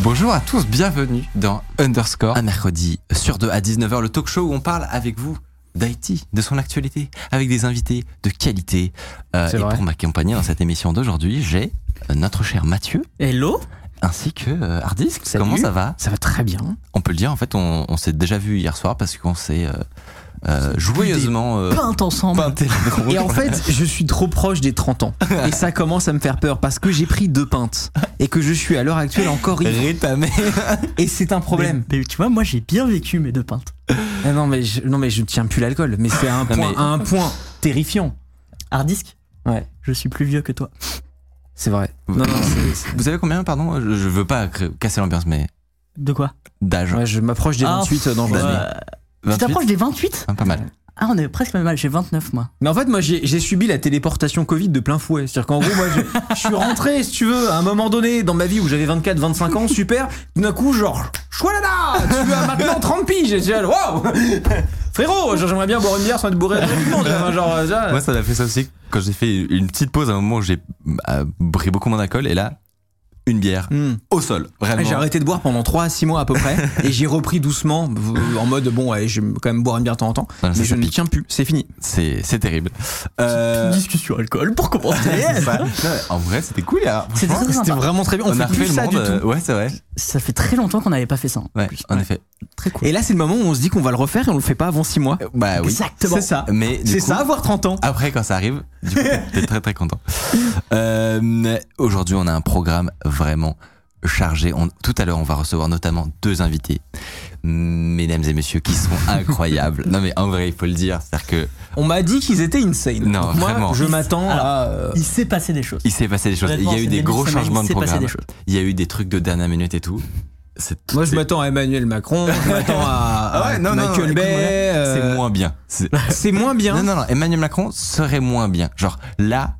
Bonjour à tous, bienvenue dans Underscore, un mercredi sur 2 à 19h, le talk show où on parle avec vous d'Haïti, de son actualité, avec des invités de qualité. Euh, C'est et vrai. pour m'accompagner dans cette émission d'aujourd'hui, j'ai euh, notre cher Mathieu, Hello ainsi que euh, Hardisk. Salut. Comment ça va Ça va très bien. On peut le dire, en fait, on, on s'est déjà vu hier soir parce qu'on s'est euh, euh, joyeusement euh, Peinte ensemble peinté le groupe. Et en fait, je suis trop proche des 30 ans. Et ça commence à me faire peur parce que j'ai pris deux pintes et que je suis à l'heure actuelle encore ivre. Rétamé. Et c'est un problème. Mais, mais tu vois, moi j'ai bien vécu mes deux pintes. Ah non, mais je, non, mais je ne tiens plus l'alcool. Mais c'est à un Non, point, mais- à un point terrifiant. Hardisk Ouais. Je suis plus vieux que toi. C'est vrai. Non, non, c'est- c'est- Vous avez combien, pardon je, je veux pas cr- casser l'ambiance, mais De quoi d'âge. ouais, je m'approche des Ah, 28 dans le Ouais. Tu 28? t'approches des 28 Hein, pas mal. Ah, on est presque même mal, j'ai 29 moi. Mais en fait, moi, j'ai j'ai subi la téléportation Covid de plein fouet. C'est-à-dire qu'en gros, moi, je, je suis rentré, si tu veux, à un moment donné dans ma vie où j'avais 24, 25 ans, super. Tout d'un coup, genre, choualala, tu as maintenant 30 piges. Et je suis là, waouh Frérot, genre, j'aimerais bien boire une bière sans être bourré. Rapidement, tu vois, enfin, genre, euh, ça- Moi, ça m'a fait ça aussi quand j'ai fait une petite pause à un moment où j'ai euh, pris beaucoup moins d'alcool et là, une bière Hmm. au sol, Ah, vraiment. J'ai arrêté de boire pendant 3 à 6 mois à peu près et j'ai repris doucement v- en mode bon allez je vais quand même boire une bière de temps en temps Non, Ah, ça, mais ça je ne pique. tiens plus c'est fini C'est c'est terrible. Euh, Discussion alcool pour commencer c'est ça. Non, mais en vrai, c'était cool, là. C'était Franchement, très c'était sympa. vraiment très bien on, on, fait a plus refait le ça monde. du euh, tout ouais, c'est vrai. Ça fait très longtemps qu'on n'avait pas fait ça. en Ouais, plus. en Ouais. effet. Très cool. et là c'est le moment où on se dit qu'on va le refaire et on le fait pas avant 6 mois Euh, Bah oui. Exactement. c'est ça Mais du c'est coup, ça avoir 30 ans Après, quand ça arrive, du coup, t'es- t'es très très content. Euh, mais Aujourd'hui, on a un programme vraiment chargé. On- tout à l'heure, on va recevoir notamment deux invités, mesdames et messieurs, qui sont incroyables. non, mais en vrai, il faut le dire, c'est-à-dire que On m'a dit qu'ils étaient insane. Non, Donc moi, vraiment. je m'attends Alors, à. euh, Il s'est passé des choses. il s'est passé des choses. Il y a eu Honnêtement, des ces gros dernières semaines, changements de Il s'est passé programme. des choses. Il y a eu des trucs de dernière minute et tout. C'est Moi, je c'est- m'attends à Emmanuel Macron, je m'attends à, Ah ouais, à non, non, non, Michael écoute, Bay. euh, c'est moins bien. C'est- c'est moins bien. Non, non, non. Emmanuel Macron serait moins bien. Genre là,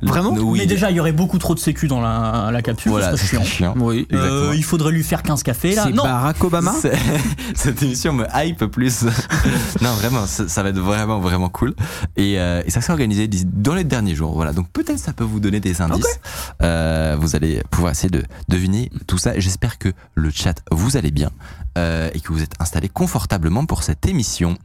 Vraiment oui, mais déjà, il y aurait beaucoup trop de sécu dans la, la capsule, voilà, ce c'est serait chiant. chiant. Oui. Euh, Exactement. il faudrait lui faire 15 cafés là. C'est Non, Barack Obama. C'est- Cette émission me hype plus. non, vraiment, ça, ça va être vraiment, vraiment cool. Et, euh, et ça sera organisé d'ici- dans les derniers jours. Voilà, donc peut-être ça peut vous donner des indices. Euh, vous allez pouvoir essayer de deviner tout ça. Et J'espère que le chat vous allez bien euh, et que vous êtes installés confortablement pour cette émission.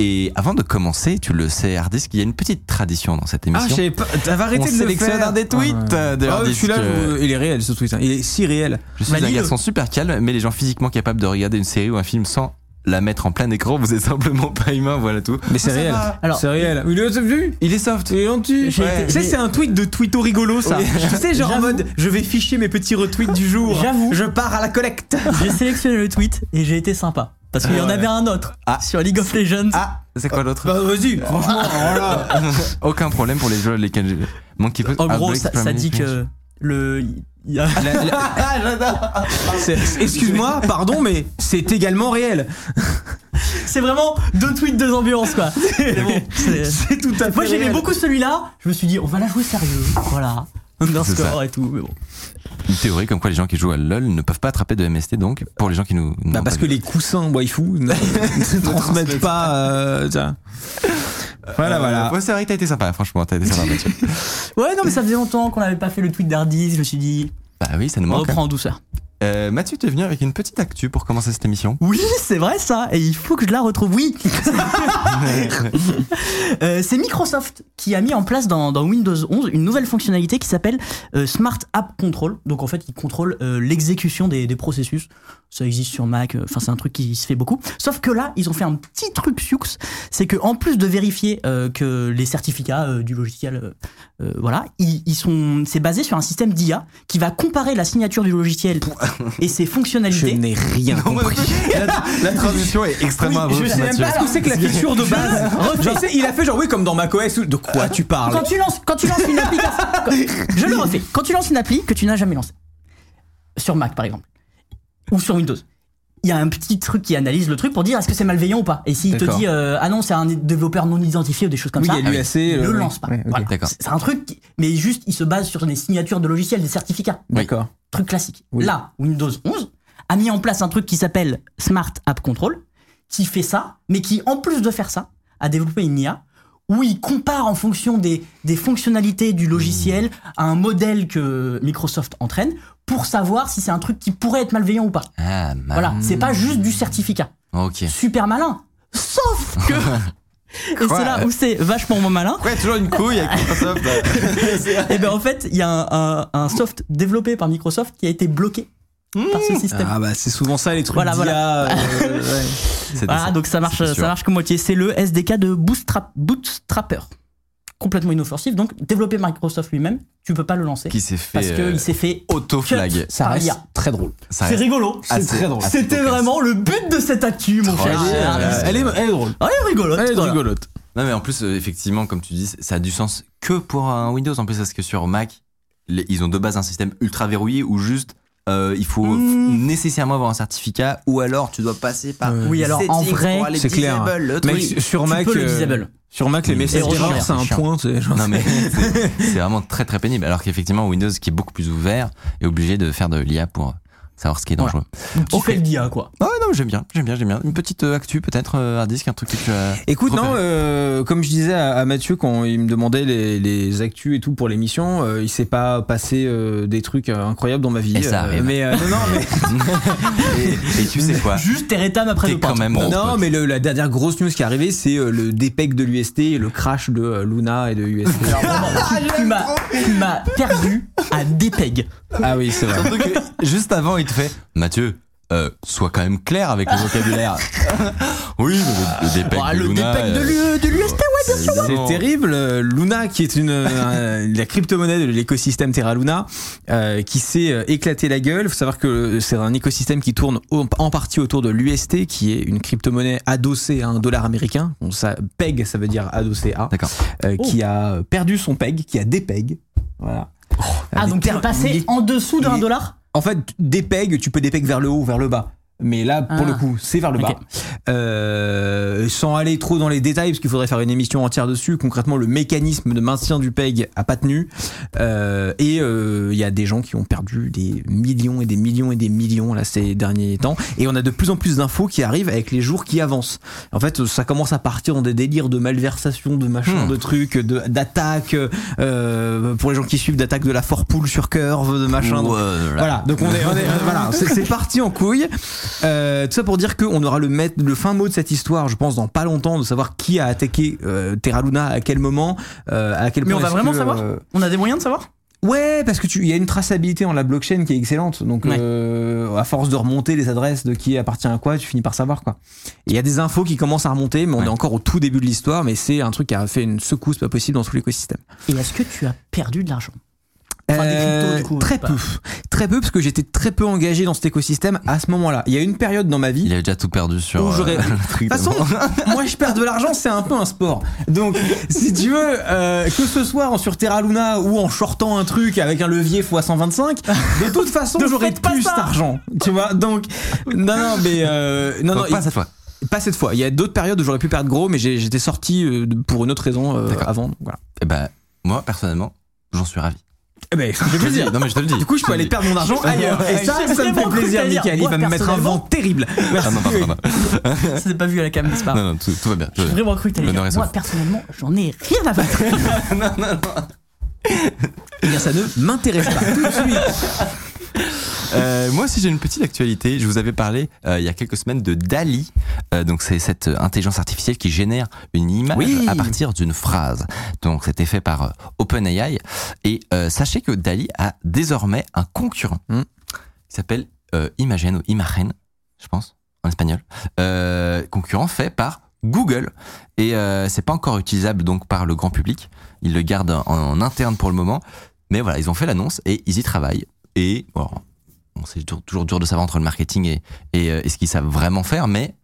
Et avant de commencer, tu le sais, Hardisk, il y a une petite tradition dans cette Ah, je émission. savais pas. T'avais arrêté On de le sélectionne faire. un des tweets, euh, de Ah, Hardisk, celui-là, euh, je- il est réel ce tweet. hein. Il est si réel. Je suis un Valide. garçon super calme, mais les gens physiquement capables de regarder une série ou un film sans la mettre en plein écran, vous êtes simplement pas humain, voilà tout. Mais c'est ça réel. va. Alors- C'est réel. Il est vu Il est soft. Il est gentil. J'ai Ouais. été- Tu sais, j'ai- c'est un tweet de twito rigolo, ça. Oui. Tu sais, genre en J'avoue. mode, je vais ficher mes petits retweets du jour. J'avoue. Je pars à la collecte. J'ai sélectionné le tweet et j'ai été sympa. Parce qu'il y en Ouais. avait un autre Ah. sur League of Legends. Ah, bah. c'est quoi l'autre Bah, vas-y, franchement, voilà. Aucun problème pour les jeux lesquels j'ai. Monkey Puzzle- En Ah, gros, Blake's ça, ça Family dit Fringe. que le. il y a- Ah, C'est- Excuse-moi, pardon, mais c'est également réel. C'est vraiment deux tweets, deux ambiances quoi. Mais bon, c'est- C'est tout à fait. Moi j'aimais réel. beaucoup celui-là. Je me suis dit, on va la jouer sérieux. Voilà. Underscore ça. et tout. Mais bon. Une théorie comme quoi les gens qui jouent à LoL ne peuvent pas attraper de MST, donc pour les gens qui nous. Bah n'ont parce pas que vu. les coussins waifu ne, ne transmettent pas. euh, tiens. Voilà, Euh, voilà. Ouais, c'est vrai, que t'as été sympa, franchement, t'as été sympa, Mathieu. Ouais, non, mais ça faisait longtemps qu'on n'avait pas fait le tweet d'Ardis. Je me suis dit, Bah oui, ça nous on manque. reprend en douceur. Euh, Mathieu, t'es venu avec une petite actu pour commencer cette émission. Oui, c'est vrai ça. Et il faut que je la retrouve. Oui. Euh, c'est Microsoft qui a mis en place dans, dans Windows 11 une nouvelle fonctionnalité qui s'appelle euh, Smart App Control. Donc en fait, il contrôle euh, l'exécution des, des processus. Ça existe sur Mac, euh, enfin c'est un truc qui se fait beaucoup. Sauf que là, ils ont fait un petit truc sioux, c'est que en plus de vérifier euh, que les certificats euh, du logiciel, euh, euh, voilà, ils, ils sont, c'est basé sur un système d'IA qui va comparer la signature du logiciel et ses Je fonctionnalités. n'ai rien compris. la, la transition est extrêmement Oui, je abrupte, sais même Mathieu. pas ce que c'est que la fissure de base. Genre, tu sais, il a fait genre oui comme dans macOS. ou- De quoi tu Quand parles tu lances, quand tu lances une application, quand- je le refais. Quand tu lances une appli que tu n'as jamais lancée, sur Mac par exemple, ou sur Windows, il y a un petit truc qui analyse le truc pour dire est-ce que c'est malveillant ou pas. Et s'il te D'accord. dit euh, ah non c'est un développeur non identifié ou des choses comme Oui, ça, il y a l'UAC. ne euh, le oui. lance pas. Ouais, ok. Voilà. D'accord. C'est c'est un truc, qui- mais juste il se base sur des signatures de logiciels, des certificats, D'accord. truc classique. Oui. Là, Windows 11 a mis en place un truc qui s'appelle Smart App Control, qui fait ça, mais qui en plus de faire ça, a développé une IA où il compare en fonction des, des fonctionnalités du logiciel à un modèle que Microsoft entraîne pour savoir si c'est un truc qui pourrait être malveillant ou pas. Ah, ma- Voilà, c'est pas juste du certificat. Ok. Super malin. Sauf que. Et c'est là où c'est vachement moins malin. Ouais, toujours une couille avec Microsoft. bah. Et ben en fait, il y a un, un- un soft développé par Microsoft qui a été bloqué par ce système. Ah bah c'est souvent ça les trucs Voilà, d'IA, euh, ouais. C'était Voilà, ça. donc ça marche, C'était sûr. ça marche que moitié. C'est le SDK de Bootstrap, Bootstrapper. Complètement inoffensif, donc développé par Microsoft lui-même, tu peux pas le lancer. Qui s'est fait. euh, Parce qu'il s'est fait. auto-flag. cut. Ça Par reste IA. très drôle. Ça C'est reste- rigolo. Ah, c'est très drôle. ah, c'est C'était cocasse. vraiment le but de cette actu, mon Ah, cher. ouais, elle, ouais, est, ouais. elle est- elle est drôle. Elle est rigolote. Elle est voilà. rigolote. Non, mais en plus, euh, effectivement, comme tu dis, ça a du sens que pour un Windows. En plus, parce que sur Mac, les- ils ont de base un système ultra verrouillé où juste euh, il faut Mm. nécessairement avoir un certificat ou alors tu dois passer par. Ouais. Oui, alors, en settings vrai, pour aller c'est clair. disable le Mec, truc. su- sur tu Mac, peux le euh, disable. sur Mac, les Oui. messages Et d'erreur, recherche, c'est un chiant. point. c'est genre- Non mais c'est c'est vraiment très très pénible. Alors qu'effectivement Windows qui est beaucoup plus ouvert est obligé de faire de l'IA pour savoir ce qui est Voilà. dangereux. Donc, tu Ok. fais le DIA, quoi. Ah ouais, non mais j'aime bien, j'aime bien, j'aime bien. Une petite euh, actu peut-être, euh, un disque, un truc que tu as. Écoute, non, repéré. euh, comme je disais à, à Mathieu quand il me demandait les, les actus et tout pour l'émission, euh, il s'est pas passé euh, des trucs euh, incroyables dans ma vie. Et ça euh, arrive. mais euh, non, non, mais, et, et tu sais quoi Juste tes rétames après T'es le quand peintre. même. non, mais le- la dernière grosse news qui est arrivée, c'est euh, le dépec de l'UST et le crash de euh, Luna et de UST. Alors, vraiment, Ah, tu- tu m'as- tu m'as perdu à Dépeg. ah oui, c'est vrai. Surtout que juste avant, il te fait Mathieu, euh, sois quand même clair avec le vocabulaire. oui, le, le dépec Ah, de le Luna, dépec de euh, l'U- de l'UST, c'est évidemment- C'est terrible. Euh, Luna, qui est une euh, la crypto-monnaie de l'écosystème Terra Luna, euh, qui s'est euh, éclaté la gueule. Faut savoir que euh, c'est un écosystème qui tourne au- en partie autour de l'UST, qui est une crypto-monnaie adossée à un dollar américain. Bon, ça, PEG, ça veut dire adossé à, D'accord. euh, qui Oh. a perdu son PEG, qui a des PEG. Voilà. Euh, Ah, Des donc t'es termes- passé des- en dessous d'un les- dollar en fait, des pegs, tu peux des pegs vers le haut ou vers le bas. Mais là, pour Ah. le coup, c'est vers le Ok. bas. Euh, sans aller trop dans les détails, parce qu'il faudrait faire une émission entière dessus. Concrètement, le mécanisme de maintien du peg a pas tenu. Euh, et euh, il y a des gens qui ont perdu des millions et des millions et des millions là ces derniers temps. Et on a de plus en plus d'infos qui arrivent avec les jours qui avancent. En fait, ça commence à partir dans des délires de malversation, de machin, Hmm. de trucs, de- d'attaques. euh, pour les gens qui suivent, d'attaques de la fort pool sur curve, de machin. Donc, Voilà. voilà, donc on est, on est- voilà, c'est c'est parti en couille. Euh, tout ça pour dire qu'on aura le, maître- le fin mot de cette histoire, je pense, dans pas longtemps, de savoir qui a attaqué euh, Terra Luna, à quel moment, euh, à quel Mais point. on va est-ce vraiment que, savoir euh, On a des moyens de savoir Ouais, parce que tu, il y a une traçabilité en la blockchain qui est excellente. Donc, Ouais. euh, à force de remonter les adresses de qui appartient à quoi, tu finis par savoir quoi. Et Il y a des infos qui commencent à remonter, mais on Ouais. est encore au tout début de l'histoire. Mais c'est un truc qui a fait une secousse pas possible dans tout l'écosystème. Et est-ce que tu as perdu de l'argent Enfin, des cryptos, du coup, Euh, très pas- peu, très peu parce que j'étais très peu engagé dans cet écosystème à ce moment-là. Il y a une période dans ma vie Il avait déjà tout perdu sur. euh, Où j'aurais- le truc de toute façon, d'avant. moi je perds de l'argent, c'est un peu un sport. Donc, si tu veux, euh, que ce soit en sur Terra Luna ou en shortant un truc avec un levier x 125, de toute façon, Ne j'aurais faites pas plus ça. d'argent. Tu vois, donc, non, non, mais euh, non, non, Donc, pas cette fois. il- pas cette fois. Il y a d'autres périodes où j'aurais pu perdre gros, mais j'ai- j'étais sorti euh, de- pour une autre raison euh, D'accord. avant. donc Voilà. Eh ben, moi, personnellement, j'en suis ravi. Eh ben, je Je veux le dis. dire. Ah, Non, mais je te le dis. Du coup, je peux aller perdre mon argent ailleurs. Et ça, ça J'ai me fait vraiment cru plaisir, que t'allais Michael. Il dire, va moi, me mettre un vent personnellement- terrible. Ah non, pardon, pardon. C'était pas vu à la cam, n'est-ce pas Non, non, tout, tout va bien. tout J'ai va bien. vraiment cru que t'allais Le dire. nord est Moi, sauf. personnellement, j'en ai rien à battre. Eh bien, ça ne m'intéresse pas. Tout de suite. Euh, moi aussi j'ai une petite actualité. Je vous avais parlé euh, il y a quelques semaines de Dali. Euh, donc c'est cette euh, intelligence artificielle qui génère une image Oui. à partir d'une phrase. Donc c'était fait par euh, OpenAI. Et euh, sachez que Dali a désormais un concurrent. Hmm. qui s'appelle euh, Imagen ou Imagen, je pense, en espagnol. Euh, concurrent fait par Google. Et euh, c'est pas encore utilisable donc par le grand public. Ils le gardent en, en interne pour le moment. Mais voilà, ils ont fait l'annonce et ils y travaillent. Et bon, bon, c'est toujours, toujours dur de savoir entre le marketing et, et, euh, et ce qu'ils savent vraiment faire, mais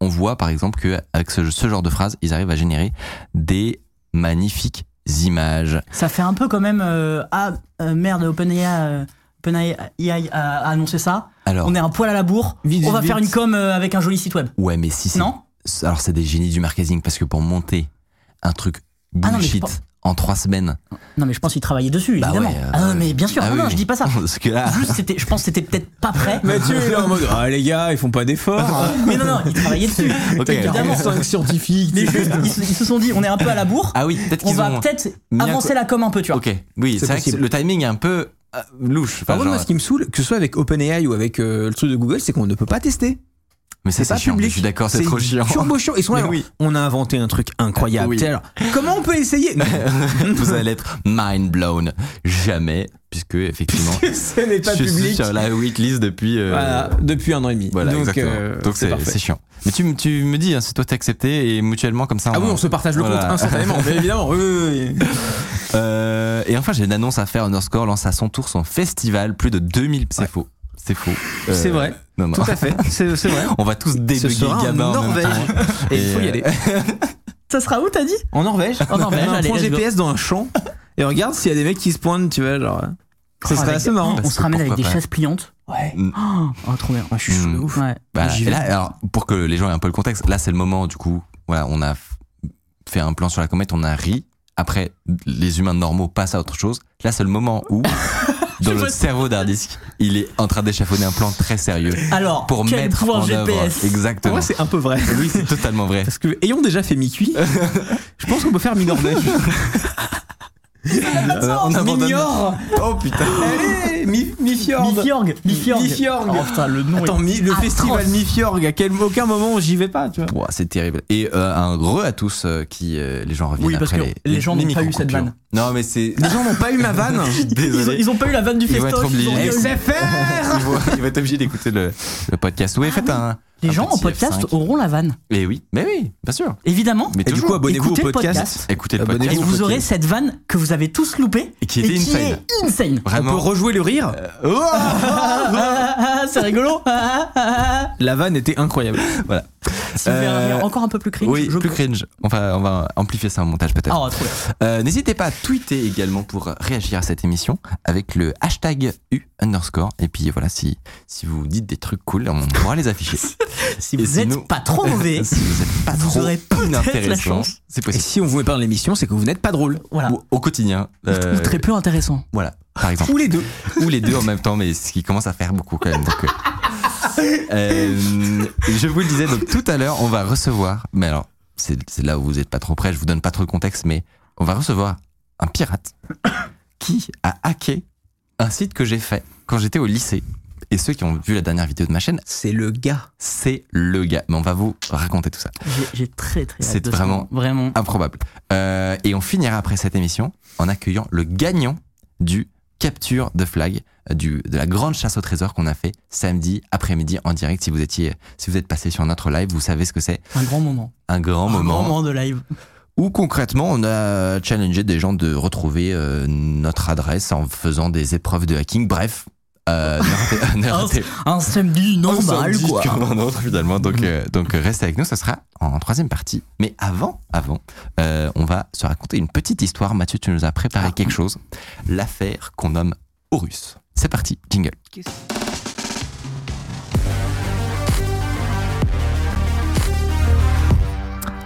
on voit par exemple qu'avec ce, ce genre de phrase, ils arrivent à générer des magnifiques images. Ça fait un peu quand même. euh, ah euh, merde, OpenAI. euh, OpenAI a a annoncé ça. Alors, On est un poil à la bourre. Vite, on va vite, faire vite. une com euh, avec un joli site web. ouais, mais si c'est Non Alors c'est des génies du marketing parce que pour monter un truc Ah non, mais bullshit je pense- en trois semaines. Non, mais je pense qu'ils travaillaient dessus, Bah évidemment. ouais, euh, ah non, mais bien sûr, Ah non, non, oui. je dis pas ça. Parce que ah, là, Juste, c'était, je pense que c'était peut-être pas prêt. Mathieu il est en mode Ah les gars, ils font pas d'efforts. mais non, non, ils travaillaient dessus. Ok. Évidemment. 45 scientifiques. Mais juste, ils se, ils se sont dit, on est un peu à la bourre. ah oui, peut-être on qu'ils va ont. peut-être mis un avancer la com un peu, tu vois. Ok, oui, C'est c'est vrai que possible. le timing est un peu euh, louche. Ah Enfin, Par contre, moi, genre- ce qui me saoule, que ce soit avec OpenAI ou avec euh, le truc de Google, c'est qu'on ne peut pas tester. mais ça, C'est c'est pas chiant. public. Je suis d'accord, c'est trop chiant. Turbo chiant. Ils sont là. Mais genre, oui. On a inventé un truc incroyable. Oui. T'es alors, comment on peut essayer Non, Vous allez être mind blown. Jamais, puisque effectivement, Ce n'est pas je suis public. sur la waitlist depuis. euh, Voilà, depuis un an et demi. Voilà, Donc, exactement. euh, Donc c'est c'est parfait. c'est chiant. Mais tu, me- tu me dis, hein, si toi t'es accepté et mutuellement comme ça. Ah oui, on se partage le Voilà. compte instantanément, mais évidemment. oui, oui, oui. Euh, et enfin, j'ai une annonce à faire. Underscore lance à son tour son festival. Plus de 2000. C'est faux. C'est faux. Euh, C'est vrai. Non, non. Tout à fait. C'est c'est vrai. On va tous Ce débugger sera en Gabin en même Norvège. temps. Et il faut y euh, aller. Ça sera où, t'as dit En Norvège. En Norvège, On allez, prend let's go. GPS dans un champ et on regarde s'il y a des mecs qui se pointent, tu vois, genre. euh, Ce hein. Oh, serait avec- assez marrant. Parce On que se ramène avec des pourquoi pas. chaises pliantes. Ouais. Mm. Oh, oh, trop bien. je suis chaud de Mm. ouf. Ouais. Bah, J'y et vais. là, alors, pour que les gens aient un peu le contexte, là, c'est le moment, du coup, voilà, on a f- fait un plan sur la comète, on a ri. Après, les humains normaux passent à autre chose. Là, c'est le moment où, dans le cerveau d'Hardisk, il est en train d'échafauder un plan très sérieux Alors, pour quel mettre en pouvoir GPS œuvre. Exactement. Moi, c'est un peu vrai. Oui, c'est totalement vrai. Parce que, ayant déjà fait mi-cuit, je pense qu'on peut faire mi-Norvège. Euh, on abandonne. Mi-Nior Oh putain. Allez mi- Mi-Fjord Mifiorg Mifiorg Mifiorg. Oh putain, le nom Attends, est... mi- le atroce. festival mi-Fjord, à quel, aucun moment j'y vais pas, tu vois. Ouah, c'est terrible. Et euh, un re à tous euh, qui euh, les gens reviennent Oui, parce après que les gens n'ont pas eu micro-coupures. cette vanne. Non, mais c'est Les gens n'ont pas eu ma vanne. Ils ont, désolé. ils ont pas eu la vanne du Ils vont être festoche. ils ont obligés. rien eu. SFR Ils vont- ils vont être obligés d'écouter le, le podcast. Oui, faites un. Ah Les un gens en petit podcast F5. auront la vanne. Mais oui, mais oui, bien sûr. Évidemment. Mais Et du toujours, coup, abonnez-vous au Écoutez le podcast. podcast. écoutez le abonnez-vous podcast. Et au vous podcast. aurez cette vanne que vous avez tous loupée Et qui et était qui insane. est insane. On peut Vraiment. Oh rejouer le rire. Euh. Ah, ah, ah, C'est rigolo. Ah, ah, ah. La vanne était incroyable. Voilà. Si vous voulez un Euh, rire encore un peu plus cringe, oui, je plus peux- cringe. Enfin, on va amplifier ça en montage peut-être. Ah, trop bien. Euh, N'hésitez pas à tweeter également pour réagir à cette émission avec le hashtag U underscore. Et puis voilà, si, si vous dites des trucs cool, on pourra les afficher. Si Et vous êtes sinon- pas trop mauvais, si vous n'êtes pas Vous trop aurez peut-être la inintéressant, chance. c'est Et possible. si on vous met pas dans l'émission, c'est que vous n'êtes pas drôle. voilà. Ou au quotidien. euh, Ou très peu intéressant. Voilà, par exemple. Ou les deux. ou les deux en même temps, mais ce qui commence à faire beaucoup quand même. donc, euh, euh, je vous le disais, donc tout à l'heure, on va recevoir, mais alors, c'est c'est là où vous n'êtes pas trop près, je vous donne pas trop de contexte, mais on va recevoir un pirate qui a hacké un site que j'ai fait quand j'étais au lycée. Et ceux qui ont vu la dernière vidéo de ma chaîne, C'est le gars. c'est le gars. Mais on va vous raconter tout ça. J'ai- J'ai très très hâte C'est de ça. vraiment- Vraiment. Improbable. Euh, et on finira après cette émission en accueillant le gagnant du capture de flag euh, du, de la grande chasse au trésor qu'on a fait samedi après-midi en direct. Si vous étiez, si vous êtes passé sur notre live, vous savez ce que c'est. Un grand moment. Un grand moment Un moment de live. où concrètement on a challengé des gens de retrouver euh, notre adresse en faisant des épreuves de hacking. Bref, euh, ne ratez- ne ratez Un samedi normal, samedi quoi. Mm. comme un autre finalement. Donc, euh, donc euh, restez avec nous, ça sera en troisième partie. Mais avant, avant, euh, on va se raconter une petite histoire. Mathieu, tu nous as préparé Ah. quelque chose. L'affaire qu'on nomme Horus. C'est parti, jingle.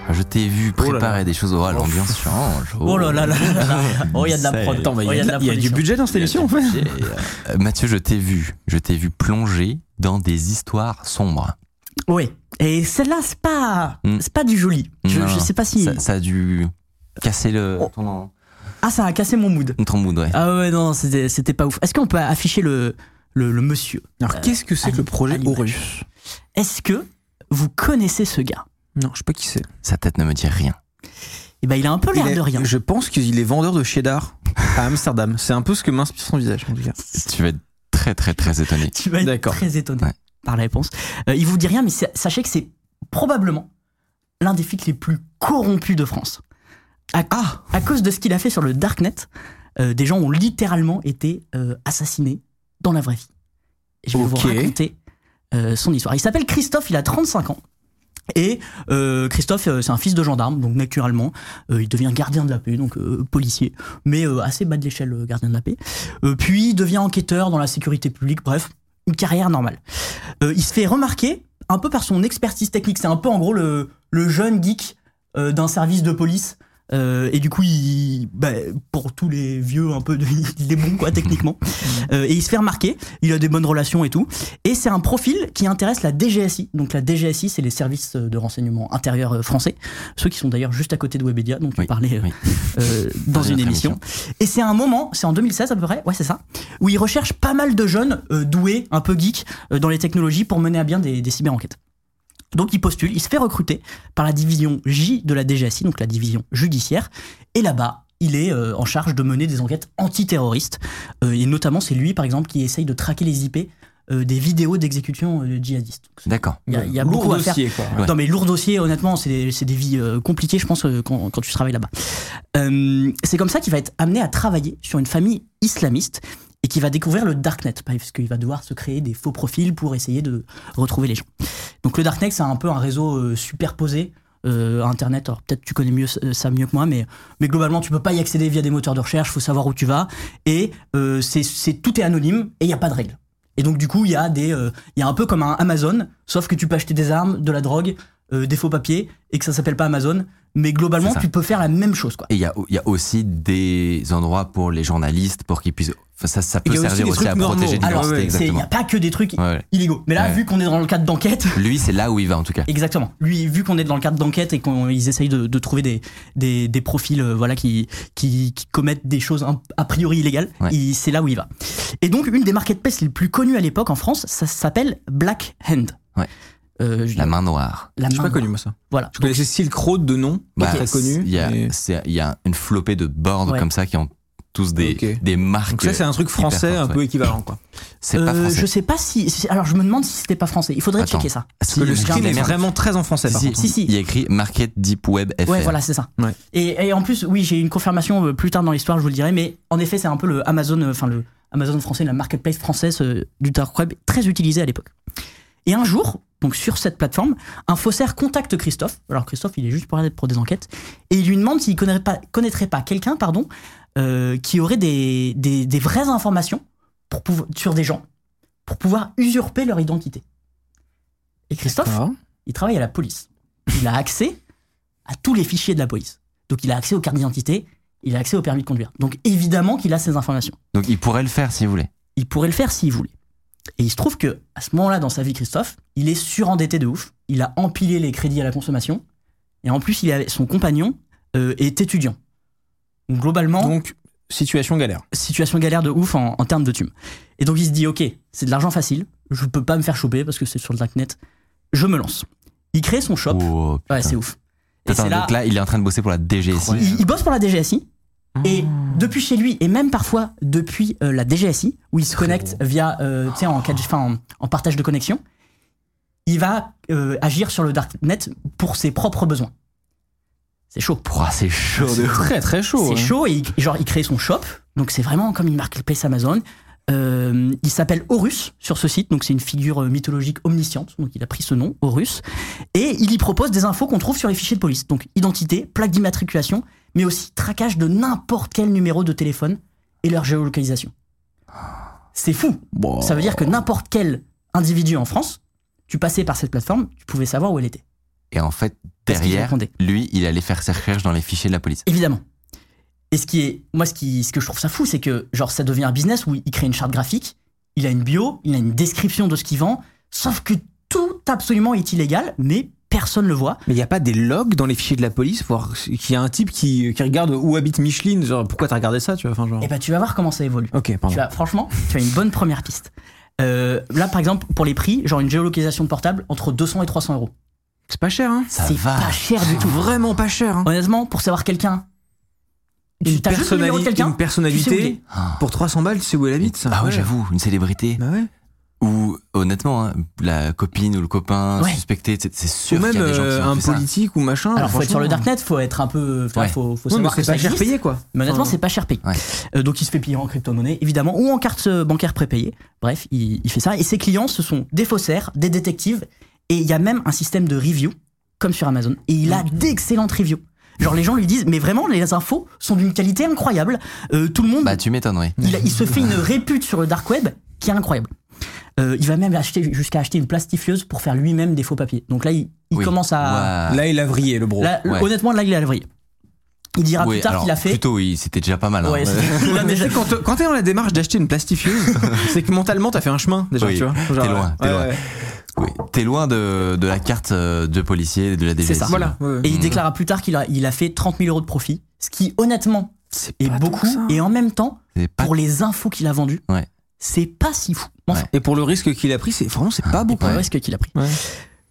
Ah, Je t'ai vu Oh là là. préparer des choses. Oh, l'ambiance change. Oh là là là là là. Oh, il y a de la Ça y est. prod. Attends, mais Oh, il y, a de la- il y a du production. budget dans cette émission en hein. fait. Et, euh, Mathieu, je t'ai vu. Je t'ai vu plonger dans des histoires sombres. Oui. Et celle-là, c'est pas, Mm. c'est pas du joli. Je, Non, je sais pas si. Ça, ça a dû casser le, Oh. ton, Ah, ça a cassé mon mood. ton mood, ouais. Ah ouais, non, c'était c'était pas ouf. Est-ce qu'on peut afficher le, le, le monsieur Alors, qu'est-ce que c'est que le projet Ali- Horus Est-ce que vous connaissez ce gars Non, je sais pas qui c'est. Sa tête ne me dit rien. Eh ben, il a un peu Il l'air est- de rien. Je pense qu'il est vendeur de cheddar à Amsterdam. C'est un peu ce que m'inspire son visage, en tout cas. Tu vas être très, très, très étonné. Tu vas être D'accord. très étonné Ouais. par la réponse. Euh, il vous dit rien, mais c'est- sachez que c'est probablement l'un des flics les plus corrompus de France. À, à cause de ce qu'il a fait sur le Darknet, euh, des gens ont littéralement été euh, assassinés dans la vraie vie. Et je vais Ok. vous raconter euh, son histoire. Il s'appelle Christophe, il a 35 ans. Et euh, Christophe, euh, c'est un fils de gendarme, donc naturellement, euh, il devient gardien de la paix, donc euh, policier, mais euh, assez bas de l'échelle, euh, gardien de la paix. Euh, puis il devient enquêteur dans la sécurité publique, bref, une carrière normale. Euh, il se fait remarquer un peu par son expertise technique. C'est un peu en gros le, le jeune geek euh, d'un service de police Euh, et du coup, il, bah, pour tous les vieux un peu, de, il est bon quoi techniquement. Euh, et il se fait remarquer, il a des bonnes relations et tout. Et c'est un profil qui intéresse la DGSI. Donc la DGSI, c'est les services euh, de renseignement intérieur euh, français, ceux qui sont d'ailleurs juste à côté de Webedia, dont Oui, tu parlais euh, oui. euh, dans Dans une notre émission. Et c'est un moment, c'est en 2016 à peu près, ouais c'est ça, où il recherche pas mal de jeunes euh, doués, un peu geeks, euh, dans les technologies pour mener à bien des, des cyber-enquêtes. Donc il postule, il se fait recruter par la division J de la DGSI, donc la division judiciaire, et là-bas, il est euh, en charge de mener des enquêtes antiterroristes, Euh, et notamment c'est lui par exemple qui essaye de traquer les IP euh, des vidéos d'exécution euh, djihadistes. Donc, c'est- D'accord. Il y a, il y a Lourd beaucoup à faire. dossier, quoi. Ouais. Non mais lourd dossier, honnêtement, c'est des, c'est des vies euh, compliquées, je pense, euh, quand, quand tu travailles là-bas. Euh, c'est comme ça qu'il va être amené à travailler sur une famille islamiste et qu'il va découvrir le darknet, parce qu'il va devoir se créer des faux profils pour essayer de retrouver les gens. Donc le darknet, c'est un peu un réseau euh, superposé. euh, à Internet, alors peut-être tu connais mieux ça- ça mieux que moi, mais, mais globalement tu peux pas y accéder via des moteurs de recherche, faut savoir où tu vas, et euh, c'est c'est- tout est anonyme et il n'y a pas de règles. Et donc du coup il y a des, euh, il y a un peu comme un Amazon, sauf que tu peux acheter des armes, de la drogue, euh, des faux papiers, et que ça s'appelle pas Amazon, mais globalement C'est ça. tu peux faire la même chose quoi. Et il y a, il y a aussi des endroits pour les journalistes, pour qu'ils puissent. enfin, ça, ça il peut y a aussi servir des aussi, trucs à normaux. protéger Alors, l'identité, ouais, C'est- Il n'y exactement. a pas que des trucs Ouais, ouais. illégaux. Mais là, Ouais. vu qu'on est dans le cadre d'enquête, Lui, c'est là où il va en tout cas. exactement. Lui, vu qu'on est dans le cadre d'enquête et qu'ils essayent de, de trouver des, des, des profils euh, voilà, qui, qui, qui commettent des choses un- a priori illégales, Ouais. il- c'est là où il va. Et donc, une des marketplaces les plus connues à l'époque en France, ça s'appelle Black Hand. Ouais. Euh, je- La main noire. la Je suis main pas connu, noire. moi, ça. Voilà. Je connaissais Silk Road de nom, Bah, pas très connu. Il y, a- mais- c'est- il y a une flopée de bornes Ouais. comme ça qui ont tous des, Ok. des marques. Donc ça, c'est un truc français hyper un fort, peu équivalent, quoi. C'est pas Euh, français. je sais pas si. Alors, je me demande si c'était pas français. Il faudrait Attends. checker ça. Parce Parce que le il y a screen des est merdes. vraiment très en français, par Si, contre. Si, si. Il y a écrit Market Deep Web FR. Ouais, voilà, c'est ça. Ouais. Et, et en plus, oui, j'ai une confirmation euh, plus tard dans l'histoire, je vous le dirai, mais en effet, c'est un peu le Amazon, euh, enfin le Amazon français, la marketplace française euh, du dark web, très utilisée à l'époque. Et un jour, donc sur cette plateforme, un faussaire contacte Christophe. Alors Christophe, il est juste pour, là pour des enquêtes, et il lui demande s'il connaîtrait pas, connaîtrait pas quelqu'un, pardon, euh, qui aurait des, des- des vraies informations pour pouvoir- sur des gens pour pouvoir usurper leur identité. Et Christophe, Ah. il travaille à la police. Il a accès à tous les fichiers de la police. Donc il a accès aux cartes d'identité, il a accès au permis de conduire. Donc évidemment qu'il a ces informations. Donc il pourrait le faire si vous voulez. Il pourrait le faire s'il voulait. Et il se trouve que à ce moment-là dans sa vie, Christophe, il est surendetté de ouf. Il a empilé les crédits à la consommation. Et en plus, il avait, son compagnon euh, est étudiant. Donc globalement, Donc, situation galère. situation galère de ouf en, en termes de thunes. Et donc il se dit, ok, c'est de l'argent facile, je peux pas me faire choper parce que c'est sur le darknet, je me lance. Il crée son shop. Wow, Ouais, putain. c'est ouf. Et Attends, c'est là, donc là, il est en train de bosser pour la DGSI. il, il bosse pour la DGSI. Et depuis chez lui, et même parfois depuis euh, la DGSI, où il se connecte via, euh, tu sais, en, 4G, enfin, en, en partage de connexion, il va euh, agir sur le darknet pour ses propres besoins. C'est chaud. Pouah, ah, c'est chaud de C'est très très chaud. C'est hein. chaud et il, genre il crée son shop, donc c'est vraiment comme une marketplace Amazon. Euh, il s'appelle Horus sur ce site, donc c'est une figure euh, mythologique omnisciente, donc il a pris ce nom, Horus, et il y propose des infos qu'on trouve sur les fichiers de police, donc identité, plaque d'immatriculation, mais aussi traquage de n'importe quel numéro de téléphone et leur géolocalisation. C'est fou Bon. Ça veut dire que n'importe quel individu en France, tu passais par cette plateforme, tu pouvais savoir où elle était. Et en fait, Parce qu'il derrière, répondait. lui, il allait faire ses recherches dans les fichiers de la police. Évidemment. Et ce qui est, moi, ce, qui, ce que je trouve ça fou, c'est que genre ça devient un business où il crée une charte graphique, il a une bio, il a une description de ce qu'il vend, sauf que tout absolument est illégal, mais personne le voit. Mais il n'y a pas des logs dans les fichiers de la police pour qu'il y a un type qui, qui regarde où habite Micheline, genre pourquoi t'as regardé ça, tu vois, enfin genre. Et bah tu vas voir comment ça évolue. Ok, Tu pardon. as, franchement, tu as une bonne première piste. Euh, là, par exemple, pour les prix, genre une géolocalisation de portable entre 200 et 300 euros. C'est pas cher, hein Ça C'est va. pas cher du tout. Vraiment pas cher. Hein. Honnêtement, pour savoir quelqu'un, tu t'as juste le numéro de personnali- quelqu'un, une personnalité tu sais où il est. Ah. pour 300 balles, tu sais où elle habite. ça. Ah ouais, Ouais. j'avoue, une célébrité. Bah ouais. Ou honnêtement, hein, la copine ou le copain Ouais. suspecté, c'est c'est Ou sûr qu'il même y a des gens qui euh, ont un fait ça. politique ou machin. Alors, faut être sur le franchement. darknet, faut être un peu, faut, Ouais. faut, faut Ouais, mais savoir que c'est ça pas cher existe. payé quoi. Mais honnêtement, Enfin, c'est pas cher payé. Ouais. Euh, donc, il se fait payer en crypto-monnaie, évidemment, ou en carte euh, bancaire prépayée. Bref, il, il fait ça. Et ses clients, ce sont des faussaires, des détectives, et il y a même un système de review, comme sur Amazon. Et il a Mmh. d'excellentes reviews. Genre, les gens lui disent, mais vraiment, les infos sont d'une qualité incroyable. Euh, tout le monde, Bah, tu m'étonnes, oui. il, a- il se fait une répute sur le dark web qui est incroyable. Euh, il va même acheter jusqu'à acheter une plastifieuse pour faire lui-même des faux papiers. Donc là, il, il Oui. commence à, Ouah. Là, il a vrillé le bro. Là, Ouais. Honnêtement, là, il est à l'avrier. Il dira Ouais, plus tard alors, qu'il a fait. Plutôt, oui, c'était déjà pas mal. hein. Ouais, c'est- il a Mais déjà- tu sais, quand te- quand t'es dans la démarche d'acheter une plastifieuse, c'est que mentalement t'as fait un chemin déjà, Oui, tu vois. Genre, euh, t'es loin, t'es ouais, loin. ouais, Oui. T'es loin de, de la carte euh, de policier et de la DGSI. C'est ça. Voilà. ouais, ouais. Et il déclara plus tard qu'il a, il a fait 30 000 euros de profit, ce qui honnêtement C'est est pas tant que beaucoup. ça. Et en même temps, C'est pas pour les infos qu'il a vendues, Ouais. c'est pas si fou. Enfin, Et pour le risque qu'il a pris, c'est vraiment c'est pas et beaucoup. pour le risque qu'il a pris. Ouais.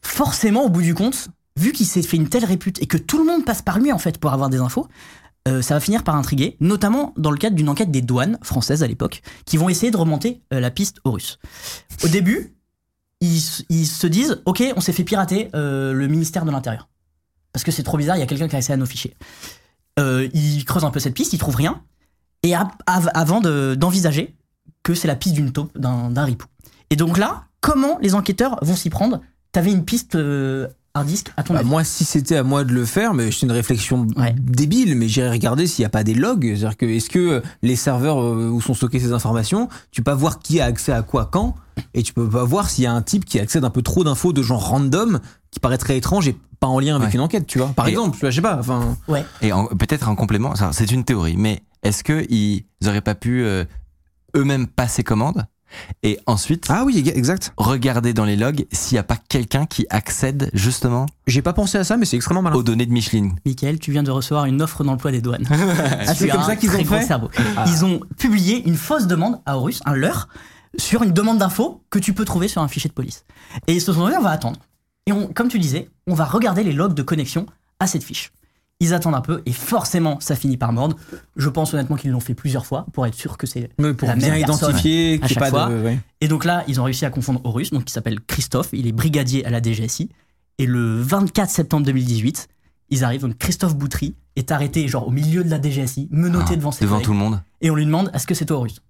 Forcément, au bout du compte, vu qu'il s'est fait une telle répute et que tout le monde passe par lui en fait pour avoir des infos, euh, ça va finir par intriguer, notamment dans le cadre d'une enquête des douanes françaises à l'époque, qui vont essayer de remonter euh, la piste aux Russes. Au début, ils, s- ils se disent Ok, on s'est fait pirater euh, le ministère de l'Intérieur. Parce que c'est trop bizarre, il y a quelqu'un qui a accès à nos fichiers. Euh, ils creusent un peu cette piste, ils trouvent rien. Et a- av- avant de- d'envisager que c'est la piste d'une taupe, d'un d'un ripou. Et donc là, comment les enquêteurs vont s'y prendre T'avais une piste, euh, un disque à ton Bah, avis moi, si c'était à moi de le faire, mais c'est une réflexion Ouais. débile, mais j'irais regarder s'il n'y a pas des logs. C'est-à-dire que, est-ce que euh, les serveurs euh, où sont stockées ces informations, tu peux pas voir qui a accès à quoi quand, et tu peux pas voir s'il y a un type qui accède un peu trop d'infos de gens random qui paraîtraient étranges et pas en lien avec Ouais. une enquête, tu vois. Par Et- exemple, tu vois, je sais pas, enfin. Ouais. Et en- peut-être en complément, ça, c'est une théorie, mais est-ce qu'ils n'auraient pas pu euh, eux-mêmes passer commande et ensuite Ah oui, exact. regarder dans les logs s'il n'y a pas quelqu'un qui accède justement J'ai pas pensé à ça, mais c'est extrêmement Ah. malin. aux données de Micheline Michael, tu viens de recevoir une offre d'emploi des douanes. Ah, c'est Tu as comme un ça qu'ils très ont gros fait cerveau. Ils Ah. ont publié une fausse demande à Horus, un leurre, sur une demande d'info que tu peux trouver sur un fichier de police. Et ils se sont dit, on va attendre. Et on, comme tu disais, on va regarder les logs de connexion à cette fiche. Ils attendent un peu et forcément, ça finit par mordre. Je pense honnêtement qu'ils l'ont fait plusieurs fois pour être sûr que c'est Mais pour La bien même personne, identifier, qu'il y à ait chaque pas de- fois. ouais. Et donc là, ils ont réussi à confondre Horus, donc qui s'appelle Christophe, il est brigadier à la DGSI. Et le 24 septembre 2018, ils arrivent, donc Christophe Boutry est arrêté genre au milieu de la DGSI, menotté Ah, devant ses devant collègues, tout le monde. et on lui demande est-ce que c'est toi Horus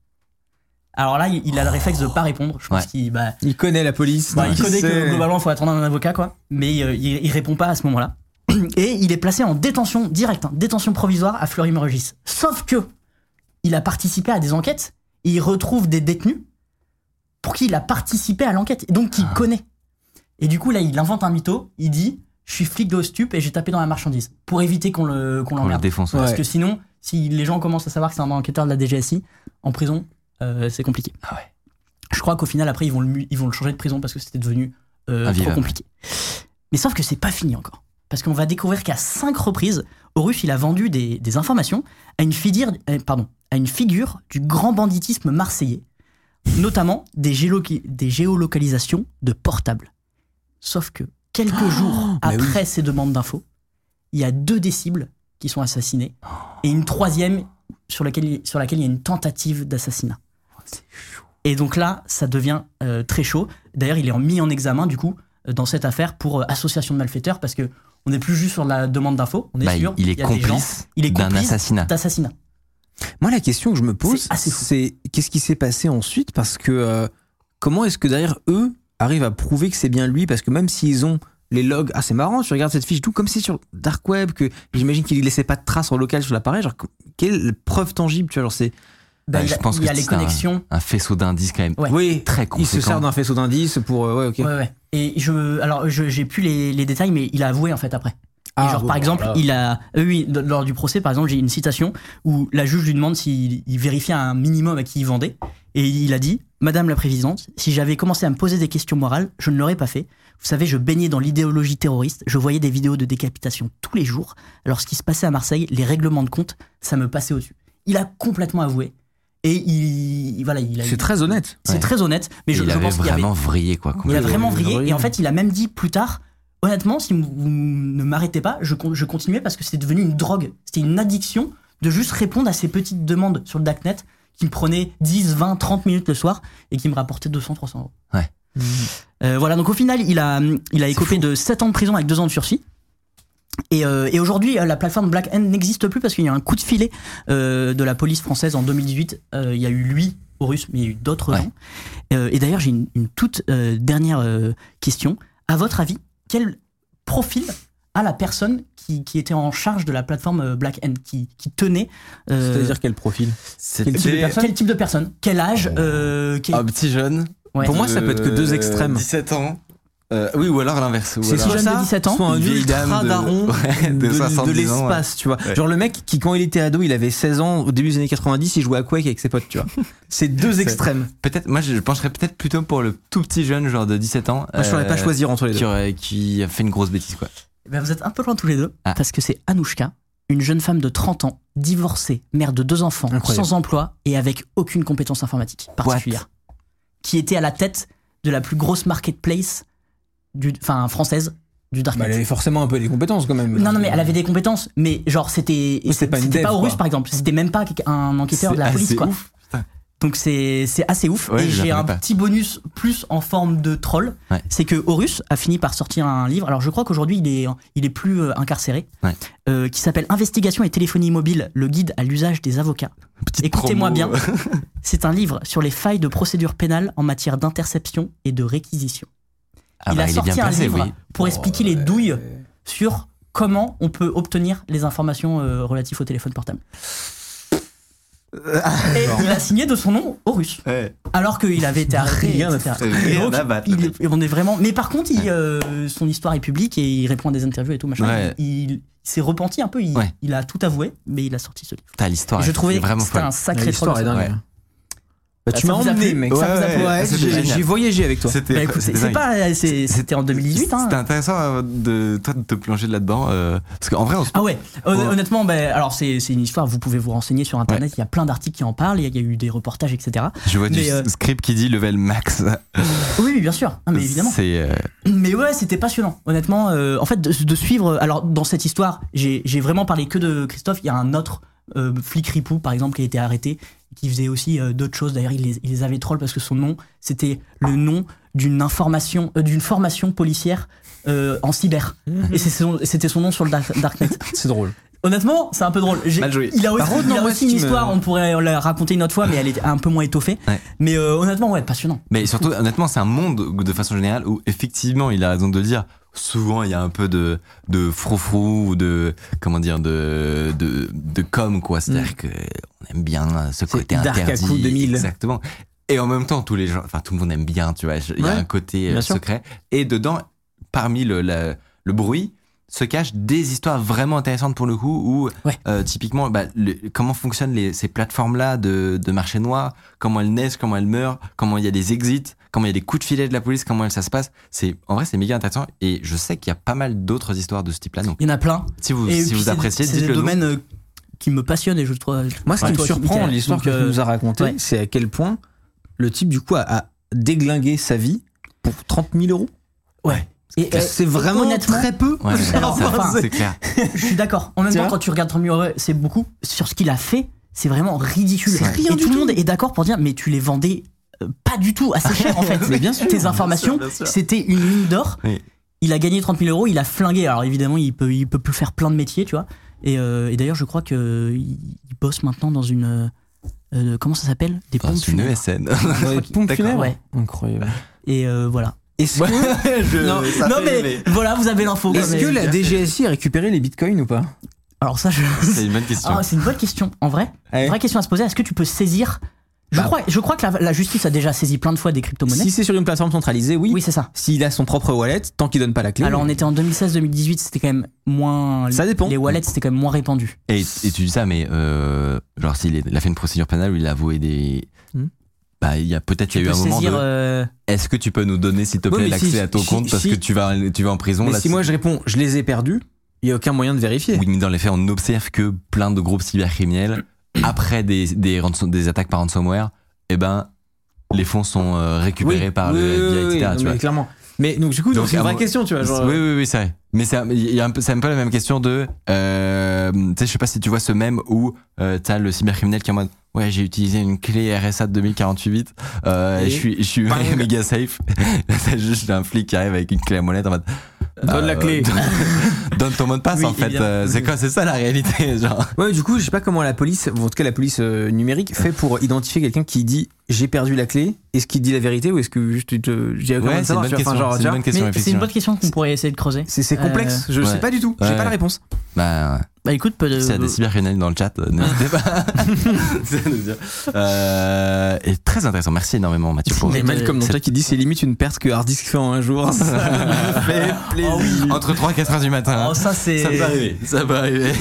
Alors là, il il a le réflexe de pas répondre, je pense Ouais. qu'il bah, Il connaît la police. bah, donc il connaît sait. que globalement, il faut attendre un avocat, quoi. Mais euh, il, il répond pas à ce moment-là. Et il est placé en détention directe, hein, détention provisoire à Fleury-Mérogis. Sauf que il a participé à des enquêtes et il retrouve des détenus pour qui il a participé à l'enquête, et donc Ah. qu'il connaît. Et du coup, là, il invente un mytho, il dit Je suis flic de stup et j'ai tapé dans la marchandise pour éviter qu'on le- qu'on On le l'emmerde. défonce. Ouais. ouais. Parce que sinon, si les gens commencent à savoir que c'est un enquêteur de la DGSI, en prison, euh, c'est compliqué. Ah ouais. Je crois qu'au final, après, ils vont, le, mu- ils vont le changer de prison parce que c'était devenu euh, trop Invivable. compliqué. Mais sauf que c'est pas fini encore. Parce qu'on va découvrir qu'à cinq reprises, Horus, il a vendu des, des informations à une, figure, euh, pardon, à une figure du grand banditisme marseillais, notamment des, géoloca- des géolocalisations de portables. Sauf que Ah quelques jours mais oui. après ces demandes d'infos, il y a deux des cibles qui sont assassinées et une troisième sur laquelle, sur laquelle il y a une tentative d'assassinat. Oh, Et donc là, ça devient euh, très chaud. D'ailleurs, il est en- mis en examen du coup euh, dans cette affaire pour euh, association de malfaiteurs parce que on n'est plus juste sur la demande d'infos, on est Bah, il, sur il est y a des gens complice il est d'un complice assassinat. d'assassinat. Moi, la question que je me pose, C'est assez fou. c'est qu'est-ce qui s'est passé ensuite Parce que euh, comment est-ce que derrière eux arrivent à prouver que c'est bien lui Parce que même s'ils ont les logs, ah c'est marrant, tu regardes cette fiche tout comme c'est sur le dark web que j'imagine qu'il laissait pas de traces en local sur l'appareil. Genre co- quelle preuve tangible, tu vois Genre c'est Bah, Bah, il je a- pense il que y a les c'est un- connexions. Un faisceau d'indices quand même. Ouais. oui Très Il se conséquent. sert d'un faisceau d'indices pour euh, ouais ok. Ouais, ouais. Et je, alors, je- j'ai plus les, les détails, mais il a avoué en fait après. Ah, Et genre, par exemple, il a. euh, oui, d- lors du procès, par exemple, j'ai une citation où la juge lui demande s'il il vérifiait un minimum à qui il vendait. Et il a dit Madame la Présidente, si j'avais commencé à me poser des questions morales, je ne l'aurais pas fait. Vous savez, je baignais dans l'idéologie terroriste, je voyais des vidéos de décapitation tous les jours. Alors, ce qui se passait à Marseille, les règlements de compte, ça me passait au-dessus. Il a complètement avoué. Et il. Voilà, il a. C'est très honnête. C'est Ouais. très honnête, mais Et je, il je avait pense qu'il y avait vraiment vrillé quoi. il a complètement. Oui, vraiment oui, oui. vrillé et en fait il a même dit plus tard honnêtement si vous vous ne m'arrêtez pas je, con- je continuais parce que c'était devenu une drogue c'était une addiction de juste répondre à ces petites demandes sur le Darknet qui me prenaient 10, 20, 30 minutes le soir et qui me rapportaient 200, 300 euros Ouais. Euh, voilà donc au final il a, il a écopé de 7 ans de prison avec 2 ans de sursis et, euh, et aujourd'hui, euh, la plateforme Black Hand n'existe plus parce qu'il y a eu un coup de filet euh, de la police française en 2018. Euh, il y a eu lui, Horus, mais il y a eu d'autres Ouais. gens. Euh, et d'ailleurs, j'ai une, une toute euh, dernière euh, question. À votre avis, quel profil a la personne qui, qui était en charge de la plateforme euh, Black Hand, qui, qui tenait euh, C'est-à-dire quel profil Quel type de C'était personne quel type de personne Quel âge euh, quel- un petit jeune. Ouais. Pour moi, ça de peut être que deux extrêmes. 17 ans. Euh, oui, ou alors l'inverse. ou C'est alors- soit jeune de ça, 17 ans, soit un une vieille ultra dame de- daron ouais, de de, de 70 ans, l'espace, tu vois. Ouais. Genre le mec qui, quand il était ado, il avait 16 ans, au début des années 90, il jouait à Quake avec ses potes, tu vois. C'est deux extrêmes. Peut-être, moi, je pencherais peut-être plutôt pour le tout petit jeune, genre de 17 ans. Moi, je saurais pas euh, choisir entre les deux. Qui, aurait- qui a fait une grosse bêtise, quoi. Eh ben, vous êtes un peu loin tous les deux, Ah. parce que c'est Anouchka, une jeune femme de 30 ans, divorcée, mère de deux enfants, Incroyable. sans emploi et avec aucune compétence informatique particulière, qui était à la tête de la plus grosse marketplace du, enfin, française du Dark Bah, Net. elle avait forcément un peu les compétences quand même. Non, non, mais elle avait des compétences, mais genre, c'était Oui, c'était pas une c'était dev, pas, aux quoi. Russes, par exemple. C'était même pas un enquêteur de la C'est police, assez quoi. ouf. putain. Donc c'est c'est assez ouf. Ouais, et je la j'ai connais un pas. petit bonus plus en forme de troll. Ouais. C'est que Horus a fini par sortir un livre. Alors je crois qu'aujourd'hui il est, il est plus euh, incarcéré. Ouais. euh, qui s'appelle Investigation et téléphonie mobile, le guide à l'usage des avocats. Petite Écoutez-moi promo. bien. C'est un livre sur les failles de procédure pénale en matière d'interception et de réquisition. Ah il bah, a est sorti bien un placé, livre oui. Oh, pour Bon, expliquer les douilles sur comment on peut obtenir les informations euh, relatives au téléphone portable. Et il a signé de son nom Horus. Euh, ah. Ouais. Alors qu'il avait été arrêté. Rien à etc. Rien Donc, à battre, il- le mec. on est vraiment. Mais par contre, il, euh, son histoire est publique et il répond à des interviews et tout machin. Ouais. Il, il s'est repenti un peu. Il, Ouais. il a tout avoué, mais il a sorti ce livre. Putain, l'histoire. je elle- trouvais elle est que vraiment c'était folle. un sacré L'histoire troll. est dingue. Ouais. Bah, tu Ça m'as vous a emmené, plu mec. Ça vous a plu Ouais, c'était j'ai génial. j'ai voyagé avec toi. C'était Bah, écoute, c'était c'est c'est dingue. pas. c'est- C'était en 2018. hein. C'était intéressant euh, de toi de te plonger là-dedans euh, parce qu'en vrai on se Ah ouais, Hon- Ouais. honnêtement, ben, alors c'est c'est une histoire, vous pouvez vous renseigner sur internet, il y a plein d'articles qui en parlent, il y a- il y, a eu des reportages, etc. je vois du Mais, euh, script qui dit level max. Oui, oui, bien sûr, Non, mais évidemment. C'est euh, Mais ouais, c'était passionnant, honnêtement. euh, en fait, de, de suivre. Alors, dans cette histoire, j'ai j'ai vraiment parlé que de Christophe. Il y a un autre euh, flic ripou, par exemple, qui a été arrêté, qui faisait aussi euh, d'autres choses. D'ailleurs, il les, il les avait trolls parce que son nom, c'était le nom d'une information, euh, d'une formation policière euh, en cyber. Et c'est son- c'était son nom sur le dark- Darknet. C'est drôle. Honnêtement, c'est un peu drôle. J'ai- Mal joué. Il a aussi, Par contre, il non, a moi, aussi ce une qui me- histoire, on pourrait la raconter une autre fois, mais elle est un peu moins étoffée. Ouais. Mais euh, honnêtement, ouais, passionnant. mais surtout honnêtement c'est un monde où, de façon générale où effectivement il a raison de le dire souvent il y a un peu de de frou ou de comment dire de de, de com quoi c'est-à-dire que on aime bien ce Mm. C'est côté dark à interdit coup 2000. exactement et en même temps tous les gens enfin tout le monde aime bien tu vois je- il y a Ouais. un côté euh, Bien sûr. secret et dedans parmi le la- le bruit se cachent des histoires vraiment intéressantes pour le coup où Ouais. euh, typiquement bah, le- comment fonctionnent les- ces plateformes là de, de marché noir comment elles naissent comment elles meurent comment il y a des exits comment il y a des coups de filet de la police comment ça se passe c'est en vrai c'est méga intéressant et je sais qu'il y a pas mal d'autres histoires de ce type là donc Il y en a plein. si vous et si puis, vous c'est- appréciez c'est des dites-le nous. domaines euh, qui me passionnent et je trouve. euh, Moi, ce Ouais, qui me toi aussi, surprend, Mickaël. l'histoire Donc, que tu euh, nous as racontée, ouais. c'est à quel point le type, du coup, a, a déglingué sa vie pour 30 000 euros. Ouais. Et, euh, et- C'est vraiment honnêtement, très peu. Ouais, ouais, ouais, Alors, ça, enfin, c'est clair je suis d'accord. En même Tu temps, vois quand tu regardes 30 000 euros, c'est beaucoup. Sur ce qu'il a fait, c'est vraiment ridicule. C'est rien et du tout le tout. Ah, monde est d'accord pour dire, mais tu les vendais euh, pas du tout assez cher en fait. Mais bien sûr. Tes informations, bien sûr. c'était une mine d'or. Oui. Il a gagné 30 000 euros, il a flingué. Alors évidemment, il peut, il peut plus faire plein de métiers, tu vois. Et, euh, et d'ailleurs, je crois que il il bosse maintenant dans une. euh, euh, comment ça s'appelle Des Enfin, pompes Ah, c'est une E funèbres. ESN Dans les pompes D'accord, funèbres. ouais. Incroyable. Et euh, voilà. Est-ce que, Je- Non, Euh, ça non fait mais rêver. voilà, vous avez l'info. est-ce quoi, que mais- la DGSI a récupéré les bitcoins ou pas Alors ça, je. c'est une bonne question Ah, c'est une bonne question. En vrai, Ouais. vraie question à se poser. Est-ce que tu peux saisir Je Bah. crois, je crois que la, la justice a déjà saisi plein de fois des crypto-monnaies. Si c'est sur une plateforme centralisée, oui. Oui, c'est ça. S'il a son propre wallet, tant qu'il donne pas la clé. Alors on était en 2016-2018, c'était quand même moins. Ça dépend. Les wallets, c'était quand même moins répandu. Et, et tu dis ça, mais euh, genre s'il est- il a fait une procédure pénale où il a avoué des... Hmm. Bah, il y a peut-être il y a eu peux un moment saisir. de... euh, Est-ce que tu peux nous donner, s'il te Ouais, plaît, mais l'accès si- à ton si- compte parce si- que tu vas, tu vas en prison Mais là, si moi je réponds, je les ai perdus, il y a aucun moyen de vérifier. Oui, mais dans les faits, on observe que plein de groupes cybercriminels, après des, des, ransom- des attaques par ransomware, eh ben, les fonds sont euh, récupérés Oui, par oui, le oui, FBI, oui, etc. non, tu mais vois. clairement. Mais donc du coup, Donc, donc, c'est une à vraie mon- question, tu vois. Genre, Oui, euh, oui, oui, c'est vrai. Mais c'est un- il y a un peu- c'est même pas la même question de. euh, tu sais, je sais pas si tu vois ce même où euh, t'as le cybercriminel qui est en mode. Ouais, j'ai utilisé une clé RSA de 2048. Euh, Et je suis, je suis bang. méga safe. T'as juste un flic qui arrive avec une clé à molette en mode. Donne Euh, la clé. donne- Donne ton mot de passe Oui, en fait. évidemment. Euh, c'est quoi C'est ça la réalité. Genre. Ouais, du coup, je sais pas comment la police, ou en tout cas la police euh, numérique, fait pour identifier quelqu'un qui dit j'ai perdu la clé, est-ce qu'il dit la vérité ou est-ce que juste tu te j'ai Ouais, c'est une bonne question. c'est une bonne question, Mais c'est une effectivement. bonne question qu'on pourrait essayer de creuser. c'est c'est Euh, complexe, je ouais. sais pas du tout, j'ai Ouais. pas la réponse. Bah, ouais. Bah écoute, peut- S'il y a des cybercriminels dans le chat, euh, n'hésitez pas. C'est à nous dire. Euh, et très intéressant. Merci énormément, Mathieu. Pour... Mais- mal Malcolm comme Monta qui dit c'est limite une perte que Hard Disk fait en un jour. Ah Oh oui. Entre 3 et 4 heures du matin. Oh, ça c'est. Ça peut arriver, ça peut arriver.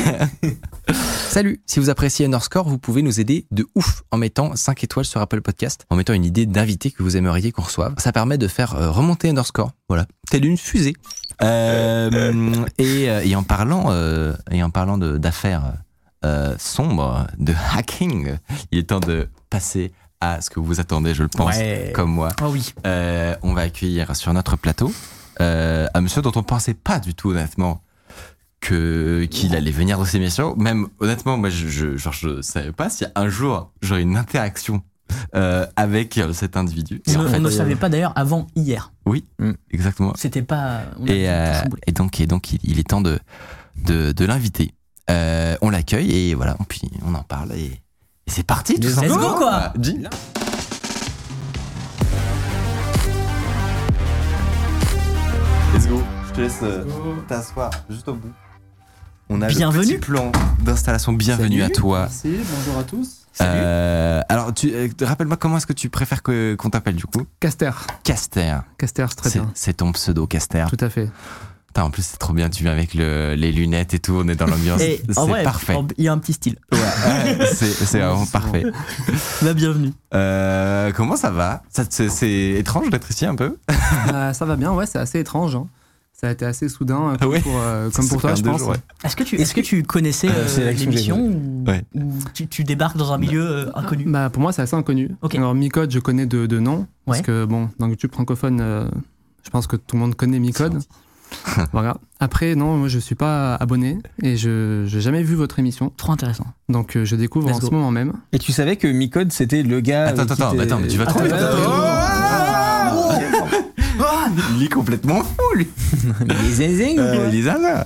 Salut, si vous appréciez Underscore, vous pouvez nous aider de ouf en mettant 5 étoiles sur Apple Podcast, en mettant une idée d'invité que vous aimeriez qu'on reçoive. Ça permet de faire euh, remonter Underscore, voilà, telle une fusée. Euh, et, euh, et en parlant, euh, et en parlant de- d'affaires euh, sombres, de hacking, il est temps de passer à ce que vous attendez, je le pense, Ouais. comme moi. Oh oui. Euh, on va accueillir sur notre plateau euh, un monsieur dont on pensait pas du tout honnêtement que qu'il allait venir dans ces émissions. Même honnêtement, moi je je, genre, je savais pas si un jour j'aurais une interaction euh, avec euh, cet individu. Et On, en ne- on fait, euh, ne savait pas d'ailleurs avant hier. exactement. C'était pas. on a Et, euh, tout chamboulé. et donc et donc il, il est temps de de, de l'inviter. Euh, on l'accueille et voilà, on, puis on en parle et, et c'est parti. tout Let's go, simplement. quoi. Dis. Let's go. Je te laisse euh, t'asseoir juste au bout. On a Bienvenue. le petit plan d'installation. Bienvenue à toi. Merci, bonjour à tous. Euh, alors, tu, euh, rappelle-moi comment est-ce que tu préfères que, qu'on t'appelle du coup Caster, Caster. Caster, c'est très C'est, bien. c'est ton pseudo Caster. Tout à fait. Putain, en plus, c'est trop bien. Tu viens avec le- les lunettes et tout. On est dans l'ambiance. Et c'est en vrai, parfait. en- Il y a un petit style. Ouais, ouais, c'est, c'est vraiment Ouais, c'est bon. parfait. Bah, bienvenue. Euh, comment ça va Ça te- c'est, c'est étrange d'être ici un peu Euh, ça va bien, ouais, c'est assez étrange. hein. Ça a été assez soudain, euh, Ah comme, ouais. pour, euh, comme Ça pour fait un toi, je deux pense. jours, ouais. Est-ce que tu, est-ce que tu connaissais euh, c'est la question que l'émission ou, Ouais. ou tu, tu débarques dans un milieu euh, inconnu Bah, pour moi, c'est assez inconnu. Ok. Alors, Micode, je connais de, de nom. Parce Ouais. que, bon, dans le YouTube francophone, euh, je pense que tout le monde connaît Micode. voilà. Après, non, moi, je suis pas abonné et je n'ai jamais vu votre émission. Trop intéressant. Donc, euh, je découvre Let's en go. ce moment même. Et tu savais que Micode c'était le gars. Attends, avec qui attends, t'es- attends, mais tu vas trop Attends, vite. attends, attends. Il est complètement fou, lui. Les zinzing, ou Euh, quoi les zinzins.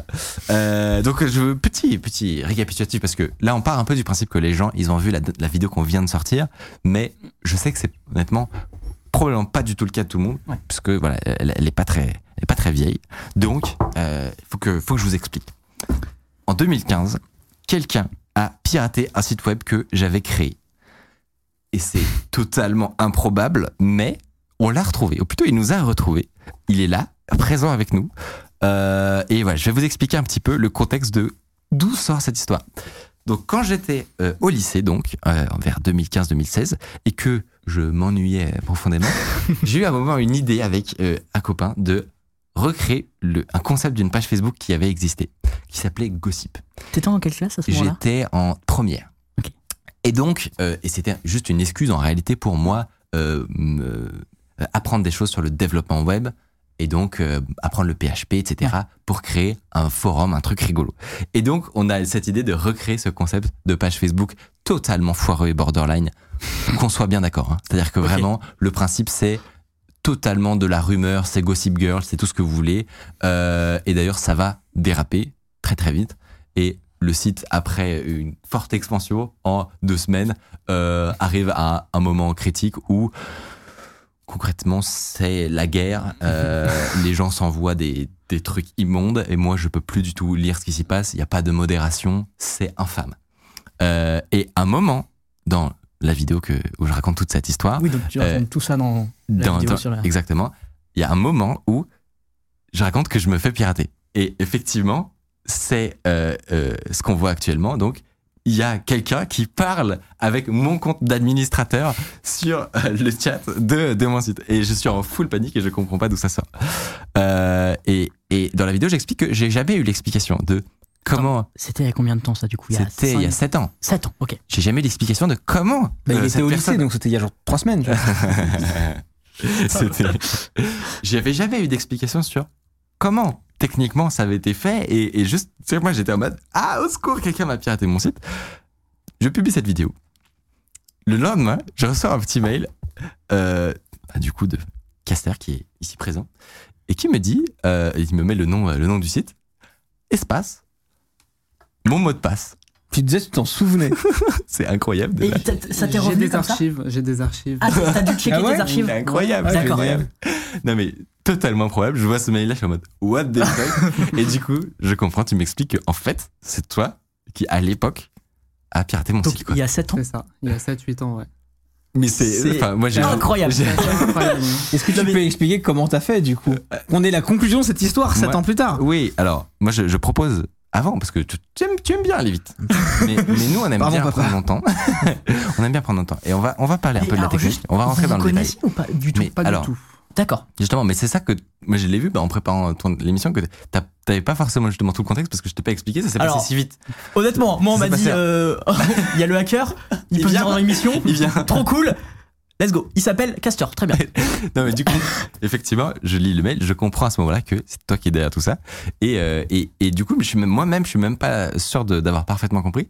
Euh, donc, je veux petit, petit récapitulatif parce que là, on part un peu du principe que les gens, ils ont vu la, la vidéo qu'on vient de sortir, mais je sais que c'est honnêtement probablement pas du tout le cas de tout le monde, Ouais. parce que voilà, elle, elle est pas très, elle est pas très vieille. Donc, euh, faut que, faut que je vous explique. En 2015, quelqu'un a piraté un site web que j'avais créé. Et c'est totalement improbable, mais on l'a retrouvé. Ou plutôt, il nous a retrouvé. Il est là, présent avec nous. Euh, et voilà, je vais vous expliquer un petit peu le contexte de d'où sort cette histoire. Donc, quand j'étais euh, au lycée, donc, euh, vers 2015-2016, et que je m'ennuyais profondément, j'ai eu à un moment une idée avec euh, un copain de recréer le, un concept d'une page Facebook qui avait existé, qui s'appelait Gossip. T'étais en quelle classe à ce moment-là J'étais en première. Ok. Et donc, euh, et c'était juste une excuse en réalité pour moi euh, me- euh, apprendre des choses sur le développement web et donc euh, apprendre le PHP, etc. pour créer un forum, un truc rigolo. Et donc, on a cette idée de recréer ce concept de page Facebook totalement foireux et borderline, qu'on soit bien d'accord. hein. C'est-à-dire que Ok. vraiment, le principe, c'est totalement de la rumeur, c'est Gossip Girl, c'est tout ce que vous voulez. Euh, et d'ailleurs, ça va déraper très très vite. Et le site, après une forte expansion en deux semaines, euh, arrive à un moment critique où concrètement c'est la guerre. Euh, les gens s'envoient des, des trucs immondes et moi je peux plus du tout lire ce qui s'y passe. Il n'y a pas de modération, c'est infâme. Euh, et un moment dans la vidéo que, où je raconte toute cette histoire, Oui, donc tu Euh, racontes tout ça dans la dans- vidéo dans- sur la. Exactement. Il y a un moment où je raconte que je me fais pirater. Et effectivement, c'est euh, euh, ce qu'on voit actuellement. Donc, il y a quelqu'un qui parle avec mon compte d'administrateur sur euh, le chat de, de mon site. Et je suis en full panique et je comprends pas d'où ça sort. Euh, et, et dans la vidéo, j'explique que j'ai jamais eu l'explication de comment C'était il y a combien de temps ça du coup c'était il y a 7 ans. 7 ans, ok. J'ai jamais eu l'explication de comment Bah, il euh, était cette au personne lycée, donc c'était il y a genre trois semaines. tu vois. C'était. J'avais jamais eu d'explication sur comment techniquement ça avait été fait et, et juste, tu sais, moi j'étais en mode ah au secours quelqu'un m'a piraté mon site. Je publie cette vidéo. Le lendemain, je reçois un petit mail euh, bah, du coup de Caster qui est ici présent et qui me dit, euh, il me met le nom, euh, le nom du site, espace, mon mot de passe. Tu disais, tu t'en souvenais. C'est incroyable Et déjà. t'as- ça t'est J'ai revenu des comme ça archives, j'ai des archives. Ah, t'as dû checker Ah ouais tes archives C'est incroyable, D'accord. génial. Non mais totalement improbable. Je vois ce mail là, je suis en mode what the fuck. Et du coup, je comprends, tu m'expliques qu'en fait, c'est toi qui à l'époque a piraté mon Donc, site quoi. il y a 7 ans. C'est ça, il y a 7-8 ans, ouais. Mais c'est c'est enfin moi j'ai incroyable. j'ai- C'est incroyable. Est-ce que tu peux expliquer comment t'as fait du coup On est la conclusion de cette histoire 7 Ouais. ans plus tard. Oui, alors moi je, je propose avant parce que tu, tu aimes, tu aimes bien aller vite. mais, mais nous on aime Pardon, bien papa. prendre notre temps. on aime bien prendre notre temps et on va on va parler un Et peu de la alors, technique. juste, on va rentrer vous dans vous le détail. connaissiez ou pas du tout Mais Pas alors du tout. D'accord. Justement, mais c'est ça que moi je l'ai vu bah, en préparant ton- l'émission que t'as- t'avais pas forcément justement tout le contexte parce que je t'ai pas expliqué, ça s'est Alors, passé si vite. Honnêtement, moi on Ça m'a s'est dit, passé à- euh, il y a le hacker, il, Il peut vient. venir dans l'émission, Il vient. trop cool, let's go. Il s'appelle Caster, très bien. Non mais du coup, effectivement, je lis le mail, je comprends à ce moment-là que c'est toi qui es derrière tout ça. Et, euh, et, et du coup, je suis même- moi-même, je suis même pas sûr de- d'avoir parfaitement compris.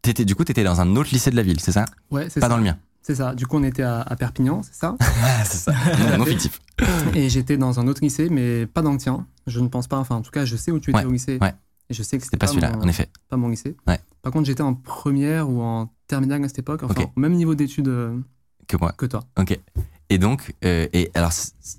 T'étais, du coup, t'étais dans un autre lycée de la ville, c'est ça Ouais, c'est Pas ça. dans le mien. C'est ça. Du coup, on était à, à Perpignan, c'est ça. Ah, c'est ça. Non, non fictif. Et j'étais dans un autre lycée, mais pas dans le tien. Je ne pense pas. Enfin, en tout cas, je sais où tu étais Ouais, au lycée. ouais. Et je sais que C'était c'était pas celui-là, mon- en effet. pas mon lycée. Ouais. Par contre, j'étais en première ou en terminale à cette époque. Enfin, Ok. au même niveau d'études euh, Que moi. que toi. Ok. Et donc, euh, et alors, c- c-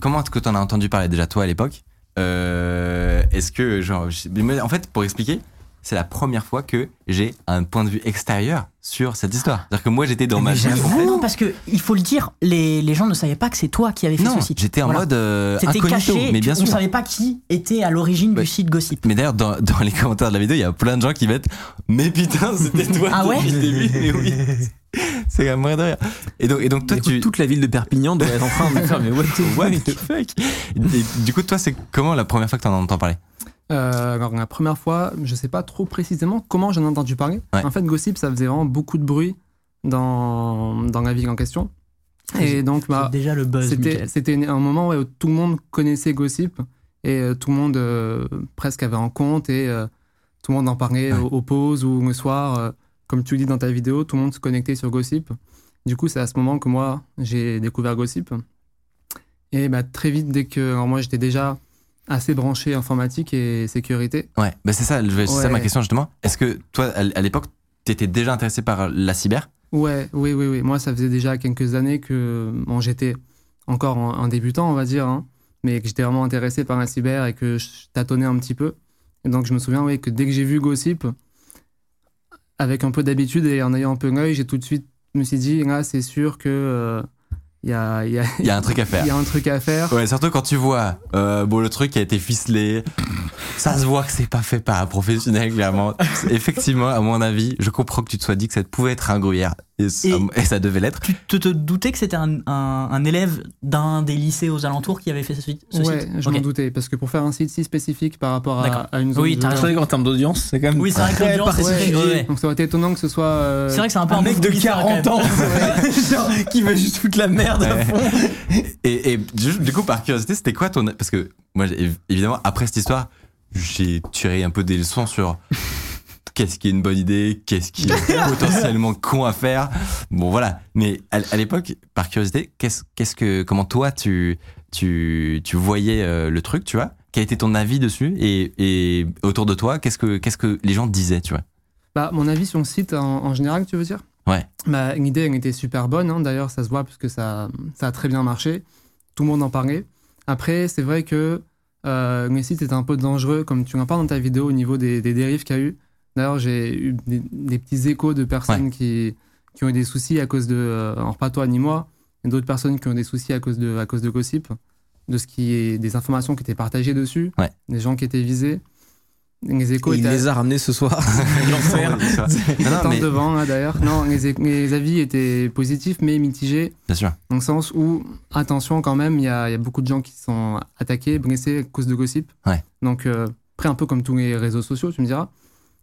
comment est-ce que t'en as entendu parler déjà toi à l'époque Euh, Est-ce que genre, je- mais moi, en fait, pour expliquer, c'est la première fois que j'ai un point de vue extérieur sur cette histoire. C'est-à-dire que moi, j'étais dans ma Mais bulle, en j'avoue, fait. Ah non, parce que il faut le dire, les, les gens ne savaient pas que c'est toi qui avais fait Non, ce site. j'étais en Voilà. mode euh, C'était incognito, caché, mais tu- bien sûr. on savait pas qui était à l'origine Ouais. du site Gossip. Mais d'ailleurs, dans, dans les commentaires de la vidéo, il y a plein de gens qui mettent Mais putain, c'était toi Ah ouais depuis le début, mais oui. C'est quand même vrai de rire. Et donc, et donc toi, Du coup, tu. Toute la ville de Perpignan doit être en train de me faire mais what the What fuck the fuck Et Du coup, toi, c'est comment la première fois que t'en entends parler Euh, alors, la première fois, je sais pas trop précisément comment j'en ai entendu parler. Ouais. En fait, Gossip, ça faisait vraiment beaucoup de bruit dans, dans la ville en question. Et donc, bah, Ah, C'est déjà le buzz, C'était Michael. c'était une- un moment ouais, où tout le monde connaissait Gossip et euh, tout le monde euh, presque avait un compte et euh, tout le monde en parlait Ouais. au- aux, pauses ou le soir. euh, comme tu le dis dans ta vidéo, tout le monde se connectait sur Gossip. Du coup, c'est à ce moment que moi, j'ai découvert Gossip. Et bah, très vite, dès que. alors moi, j'étais déjà assez branché informatique et sécurité. Ouais, bah c'est ça, je vais- c'est ça Ouais. ma question justement. Est-ce que toi, à l- à l'époque, t'étais déjà intéressé par la cyber Ouais, oui, oui, oui. Moi, ça faisait déjà quelques années que bon, j'étais encore un, un débutant, on va dire, hein, mais que j'étais vraiment intéressé par la cyber et que je tâtonnais un petit peu. Et donc, je me souviens oui, que dès que j'ai vu Gossip, avec un peu d'habitude et en ayant un peu l'œil, j'ai tout de suite me suis dit, là, c'est sûr que euh, il y, a, il y, a, Il y a un truc à faire. Bah. il y a un truc à faire. Ouais, surtout quand tu vois, euh, bon, le truc a été ficelé, ça se voit que c'est pas fait par un professionnel, clairement. Effectivement, à mon avis, je comprends que tu te sois dit que ça pouvait être un gruyère, et, ça- Et- et ça devait l'être. Tu te, te doutais que c'était un, un- un élève d'un des lycées aux alentours qui avait fait ce, site- ce ouais, site je Ok. m'en doutais, parce que pour faire un site si spécifique par rapport à, D'accord. à une zone Oui, de- t'as C'est vrai qu'en termes d'audience, c'est quand même. Oui, c'est vrai que très l'audience est particulier. très- ouais. Donc, ça aurait été étonnant que ce soit. euh, C'est vrai que c'est un peu Un mec mot de bizarre, quand même. 40 ans, genre, qui veut juste foutre la merde à fond. Et, et du, du coup, par curiosité, c'était quoi ton. Parce que moi, j'ai- évidemment, après cette histoire, j'ai tiré un peu des leçons sur qu'est-ce qui est une bonne idée, qu'est-ce qui est potentiellement con à faire. Bon, voilà. Mais à, à l'époque, par curiosité, qu'est-ce qu'est-ce que. Comment toi, tu, tu, tu voyais euh, le truc, tu vois Quel était ton avis dessus et, et autour de toi, qu'est-ce que, qu'est-ce que les gens disaient, tu vois Bah, mon avis sur le site en, en général, tu veux dire Ouais. Bah, l'idée, elle était super bonne. hein. D'ailleurs, ça se voit puisque ça, ça a très bien marché. Tout le monde en parlait. Après, c'est vrai que euh, le site était un peu dangereux, comme tu en parles dans ta vidéo, au niveau des, des dérives qu'il y a eu. D'ailleurs, j'ai eu des, des petits échos de personnes qui, qui ont eu des soucis à cause de. euh, alors, pas toi ni moi, mais d'autres personnes qui ont eu des soucis à cause de, à cause de Gossip, de ce qui est, des informations qui étaient partagées dessus, Ouais. des gens qui étaient visés. Les échos Il étaient les a ramenés ce soir. L'enfer. Non, non, Attends mais- devant là d'ailleurs. Non, les, les avis étaient positifs mais mitigés, Bien sûr. dans le sens où, attention quand même, il y, a il y a beaucoup de gens qui sont attaqués, blessés à cause de gossip. Ouais. Donc, euh, après, un peu comme tous les réseaux sociaux, tu me diras.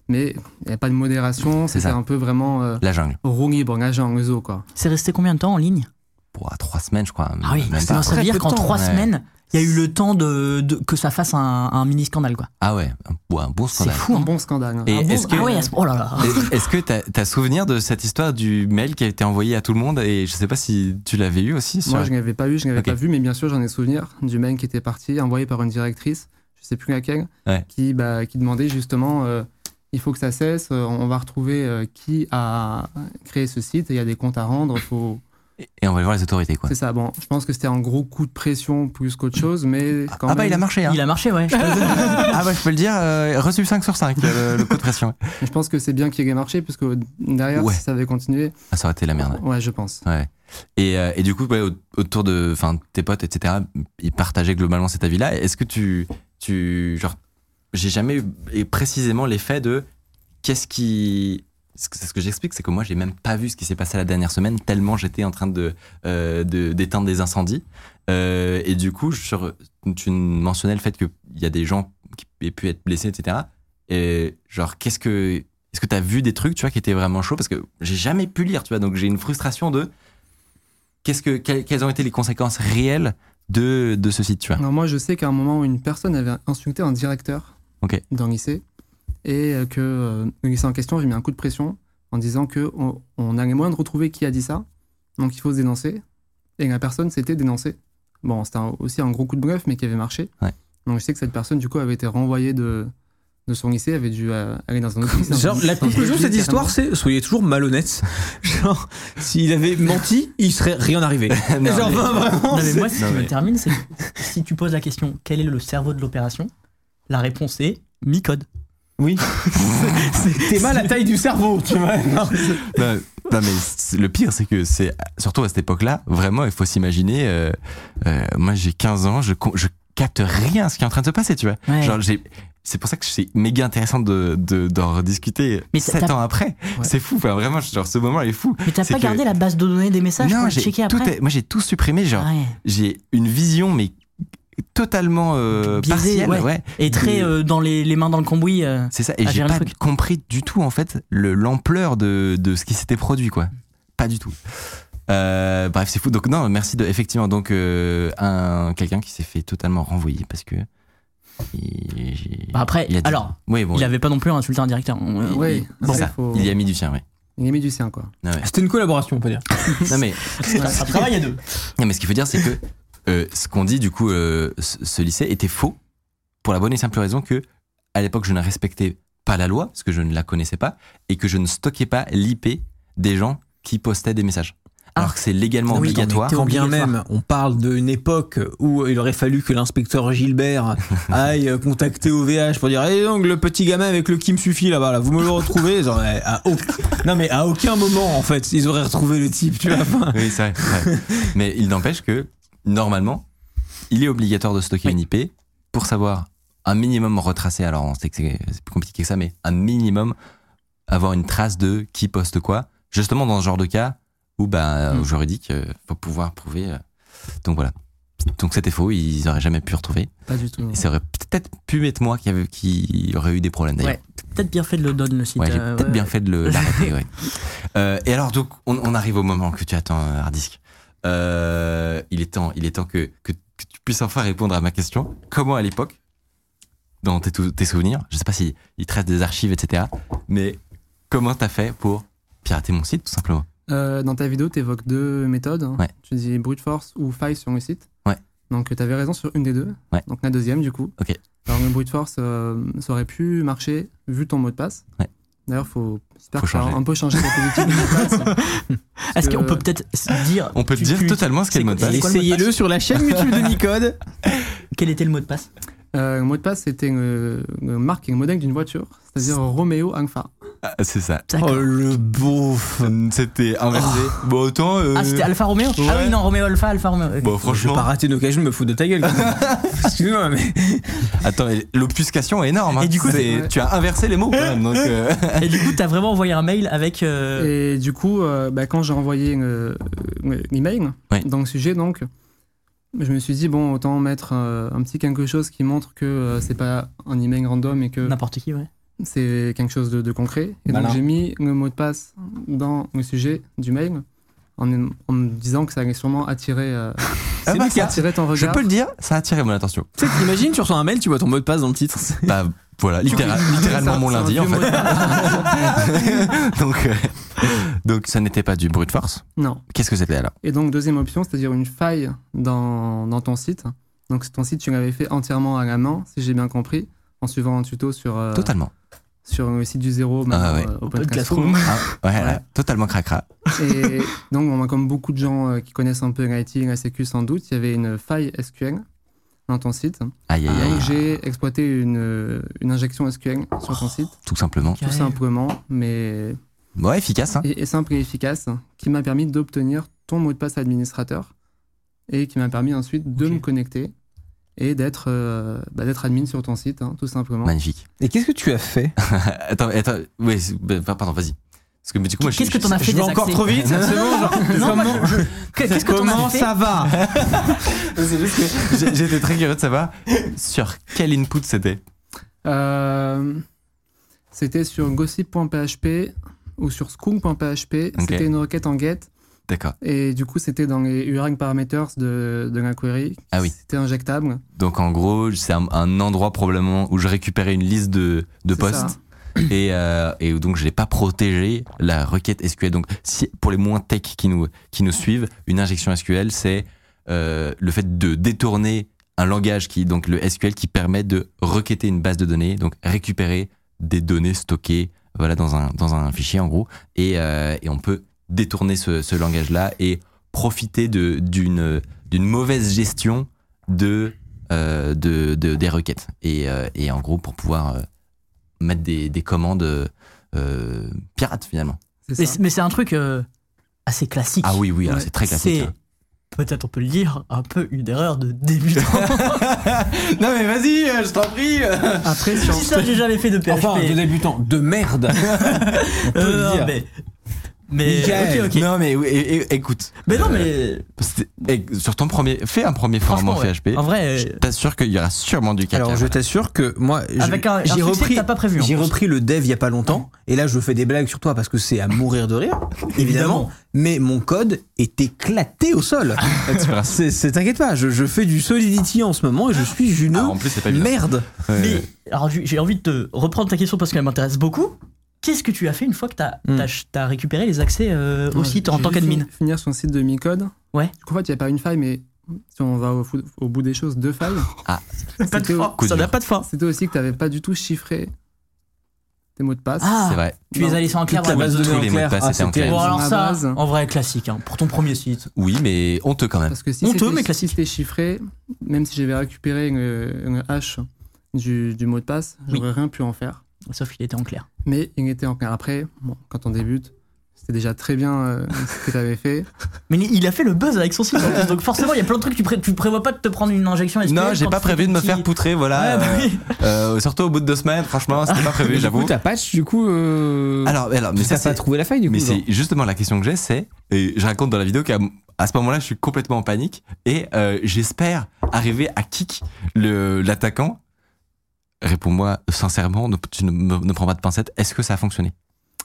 Mais il n'y a pas de modération, C'est c'était ça. un peu vraiment euh, La jungle. roue libre, l'agent, le réseau quoi. C'est resté combien de temps en ligne Pour trois semaines, je crois. Ah oui, même ça pas. veut très peu dire de qu'en temps. trois Ouais. semaines, il y a eu le temps de, de- que ça fasse un, un mini scandale quoi. Ah ouais, un, ouais, un bon C'est scandale. fou. un Hein. bon scandale. hein. Et Un bon- est-ce que- ah ouais, à ce- oh là là. Et- Est-ce que t'as as souvenir de cette histoire du mail qui a été envoyé à tout le monde et je sais pas si tu l'avais eu aussi sur... Moi, je n'avais pas eu, je n'avais Ok. pas vu, mais bien sûr, j'en ai souvenir du mail qui était parti, envoyé par une directrice, je sais plus laquelle, Ouais. qui, bah, qui demandait justement euh, il faut que ça cesse, euh, on va retrouver euh, qui a créé ce site, il y a des comptes à rendre, faut... Et, et on va aller voir les autorités, quoi. c'est ça. Bon, je pense que c'était un gros coup de pression plus qu'autre chose, mais quand Ah bah même, il a marché, hein. Il a marché, ouais. je te- Ah bah je peux le dire, euh, reçu 5 sur 5 le, le coup de pression. je pense que c'est bien qu'il ait marché, puisque derrière, Ouais. si ça avait continué, Ah, ça aurait été la merde. ouais, je pense. Ouais. Et, euh, et du coup, ouais, au- autour de enfin, tes potes, etc., ils partageaient globalement cet avis-là. Est-ce que tu. tu genre, j'ai jamais eu et précisément l'effet de qu'est-ce qui. ce que- Ce que j'explique, c'est que moi, j'ai même pas vu ce qui s'est passé la dernière semaine, tellement j'étais en train de euh, de- d'éteindre des incendies. Euh, et du coup, sur- tu mentionnais le fait qu'il y a des gens qui aient pu être blessés, etc. Et genre, qu'est-ce que. Est-ce que tu as vu des trucs, tu vois, qui étaient vraiment chauds Parce que j'ai jamais pu lire, tu vois, donc j'ai une frustration de qu'est-ce que quelles quelles ont été les conséquences réelles de, de ce site, tu vois. Alors moi, je sais qu'à un moment, une personne avait insulté un directeur Ok. d'un lycée et euh, que euh, le lycée en question, j'ai mis un coup de pression en disant que on, on a les moyens de retrouver qui a dit ça, donc il faut se dénoncer. Et la personne s'était dénoncée. Bon, c'était un- aussi un gros coup de bluff, mais qui avait marché. Ouais. Donc je sais que cette personne, du coup, avait été renvoyée de, de son lycée, avait dû euh, aller dans un autre lycée. dans Genre, une- la dans une conclusion de autre cette ville, histoire, c'est soyez toujours malhonnête. Genre, s'il avait menti, il serait rien arrivé. Non, Genre, mais- ben, vraiment. Non, mais c'est- moi, ce qui Non, mais- me termine, c'est que si tu poses la question quel est le cerveau de l'opération, la réponse est mi-code. Oui. T'es mal à la taille du cerveau, tu vois. Non. non, non, mais c'est- le pire, c'est que c'est surtout à cette époque-là, vraiment, il faut s'imaginer. euh, euh, moi, j'ai 15 ans, je, con- je capte rien à ce qui est en train de se passer, tu vois. Ouais. Genre, j'ai- c'est pour ça que c'est méga intéressant de de- d'en rediscuter Mais t'as- 7 t'as- ans après. C'est fou, enfin, vraiment, genre ce moment-là est fou. Mais t'as c'est pas que- gardé la base de données des messages pour non, le j'ai checker tout, après est- moi j'ai tout supprimé, genre Ouais. j'ai une vision mais totalement euh, Biaisée, partielle, ouais. ouais. Et très Et- euh, dans les, les mains dans le cambouis. euh, C'est ça, et à j'ai gérer le pas truc. compris du tout en fait le- l'ampleur de, de ce qui s'était produit quoi. Pas du tout. Euh, bref, c'est fou. Donc non, merci de effectivement donc euh, un quelqu'un qui s'est fait totalement renvoyer parce que il, bah après, il a dit- alors, oui bon, il avait pas non plus insulté un directeur. On- euh, hein. Oui, il- c'est après, ça. faut- il y a mis du sien, oui. il y a mis du sien, quoi. C'était une collaboration, on peut dire. Non mais Ça travaille à deux. non, mais ce qu'il faut dire c'est que euh, ce qu'on dit du coup euh, ce ce lycée était faux pour la bonne et simple raison que à l'époque je ne respectais pas la loi parce que je ne la connaissais pas et que je ne stockais pas l'IP des gens qui postaient des messages. Alors que c'est légalement Ah oui, obligatoire. mais Quand bien obligatoire. même, on parle d'une époque où il aurait fallu que l'inspecteur Gilbert aille euh, contacter OVH pour dire Eh donc le petit gamin avec le qui me suffit là-bas, là, vous me le retrouvez Genre, eh, à au- Non mais à aucun moment en fait, ils auraient retrouvé le type, tu vois. Enfin, Oui, c'est vrai. c'est vrai. Mais il n'empêche que, normalement, il est obligatoire de stocker Oui. une IP pour savoir un minimum retracer. Alors, on sait que c'est c'est plus compliqué que ça, mais un minimum avoir une trace de qui poste quoi. Justement, dans ce genre de cas où, bah, Mm. au juridique, euh, faut pouvoir prouver. euh. Donc voilà. Donc c'était faux, ils auraient jamais pu retrouver. Pas du tout. Et ça aurait peut-être pu être moi qui, avait, qui aurait eu des problèmes d'ailleurs. Ouais. Peut-être bien fait de le donner le site. Ouais, j'ai euh, peut-être ouais. bien fait de le- l'arrêter, ouais. Euh, et alors, donc, on, on arrive au moment que tu attends, euh, Hardisk. Euh, il est temps, il est temps que, que, que tu puisses enfin répondre à ma question. Comment, à l'époque, dans tes, tou- tes souvenirs, je sais pas si il te reste des archives, etc., mais comment t'as fait pour pirater mon site, tout simplement Euh, dans ta vidéo, tu évoques deux méthodes. hein. Ouais. Tu dis brute force ou faille sur le site. Ouais. Donc tu avais raison sur une des deux. Ouais. Donc la deuxième, du coup. Ok. Alors le brute force, euh, ça aurait pu marcher vu ton mot de passe. Ouais. D'ailleurs, faut, j'espère Faut que ça va changer. un peu changer la politique du mot de passe. Est-ce qu'on que- peut peut-être s- dire. On peut te tu- dire tu- totalement ce qu'est le mot de quoi- passe. c'est quoi le mot de Essayez-le sur la chaîne YouTube de Micode. Quel était le mot de passe Euh, le mot de passe, c'était le, le marque et le modèle d'une voiture, c'est-à-dire Romeo Alfa. Ah, C'est ça. Oh D'accord. le beauf C'était inversé. Bon, autant. euh, Ah, c'était Alfa Romeo Ah ouais. oui, non, Romeo Alpha, Alfa Romeo. Bon, Je ok. vais pas franchement. rater une occasion de me foutre de ta gueule. quand même. Excuse-moi, mais. Attends, mais l'obfuscation est énorme. hein. Et du coup, C'est- c'est- tu as inversé les mots quand même. Donc, euh, Et du coup, t'as vraiment envoyé un mail avec. euh, Et du coup, euh, bah, quand j'ai envoyé le- le- l'email Ouais. dans le sujet, donc, je me suis dit, bon, autant mettre euh, un petit quelque chose qui montre que euh, c'est pas un email random et que N'importe qui, ouais. c'est quelque chose de, de concret. Et Malin. donc, j'ai mis le mot de passe dans le sujet du mail en, en me disant que ça allait sûrement attirer, euh, Ah bah, ça- attirer ton Je regard. peux le dire, ça a attiré mon attention. Tu sais, t'imagines, tu reçois un mail, tu vois ton mot de passe dans le titre. Bah voilà, littéral- littéralement Ça, mon c'est un lundi en vieux mot fait. de passe. donc, euh, donc ça n'était pas du brute force. Non. Qu'est-ce que c'était alors Et donc, deuxième option, c'est-à-dire une faille dans, dans ton site. Donc, ton site, tu l'avais fait entièrement à la main, si j'ai bien compris, en suivant un tuto sur. euh, Totalement. sur le site du zéro, Ah ouais. euh, Open Classroom. Ah, ouais, Ouais. totalement cracra. Et donc, bon, bah, comme beaucoup de gens euh, qui connaissent un peu l'IT et la sécu sans doute, il y avait une faille SQL dans ton site. Aïe, Et aïe, donc, aïe. j'ai exploité une, une injection SQL sur Oh, ton site, Tout simplement. tout simplement, mais Ouais, efficace, hein. et, et simple et efficace, qui m'a permis d'obtenir ton mot de passe administrateur et qui m'a permis ensuite de Ok. me connecter et d'être euh, bah, d'être admin sur ton site, hein, tout simplement. Magnifique. Euh, Et qu'est-ce que tu as fait attends, attends, ouais, c'est- bah, pardon, vas-y. Parce que, mais du coup, moi, je Qu'est-ce que je- t'en as Je fait vais des encore accès trop vite, Non, c'est non, bon, non, genre, comment- non, moi, je- Qu'est-ce que t'en Comment as fait ça va C'est juste que j'ai- j'étais très curieux de savoir sur quel input c'était. Euh, c'était sur gossip.php ou sur school.php. Ok. C'était une requête en get. D'accord. Et du coup, c'était dans les URL parameters de, de la query. Ah oui. C'était injectable. Donc, en gros, c'est un, un endroit probablement où je récupérais une liste de, de C'est postes. ça. hein. Et, euh, et donc, je n'ai pas protégé la requête SQL. Donc, si, pour les moins tech qui nous, qui nous suivent, une injection SQL, c'est euh, le fait de détourner un langage qui, donc le SQL, qui permet de requêter une base de données, donc récupérer des données stockées voilà, dans, un, dans un fichier en gros. Et, euh, et on peut détourner ce, ce langage-là et profiter de- d'une d'une mauvaise gestion de, euh, de, de- des requêtes. Et, euh, et en gros, pour pouvoir euh, mettre des, des commandes euh, pirates finalement. C'est Mais ça. c'est- Mais c'est un truc euh, assez classique. Ah oui, oui, alors Ouais. c'est très classique. C'est- hein. Peut-être on peut le dire, un peu une erreur de débutant. Non mais vas-y, euh, je t'en prie. Après, sur, si ça, j'ai jamais fait de PHP. Enfin, de débutant, de merde. On peut Euh, le non, dire. mais. Mais. Nickel. ok, ok. Non, mais oui, é- é- écoute. Mais non, euh, mais. C'était- eh, sur ton premier, fais un premier forum en franchement, ouais. PHP. En vrai, Je euh, t'assure qu'il y aura sûrement du caca. Alors je t'assure que moi, je- avec un, un j'ai succès que repris. t'as pas prévu. en J'ai plus. repris le dev il y a pas longtemps et là je fais des blagues sur toi parce que c'est à mourir de rire évidemment mais mon code est éclaté au sol. Tu verras. C'est c'est- t'inquiète pas, je, je fais du solidity en ce moment et je suis une Ah, en plus, c'est pas évident. merde. Ouais. Mais alors, j'ai j'ai envie de te reprendre ta question parce qu'elle m'intéresse beaucoup. Qu'est-ce que tu as fait une fois que t'as Hmm. t'as ch- t'as récupéré les accès euh, au Ouais, site en j'ai tant juste qu'admin fini- Finir son site de micode. Ouais. Du coup, en fait, il n'y a pas une faille, mais si on va au, fou- au bout des choses, deux failles. Ah. Pas de C'était- fin. Coup Ça dur. n'a pas de fin. C'était aussi que tu n'avais pas du tout chiffré tes mots de passe. Ah, C'est vrai. tu les as laissés en clair. Toute la vraiment. base de Tous données les en mots de passe clair. Ah, étaient en c'était- clair. Bon, alors Ma ça, base. en vrai, classique. hein, pour ton premier site. Oui, mais honteux quand même. Parce que si Honteux, mais c'était si classique. c'était chiffré, même si j'avais récupéré une, une hache du, du mot de passe, Oui. j'aurais rien pu en faire. Sauf qu'il était en clair. Mais il était en clair. Après, bon, quand on débute, c'était déjà très bien euh, ce que tu avais fait. Mais il a fait le buzz avec son site en plus, donc forcément il y a plein de trucs, tu, pré- tu prévois pas de te prendre une injection SQL Non, j'ai quand pas tu fais prévu de des me petits- faire poutrer, voilà. Ouais, bah oui. euh, euh, surtout au bout de deux semaines, franchement, c'était pas prévu, Du coup j'avoue. t'as patch du coup. euh, Alors, alors, mais t'as ça, c'est pas trouvé la faille du coup. Mais genre. c'est justement la question que j'ai, c'est, et je raconte dans la vidéo qu'à à ce moment-là, je suis complètement en panique et euh, j'espère arriver à kick le- l'attaquant. Réponds-moi sincèrement, ne- tu ne, me- ne prends pas de pincette, est-ce que ça a fonctionné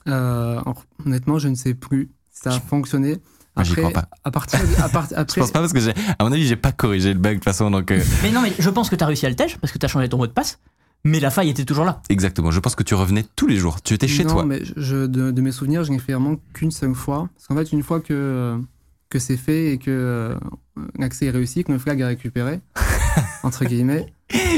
Euh, en- honnêtement, je ne sais plus si ça a fonctionné. Ah, j'y Après, crois pas. À partir, de- à part- Je après, pense pas parce que, j'ai- à mon avis, j'ai pas corrigé le bug de toute façon, donc euh, Mais non, mais je pense que t'as réussi à le tèche parce que t'as changé ton mot de passe, mais la faille était toujours là. exactement. Je pense que tu revenais tous les jours, tu étais chez non, toi. mais je, de, de mes souvenirs, je n'ai fait vraiment qu'une seule fois. Parce qu'en fait, une fois que, euh, que c'est fait et que euh, l'accès est réussi, que le flag est récupéré, entre guillemets,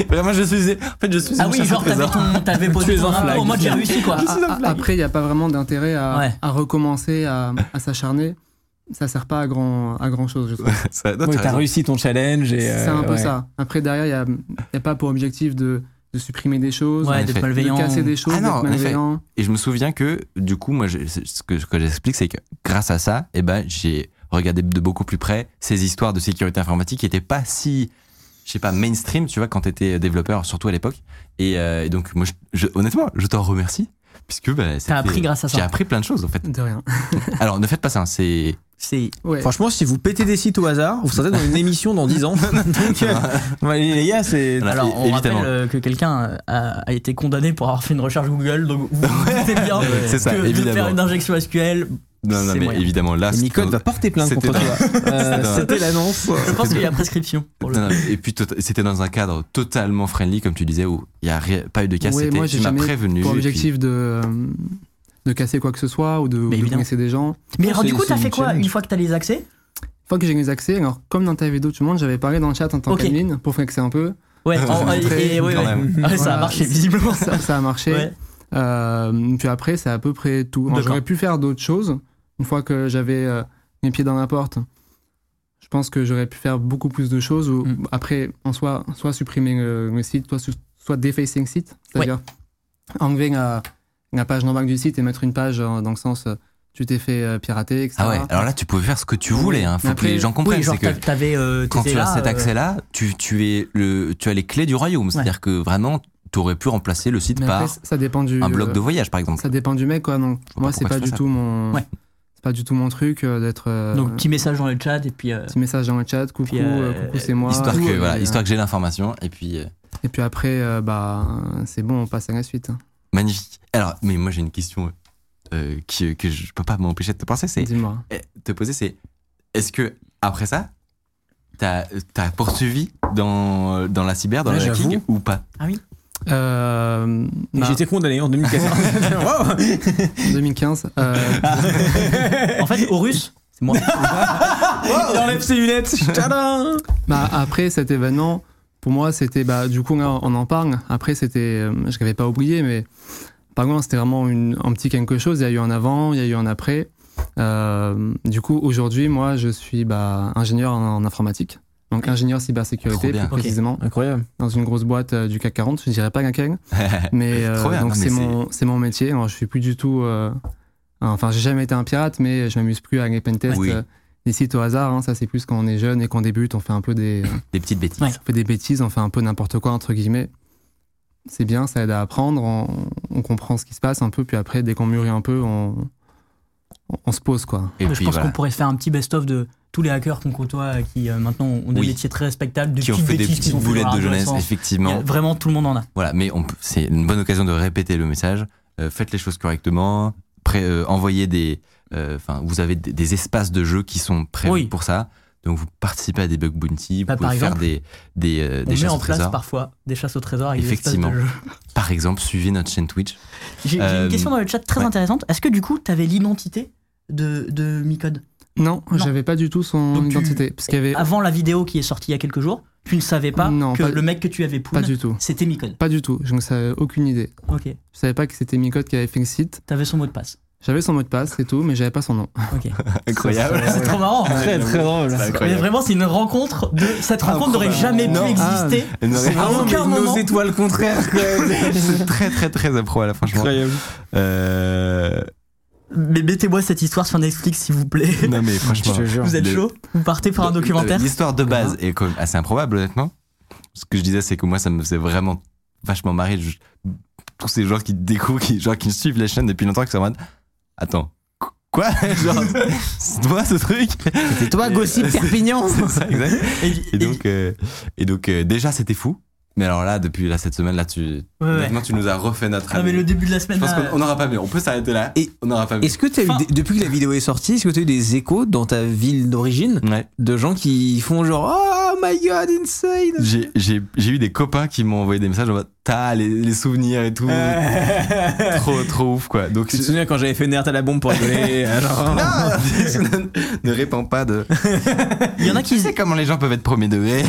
Vraiment, je suis, en fait, je suis. Ah une oui, chasse au genre t'avais, trésor. ton, t'avais Tu posé es ton un flag. drapeau en mode j'ai réussi quoi. A- a- Après, il n'y a pas vraiment d'intérêt à, Ouais. à recommencer, à, à s'acharner. Ça sert pas à grand, à grand chose, je trouve. Ça- non, Ouais, t'as t'as raison. réussi ton challenge et. C'est un euh, peu ouais. ça. Après, derrière, il n'y a, y a pas pour objectif de, de supprimer des choses, Ouais, en d'être effet. malveillant. de casser des choses, Ah non, d'être en effet. malveillant. Et je me souviens que, du coup, moi, j'ai- c'est- ce que, ce que j'explique, c'est que grâce à ça, eh ben, j'ai regardé de beaucoup plus près ces histoires de sécurité informatique qui n'étaient pas si, je sais pas, mainstream, tu vois, quand tu étais développeur, surtout à l'époque. Et, euh, et donc, moi, je- je- honnêtement, je t'en remercie, puisque bah, c'était- appris grâce à ça. J'ai appris plein de choses, en fait. De rien. Alors, ne faites pas ça, hein, c'est. C'est Ouais. Franchement, si vous pétez des sites au hasard, vous serez dans une émission dans 10 ans. Donc, euh, ouais, les gars, c'est. Voilà. alors é- on rappelle évidemment. euh, que quelqu'un a, a été condamné pour avoir fait une recherche Google, donc vous doutez bien C'est ça, que de évidemment. faire une injection SQL. Non, non, C'est mais moyen. évidemment, là. Et c'est- Micode va porter plainte C'était contre toi. Euh, dans- C'était l'annonce. Je pense qu'il y a prescription. Pour le... Non, non, et puis tota- c'était dans un cadre totalement friendly, comme tu disais, où il n'y a ri- pas eu de cas. Ouais, c'était moi, tu j'ai m'as jamais prévenu. Pour et puis- objectif de, euh, de casser quoi que ce soit ou de, ou de évidemment. blesser des gens. Mais alors du C'est- coup t'as c'est fait une quoi challenge. une fois que t'as les accès Une fois que j'ai les accès, alors comme dans ta vidéo, tout le monde, j'avais parlé dans le chat en tant Ok. qu'admin pour flexer un peu. Ouais, en- Très, et- et- ouais, quand ouais. même. Ouais, ça a Voilà, marché c'est- visiblement. Ça, ça a marché. Ouais. Euh, puis après, c'est à peu près tout. Alors, D'accord. J'aurais pu faire d'autres choses. Une fois que j'avais euh, les pieds dans la porte, je pense que j'aurais pu faire beaucoup plus de choses. Ou Mm. après, en soi, soit supprimer le, le site, soit, su- soit défacing site, c'est-à-dire enlever la, la page normal du site et mettre une page euh, dans le sens euh, tu t'es fait euh, pirater, etc. Ah ouais, alors là, tu pouvais faire ce que tu voulais. Hein. Faut Après, que les gens comprennent. Hein Oui, genre c'est que t'a- t'avais. euh, quand t'étais tu as là, cet euh, accès-là, tu, tu, es le, tu as les clés du royaume. C'est-à-dire que vraiment, tu aurais pu remplacer le site Mais par après, ça dépend du. un blog euh, de voyage, par exemple. Ça dépend du mec, quoi. Donc, vois moi, pas c'est pourquoi pas tu du fais tout mon. Ouais. C'est pas du tout mon truc euh, d'être. euh, Donc, petit message dans le chat et puis. euh, petit message dans le chat, coucou, Puis, euh, euh, coucou, c'est moi. histoire Ou, que euh, voilà, et, histoire que j'ai l'information et puis euh, euh, Et puis après, euh, bah, c'est bon, on passe à la suite. hein. magnifique. Alors, mais moi j'ai une question euh, qui- que je peux pas m'empêcher de te penser, c'est Dis-moi. eh, te poser, c'est est-ce que après ça, t'as as poursuivi dans dans la cyber, dans Ouais, le hacking j'avoue. ou pas Euh, Et bah, J'étais condamné en 2014. Wow. 2015. euh, En fait, Horus, c'est moi. Il enlève ses lunettes. Tadam. bah, après cet événement, pour moi, c'était. Bah, du coup, là, on en parle. Après, c'était. euh, je l'avais pas oublié, mais. Par contre, c'était vraiment une, un petit quelque chose. Il y a eu un avant, il y a eu un après. Euh, du coup, aujourd'hui, moi, je suis bah, ingénieur en, en informatique. Donc, ingénieur Trop cybersécurité, bien. plus Ok. précisément. Incroyable. dans une grosse boîte euh, du CAC 40, je dirais pas laquelle, mais euh, Trop bien, donc non, mais c'est mon c'est mon métier. Alors je suis plus du tout, euh, enfin j'ai jamais été un pirate, mais je m'amuse plus à les pentests, Oui. euh, des sites au hasard. hein. ça c'est plus quand on est jeune et qu'on débute, on fait un peu des Des petites bêtises. Ouais. on fait des bêtises, on fait un peu n'importe quoi entre guillemets. C'est bien, ça aide à apprendre, on, on comprend ce qui se passe un peu, puis après dès qu'on mûrit un peu, on on, on se pose quoi. Et Mais puis je pense voilà. qu'on pourrait faire un petit best-of de tous les hackers qu'on côtoie euh, qui euh, maintenant ont des Oui. métiers très respectables, des qui ont petites fait des bêtises qu'ils petites ont fait boulettes dans hein. de leur jeunesse, adolescence. Il y a- effectivement. Vraiment, tout le monde en a. Voilà, mais on peut- c'est une bonne occasion de répéter le message. Euh, faites les choses correctement. Pré- euh, envoyez des. euh, Enfin, vous avez des, des espaces de jeu qui sont prévus Oui. pour ça. Donc, vous participez à des bug bounty, vous Bah, pouvez par faire exemple, des, des, euh, On des met chasses en au place trésor. Par... parfois des chasses au trésor avec des espaces de Effectivement. jeu. exemple, suivez notre chaîne Twitch. J'ai j'ai Euh, une question dans le chat très ouais. intéressante. Est-ce que du coup, t'avais l'identité de, de Micode Non, Non. j'avais pas du tout son Donc, tu- Ah, identité, parce qu'il y avait Avant la vidéo qui est sortie il y a quelques jours, tu ne savais pas Non, que pas- le mec que tu avais pas poun, du tout, c'était Micode. pas du tout. Je ne savais aucune idée. Ok. Je savais pas que c'était Micode qui avait fait le site. T'avais son mot de passe. J'avais son mot de passe et tout, mais j'avais pas son nom. Ok. Incroyable. C'est trop marrant. Très très drôle. Mais vraiment, c'est une rencontre. De... Cette rencontre n'aurait jamais Non. pu Ah, exister. C'est À Vraiment, aucun mais nos moment. étoiles contraires. quoi. c'est très, très, très improbable, franchement. Incroyable. Euh, Mais mettez-moi cette histoire sur Netflix, s'il vous plaît. Non, mais Euh, franchement. Je te jure. Vous êtes Le- chaud Vous partez pour un Donc, documentaire Ah. L'histoire de base est quand même assez improbable, honnêtement. Ce que je disais, c'est que moi, ça me faisait vraiment vachement marrer. Je- tous ces gens qui découvrent, qui, genre, qui suivent la chaîne depuis longtemps, qui sont en mode Attends, qu- quoi Genre, c'est toi ce truc C'est toi, Gossip Perpignan. C'est ça, exact. Et- Et et- donc, euh, et donc euh, déjà, c'était fou. Mais alors là, depuis là, cette semaine, là, tu, Ouais, ouais. honnêtement, tu nous as refait notre Ah, mais année. le début de la semaine. euh, Je pense là, qu'on n'aura pas mieux. On peut s'arrêter là. Et- on n'aura pas mieux. Est-ce que t'as eu Enfin- des- depuis que la vidéo est sortie, est-ce que t'as eu des échos dans ta ville d'origine Ouais. de gens qui font genre Oh my god, insane J'ai- J'ai j'ai eu des copains qui m'ont envoyé des messages en mode T'as les, les souvenirs et tout. Euh, trop, trop ouf, quoi. Donc, Tu te souviens quand j'avais fait Nerd à la bombe pour rigoler euh, genre, Ah, ne répands pas de. Il y en a qui, Tu sais comment les gens peuvent être premier degré.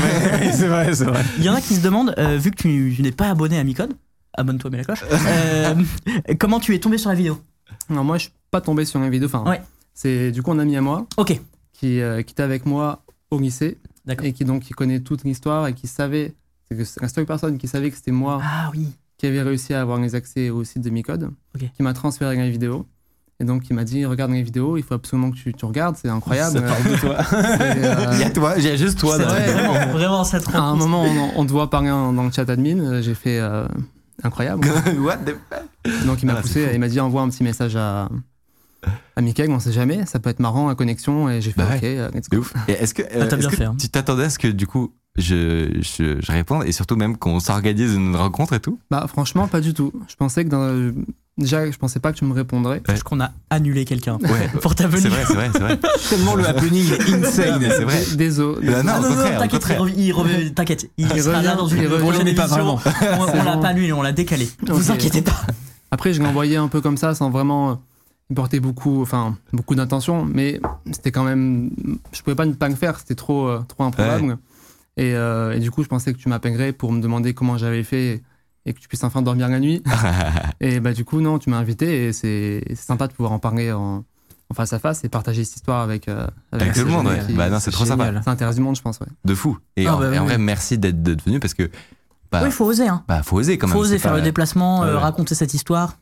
C'est vrai, c'est vrai. il y en a qui se demandent, euh, vu que tu, tu n'es pas abonné à Micode, abonne-toi mais la cloche. euh, comment tu es tombé sur la vidéo Non, moi, je suis pas tombé sur une vidéo. Enfin, Ouais. c'est du coup un ami à moi Ok, qui, euh, qui était avec moi au lycée d'accord. et qui donc qui connaît toute l'histoire et qui savait. C'est que c'est la seule personne qui savait que c'était moi Ah oui. qui avait réussi à avoir les accès au site de Micode, Ok. qui m'a transféré la vidéo. Et donc, il m'a dit Regarde les vidéos, il faut absolument que tu, tu regardes, c'est incroyable. C'est, euh, Il y a toi, il y a juste toi. C'est dans- vrai. vraiment, vraiment cette à un rencontre. moment, on, on te voit parler en- dans le chat admin, euh, j'ai fait euh, incroyable. What the fuck Donc il m'a Ah, poussé, c'est il m'a dit envoie un petit message à, à Mickaël, on sait jamais, ça peut être marrant à connexion et j'ai fait Bah ouais. ok, euh, let's De go. ouf. Et Est-ce que, euh, t'as est-ce bien que fait, hein. tu t'attendais à ce que du coup je, je, je réponde et surtout même qu'on s'organise une rencontre et tout Bah franchement pas du tout. Je pensais que dans, déjà je pensais pas que tu me répondrais. Je qu'on a annulé quelqu'un Ouais. pour ta C'est venue. vrai, c'est vrai, c'est vrai. Tellement le happening est insane. C'est vrai. Dé- Désolé. Bah non, Ah au non, non, contraire, au t'inquiète, il contraire. revient- il revient- t'inquiète, il Il sera là revient, dans une il revient. prochaine Prochaine pas émission. vraiment. On, on C'est l'a bon. pas annulé, on l'a décalé. Vous Ok. inquiétez pas. Après je l'ai envoyé un peu comme ça sans vraiment euh, y porter beaucoup, enfin beaucoup d'intention, mais c'était quand même, je pouvais pas ne pas le faire, c'était trop euh, trop improbable. Et, euh, et du coup je pensais que tu m'appellerais pour me demander comment j'avais fait et que tu puisses enfin dormir la nuit. et bah du coup, non, tu m'as invité et c'est c'est sympa de pouvoir en parler en, en face à face et partager cette histoire avec, euh, Avec tout ces le monde, gens ouais. qui- Bah non, c'est trop sympa. Ça intéresse du monde, je pense, ouais. De fou. Et, Ah en, bah et en oui. vrai, merci d'être d'être venu parce que. Bah, Oui, il faut oser. Hein. bah, faut oser quand même. faut oser c'est faire pas- le déplacement, euh, Ouais. raconter cette histoire.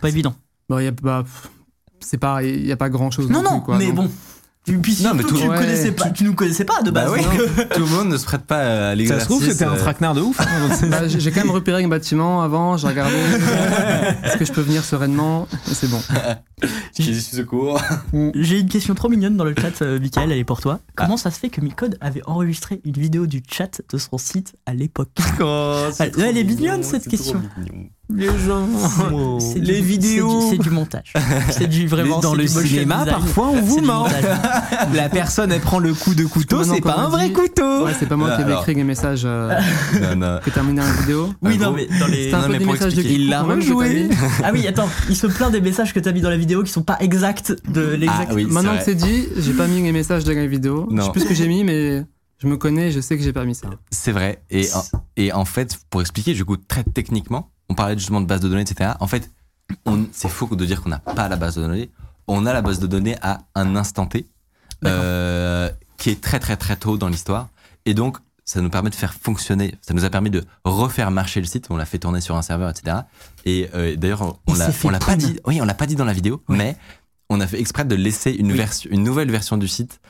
Pas évident. Bon, y a pas- pff, c'est pas, il n'y a pas grand chose. Non, non, plus, quoi, mais donc- bon. Et puis Non, mais surtout, tout- tu, ouais. connaissais pas, tu nous connaissais pas de Bah base. oui. donc, euh, Tout le monde ne se prête pas à Ça l'exercice. se trouve, c'était un euh, traquenard de ouf. hein, Bah, j'ai j'ai quand même repéré un bâtiment avant, j'ai regardé. Est-ce que je peux venir sereinement Et C'est bon. J'ai suis secours. J'ai une question trop mignonne dans le chat, euh, Michael, elle est pour Ah. toi. Comment ça se fait que Micode avait enregistré une vidéo du chat de son site à l'époque Elle- elle est mignonne, cette question. Les gens. C'est du- Les c'est du- vidéos. C'est du montage. C'est du vraiment. dans c'est le du motion cinéma, design. parfois, on C'est vous du ment. montage. La personne, elle prend le coup de couteau, Maintenant c'est pas qu'on un vrai dit- couteau. Ouais, c'est pas moi qui ai Alors. écrit les messages euh, Non, non. que terminé la vidéo. Oui, Un non, gros- mais dans les. C'était un non, peu mais des pour messages de expliquer. coucou Il l'a quand même que t'as rejoué. mis. Ah oui, attends, il se plaint des messages que t'as mis dans la vidéo qui sont pas exacts de Ah l'exact. oui, c'est Maintenant que vrai. c'est dit, j'ai pas mis les messages de la vidéo. Non. Je sais plus ce que j'ai mis, mais je me connais, je sais que j'ai pas mis ça. C'est vrai. Et en, et en fait, pour expliquer, du coup, très techniquement, on parlait justement de base de données, etc. En fait, on- c'est faux de dire qu'on n'a pas la base de données. On a la base de données à un instant T, euh, qui est très très très tôt dans l'histoire. Et donc, ça nous permet de faire fonctionner, ça nous a permis de refaire marcher le site. On l'a fait tourner sur un serveur, etc. Et euh, d'ailleurs, on- on Il l'a s'est fait on l'a pas prune. dit. Oui, on l'a pas dit dans la vidéo, mais on a fait exprès de laisser une, version, une nouvelle version du site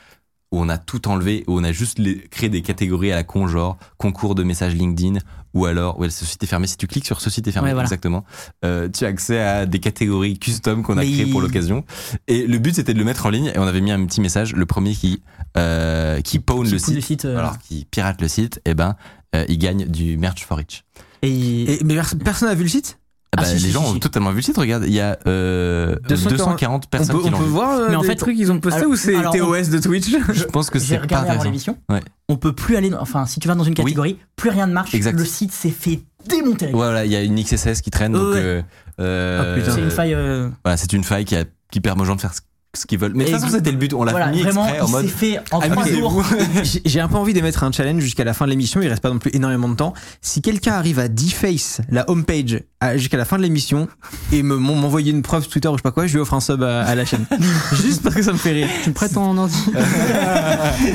où on a tout enlevé, où on a juste les- créé des catégories à la con, genre concours de messages LinkedIn, ou alors, ouais, ce site est fermé. Si tu cliques sur ce site est fermé, Ouais, voilà. exactement, euh, tu as accès à des catégories custom qu'on a Mais créées pour il- l'occasion. Et le but, c'était de le mettre en ligne, et on avait mis un petit message, le premier qui, euh, qui pawn Qui le pousse site, euh, alors qui pirate le site, et ben, euh, il gagne du merch for each. et il- Et- mais pers- personne n'a vu le site Ah Ah, bah, si, les si, gens si, ont si. totalement vu le site, regarde, il y a euh, 240 240 personnes On peut, qui on l'ont peut vu. voir euh, Mais en des fait, trucs qu'ils ont postés alors- ou c'est alors, TOS de Twitch Je pense que J'ai c'est pas regardé avant intéressant. l'émission. Ouais. On peut plus aller. dans- Enfin, si tu vas dans une catégorie, plus rien ne marche. Exact. Le site s'est fait démonter. la gueule. Ouais, voilà, il y a une XSS qui traîne, donc Ouais. euh, euh, putain. C'est une faille. euh, Voilà, c'est une faille qui, a- qui permet aux gens de faire ce, ce qu'ils veulent. Mais de toute Et façon, c'était le but. On l'a Voilà, mis vraiment, exprès en il s'est mode. Ah, fait en trois jours. Amusez-vous. J'ai j'ai un peu envie d'émettre un challenge jusqu'à la fin de l'émission, il reste pas non plus énormément de temps. Si quelqu'un arrive à deface la homepage à- jusqu'à la fin de l'émission et me- m'en- m'envoyer une preuve sur Twitter ou je sais pas quoi, je lui offre un sub à, à la chaîne. Juste parce que ça me fait rire. Tu me prêtes ton ordi Bah,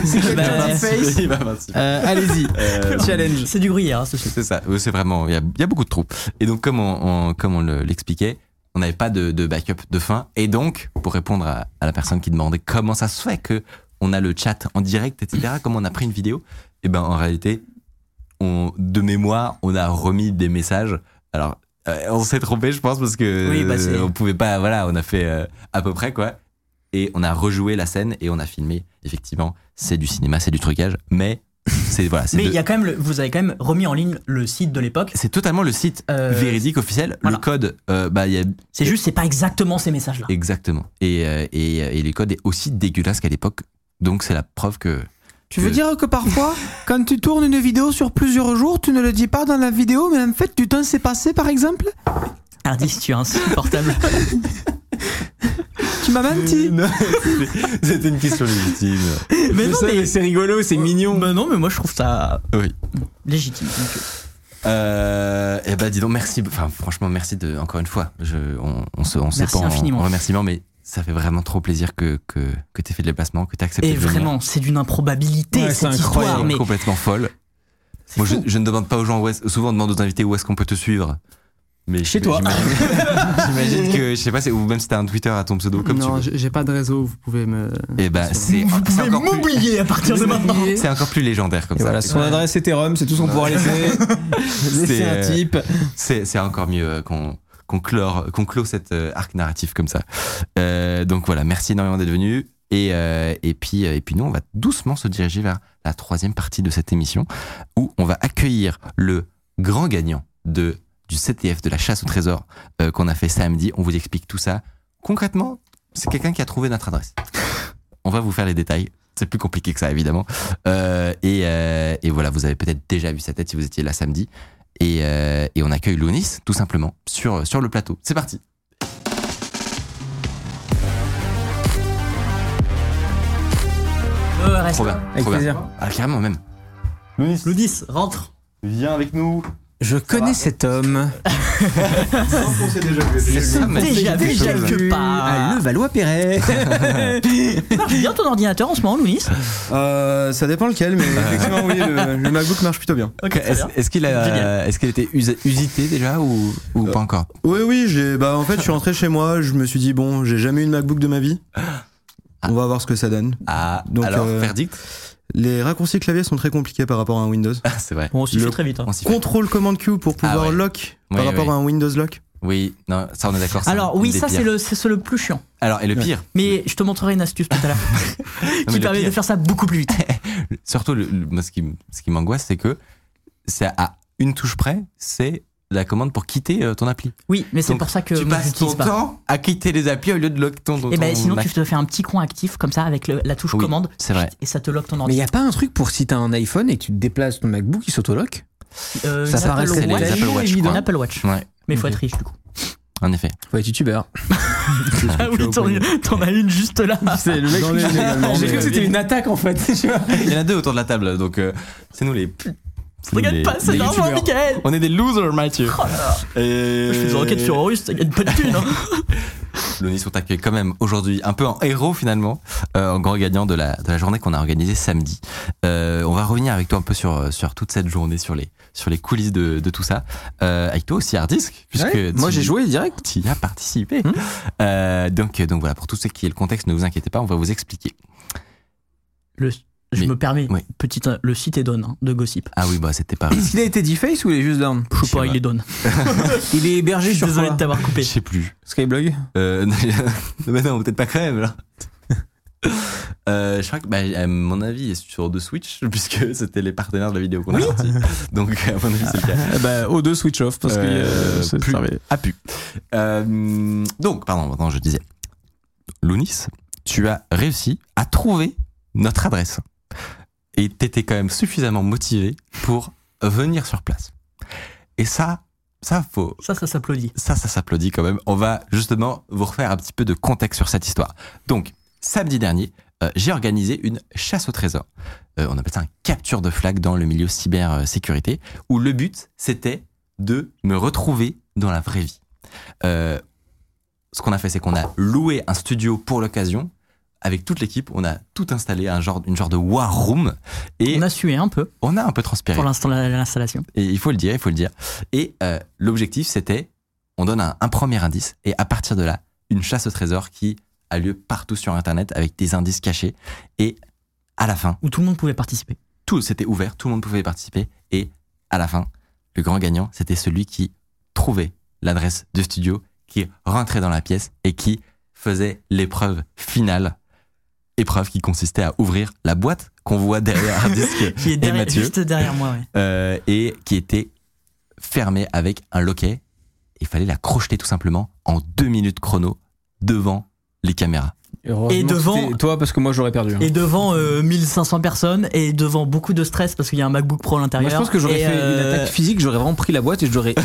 Si Il va quelqu'un deface, participer, Bah, il va participer. euh, allez-y, Euh, challenge. C'est du gruyère, hein, ce site. C'est ça. Oui, C'est vraiment. Il y, a- il y a beaucoup de trous. Et donc, comme on, on- comme on le- l'expliquait, on n'avait pas de, de backup de fin. Et donc, pour répondre à, à la personne qui demandait comment ça se fait que on a le chat en direct, etc. Comment on a pris une vidéo Et ben, en réalité, on, de mémoire, on a remis des messages. Alors, euh, on s'est trompé, je pense, parce que Oui, bah, c'est- on pouvait pas. Voilà, on a fait euh, à peu près quoi. Et on a rejoué la scène et on a filmé. Effectivement, c'est du cinéma, c'est du trucage, mais c'est voilà. c'est Mais de- il y a quand même, le- vous avez quand même remis en ligne le site de l'époque. c'est totalement le site Euh, véridique officiel. voilà. Le code, euh, bah, il y a C'est juste, c'est pas exactement ces messages-là. exactement. Et, euh, et, euh, et le code est aussi dégueulasse qu'à l'époque. Donc c'est la preuve que. Tu Euh. veux dire que parfois, quand tu tournes une vidéo sur plusieurs jours, tu ne le dis pas dans la vidéo, mais en fait, du temps s'est passé, par exemple Indice, tu es insupportable. Tu m'as menti Euh, C'était une question légitime. mais non, mais. c'est rigolo, c'est mignon. Bah non, mais moi je trouve ça Oui. légitime. donc, euh, Euh, et bah dis donc merci. Enfin franchement merci de encore une fois. Je, on, on se, on se Merci sait pas en- infiniment. en remerciement, mais ça fait vraiment trop plaisir que que que t'aies fait le déplacement, que t'aies accepté. Et de venir. vraiment, c'est d'une improbabilité Ouais, c'est cette histoire. Incroyable, Mais complètement folle. c'est Moi je, fou. je ne demande pas aux gens où est souvent on demande aux invités où est-ce qu'on peut te suivre. Mais Chez mais toi. j'imagine- J'imagine que je sais pas c'est- ou même si t'as un Twitter à ton pseudo comme tu Non, veux. j'ai j'ai pas de réseau, vous pouvez me. Et bah, c'est vous c'est pouvez encore, plus- m'oublier à partir de maintenant. Oublier. c'est encore plus légendaire comme Et ça. voilà, son Ouais. adresse Ethereum, c'est tout ce qu'on pourra laisser. laisser C'est, un euh, type. C'est c'est encore mieux euh, qu'on qu'on clore- qu'on clôt cet euh, arc narratif comme ça. Euh, donc voilà, merci énormément d'être venu. Et, euh, et, puis, euh, et puis nous, on va doucement se diriger vers la troisième partie de cette émission où on va accueillir le grand gagnant de, du CTF, de la chasse au trésor euh, qu'on a fait samedi. On vous explique tout ça. Concrètement, c'est quelqu'un qui a trouvé notre adresse. On va vous faire les détails. C'est plus compliqué que ça, évidemment. Euh, et, euh, et voilà, vous avez peut-être déjà vu sa tête si vous étiez là samedi. Et, euh, et on accueille Lounis, tout simplement, sur, sur le plateau. C'est parti. Euh, reste. Trop bien. Avec trop bien. plaisir. Ah, carrément, même. Le 10, rentre. Viens avec nous. Je connais cet homme. C'est ça, mais Déjà vu quelque À part. Levallois-Perret. Marche Ah, bien ton ordinateur en ce moment, Louis Euh, ça dépend lequel, mais effectivement, oui, le, le MacBook marche plutôt bien. Ok, très Est-ce bien. est-ce qu'il a, Génial. est-ce qu'il était usé- usité déjà ou, ou pas encore Oui, oui, j'ai, bah, en fait, je suis rentré chez moi, je me suis dit, bon, j'ai jamais eu de MacBook de ma vie. On va voir ce que ça donne. Ah, Donc, alors euh, verdict Les raccourcis clavier sont très compliqués par rapport à un Windows. Ah, C'est vrai. Bon, on s'y Le- fait très vite. hein. On s'y fait. Contrôle commande Q pour pouvoir Ah ouais. lock Oui, par rapport oui. à un Windows lock. Oui, non, ça on est d'accord. c'est Alors une oui, des ça c'est pires. le, c'est c'est le plus chiant. Alors et le pire, Mais je te montrerai une astuce tout à l'heure non, mais qui le permet de pire, faire ça beaucoup plus vite. surtout le- le- moi, ce qui, m- ce qui m'angoisse, c'est que c'est à une touche près, c'est la commande pour quitter euh, ton appli. Oui, mais c'est Donc, pour ça que tu moi, je passes ton l'utilise pas. temps à quitter les applis au lieu de lock ton. ton Et ben ton sinon Mac. tu te fais un petit coin actif comme ça avec le- la touche Oui, commande C'est vrai. et ça te lock ton Mais il n'y ordinateur. a pas un truc pour si t'as un iPhone et que tu te déplaces ton MacBook, il s'autoloque Euh, ça une paraît Apple c'est les Watch, Apple Watch, je crois. Une Apple Watch. Ouais, Mais faut être riche du coup. en effet. Faut être youtubeur. Ah oui, t'en- t'en as une juste là. C'est le mec Dans les qui- également, J'ai cru mais- que c'était une attaque en fait. tu vois. Il y en a deux autour de la table, donc euh, c'est nous les. c'est nous Regarde les- pas, c'est les normal, youtubeurs. Michael. Oh On est des losers, Mathieu. Je Et... fais des enquêtes sur Horus, ça gagne pas de thune. hein. Nos nids sont accueillis quand même aujourd'hui un peu en héros finalement, euh, en grand gagnant de la, de la journée qu'on a organisée samedi. Euh, on va revenir avec toi un peu sur, euh, sur toute cette journée, sur les, sur les coulisses de, de tout ça. Euh, avec toi aussi Hardisk, puisque Ouais, Moi tu- j'ai joué direct. tu y as participé. Euh, donc, donc voilà, pour tout ce qui est le contexte, ne vous inquiétez pas, on va vous expliquer. Le- Je Mais- me permets, oui. petite, le site est donne hein, de Gossip. Ah oui, bah c'était pas... Est-ce qu'il a été deface ou il est juste down Je sais pas, pas. il est donne. Il est Je hébergé suis sur désolé de quoi t'avoir coupé. Je sais plus. Skyblog Euh, mais non, peut-être pas quand même. Là. Euh, je crois que, bah, à mon avis, est sur deux Switch, puisque c'était les partenaires de la vidéo qu'on a sorti. Donc, à mon avis, c'est le cas. Bah O2 switch off parce que Euh, euh, c'est plus. servi. A pu. Euh, donc, pardon, maintenant je disais. Lounis, tu as réussi à trouver notre adresse. Et t'étais quand même suffisamment motivé pour venir sur place. Et ça, ça, faut, Ça, ça s'applaudit. ça, ça s'applaudit quand même. On va justement vous refaire un petit peu de contexte sur cette histoire. Donc, samedi dernier, euh, j'ai organisé une chasse au trésor. Euh, on appelle ça un capture de flag dans le milieu cybersécurité, où le but, c'était de me retrouver dans la vraie vie. Euh, ce qu'on a fait, c'est qu'on a loué un studio pour l'occasion. Avec toute l'équipe, on a tout installé, un genre, une genre de war room. Et On a sué un peu on a un peu transpiré. pour l'instant la- l'installation. Et il faut le dire, il faut le dire. Et euh, l'objectif, c'était, on donne un, un premier indice, et à partir de là, une chasse au trésor qui a lieu partout sur Internet avec des indices cachés. Et à la fin, où tout le monde pouvait participer. tout c'était ouvert, tout le monde pouvait y participer. Et à la fin, le grand gagnant, c'était celui qui trouvait l'adresse du studio, qui rentrait dans la pièce et qui faisait l'épreuve finale. Épreuve qui consistait à ouvrir la boîte qu'on voit derrière un disque Qui est et derrière, Mathieu juste derrière moi, ouais. euh, et qui était fermée avec un loquet. Il fallait la crocheter tout simplement en deux minutes chrono devant les caméras. Heureusement Et que devant- c'était toi parce que moi j'aurais perdu. hein. Et devant euh, 1500 personnes et devant beaucoup de stress parce qu'il y a un MacBook Pro à Moi, l'intérieur. je pense que j'aurais Et, fait une euh, attaque physique, j'aurais vraiment pris la boîte et je l'aurais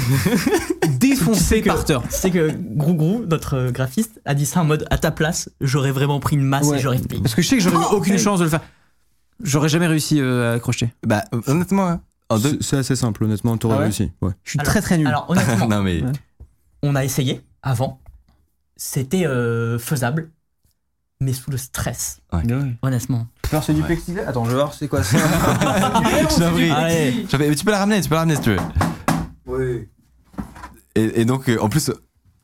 défoncé que- par terre. Tu sais que Grou Grou, notre euh, graphiste, a dit ça en mode à ta place, j'aurais vraiment pris une masse Ouais. et j'aurais fait. Parce que je sais que j'aurais eu Oh, aucune hey. chance de le faire. J'aurais jamais réussi euh, à accrocher. Bah honnêtement, hein, en deux- C'est- C'est assez simple, honnêtement, t'aurais Ah ouais réussi. Ouais. Je suis Alors- très très nul. Alors honnêtement, non mais Ouais. on a essayé avant, c'était euh, faisable, mais sous le stress, honnêtement. Faire c'est du Ouais. plexiglas. Attends, je vais voir c'est quoi ça. Je t'en prie. Allez. Je fais- tu peux la ramener, tu peux la ramener si tu veux. Et, et donc euh, en plus,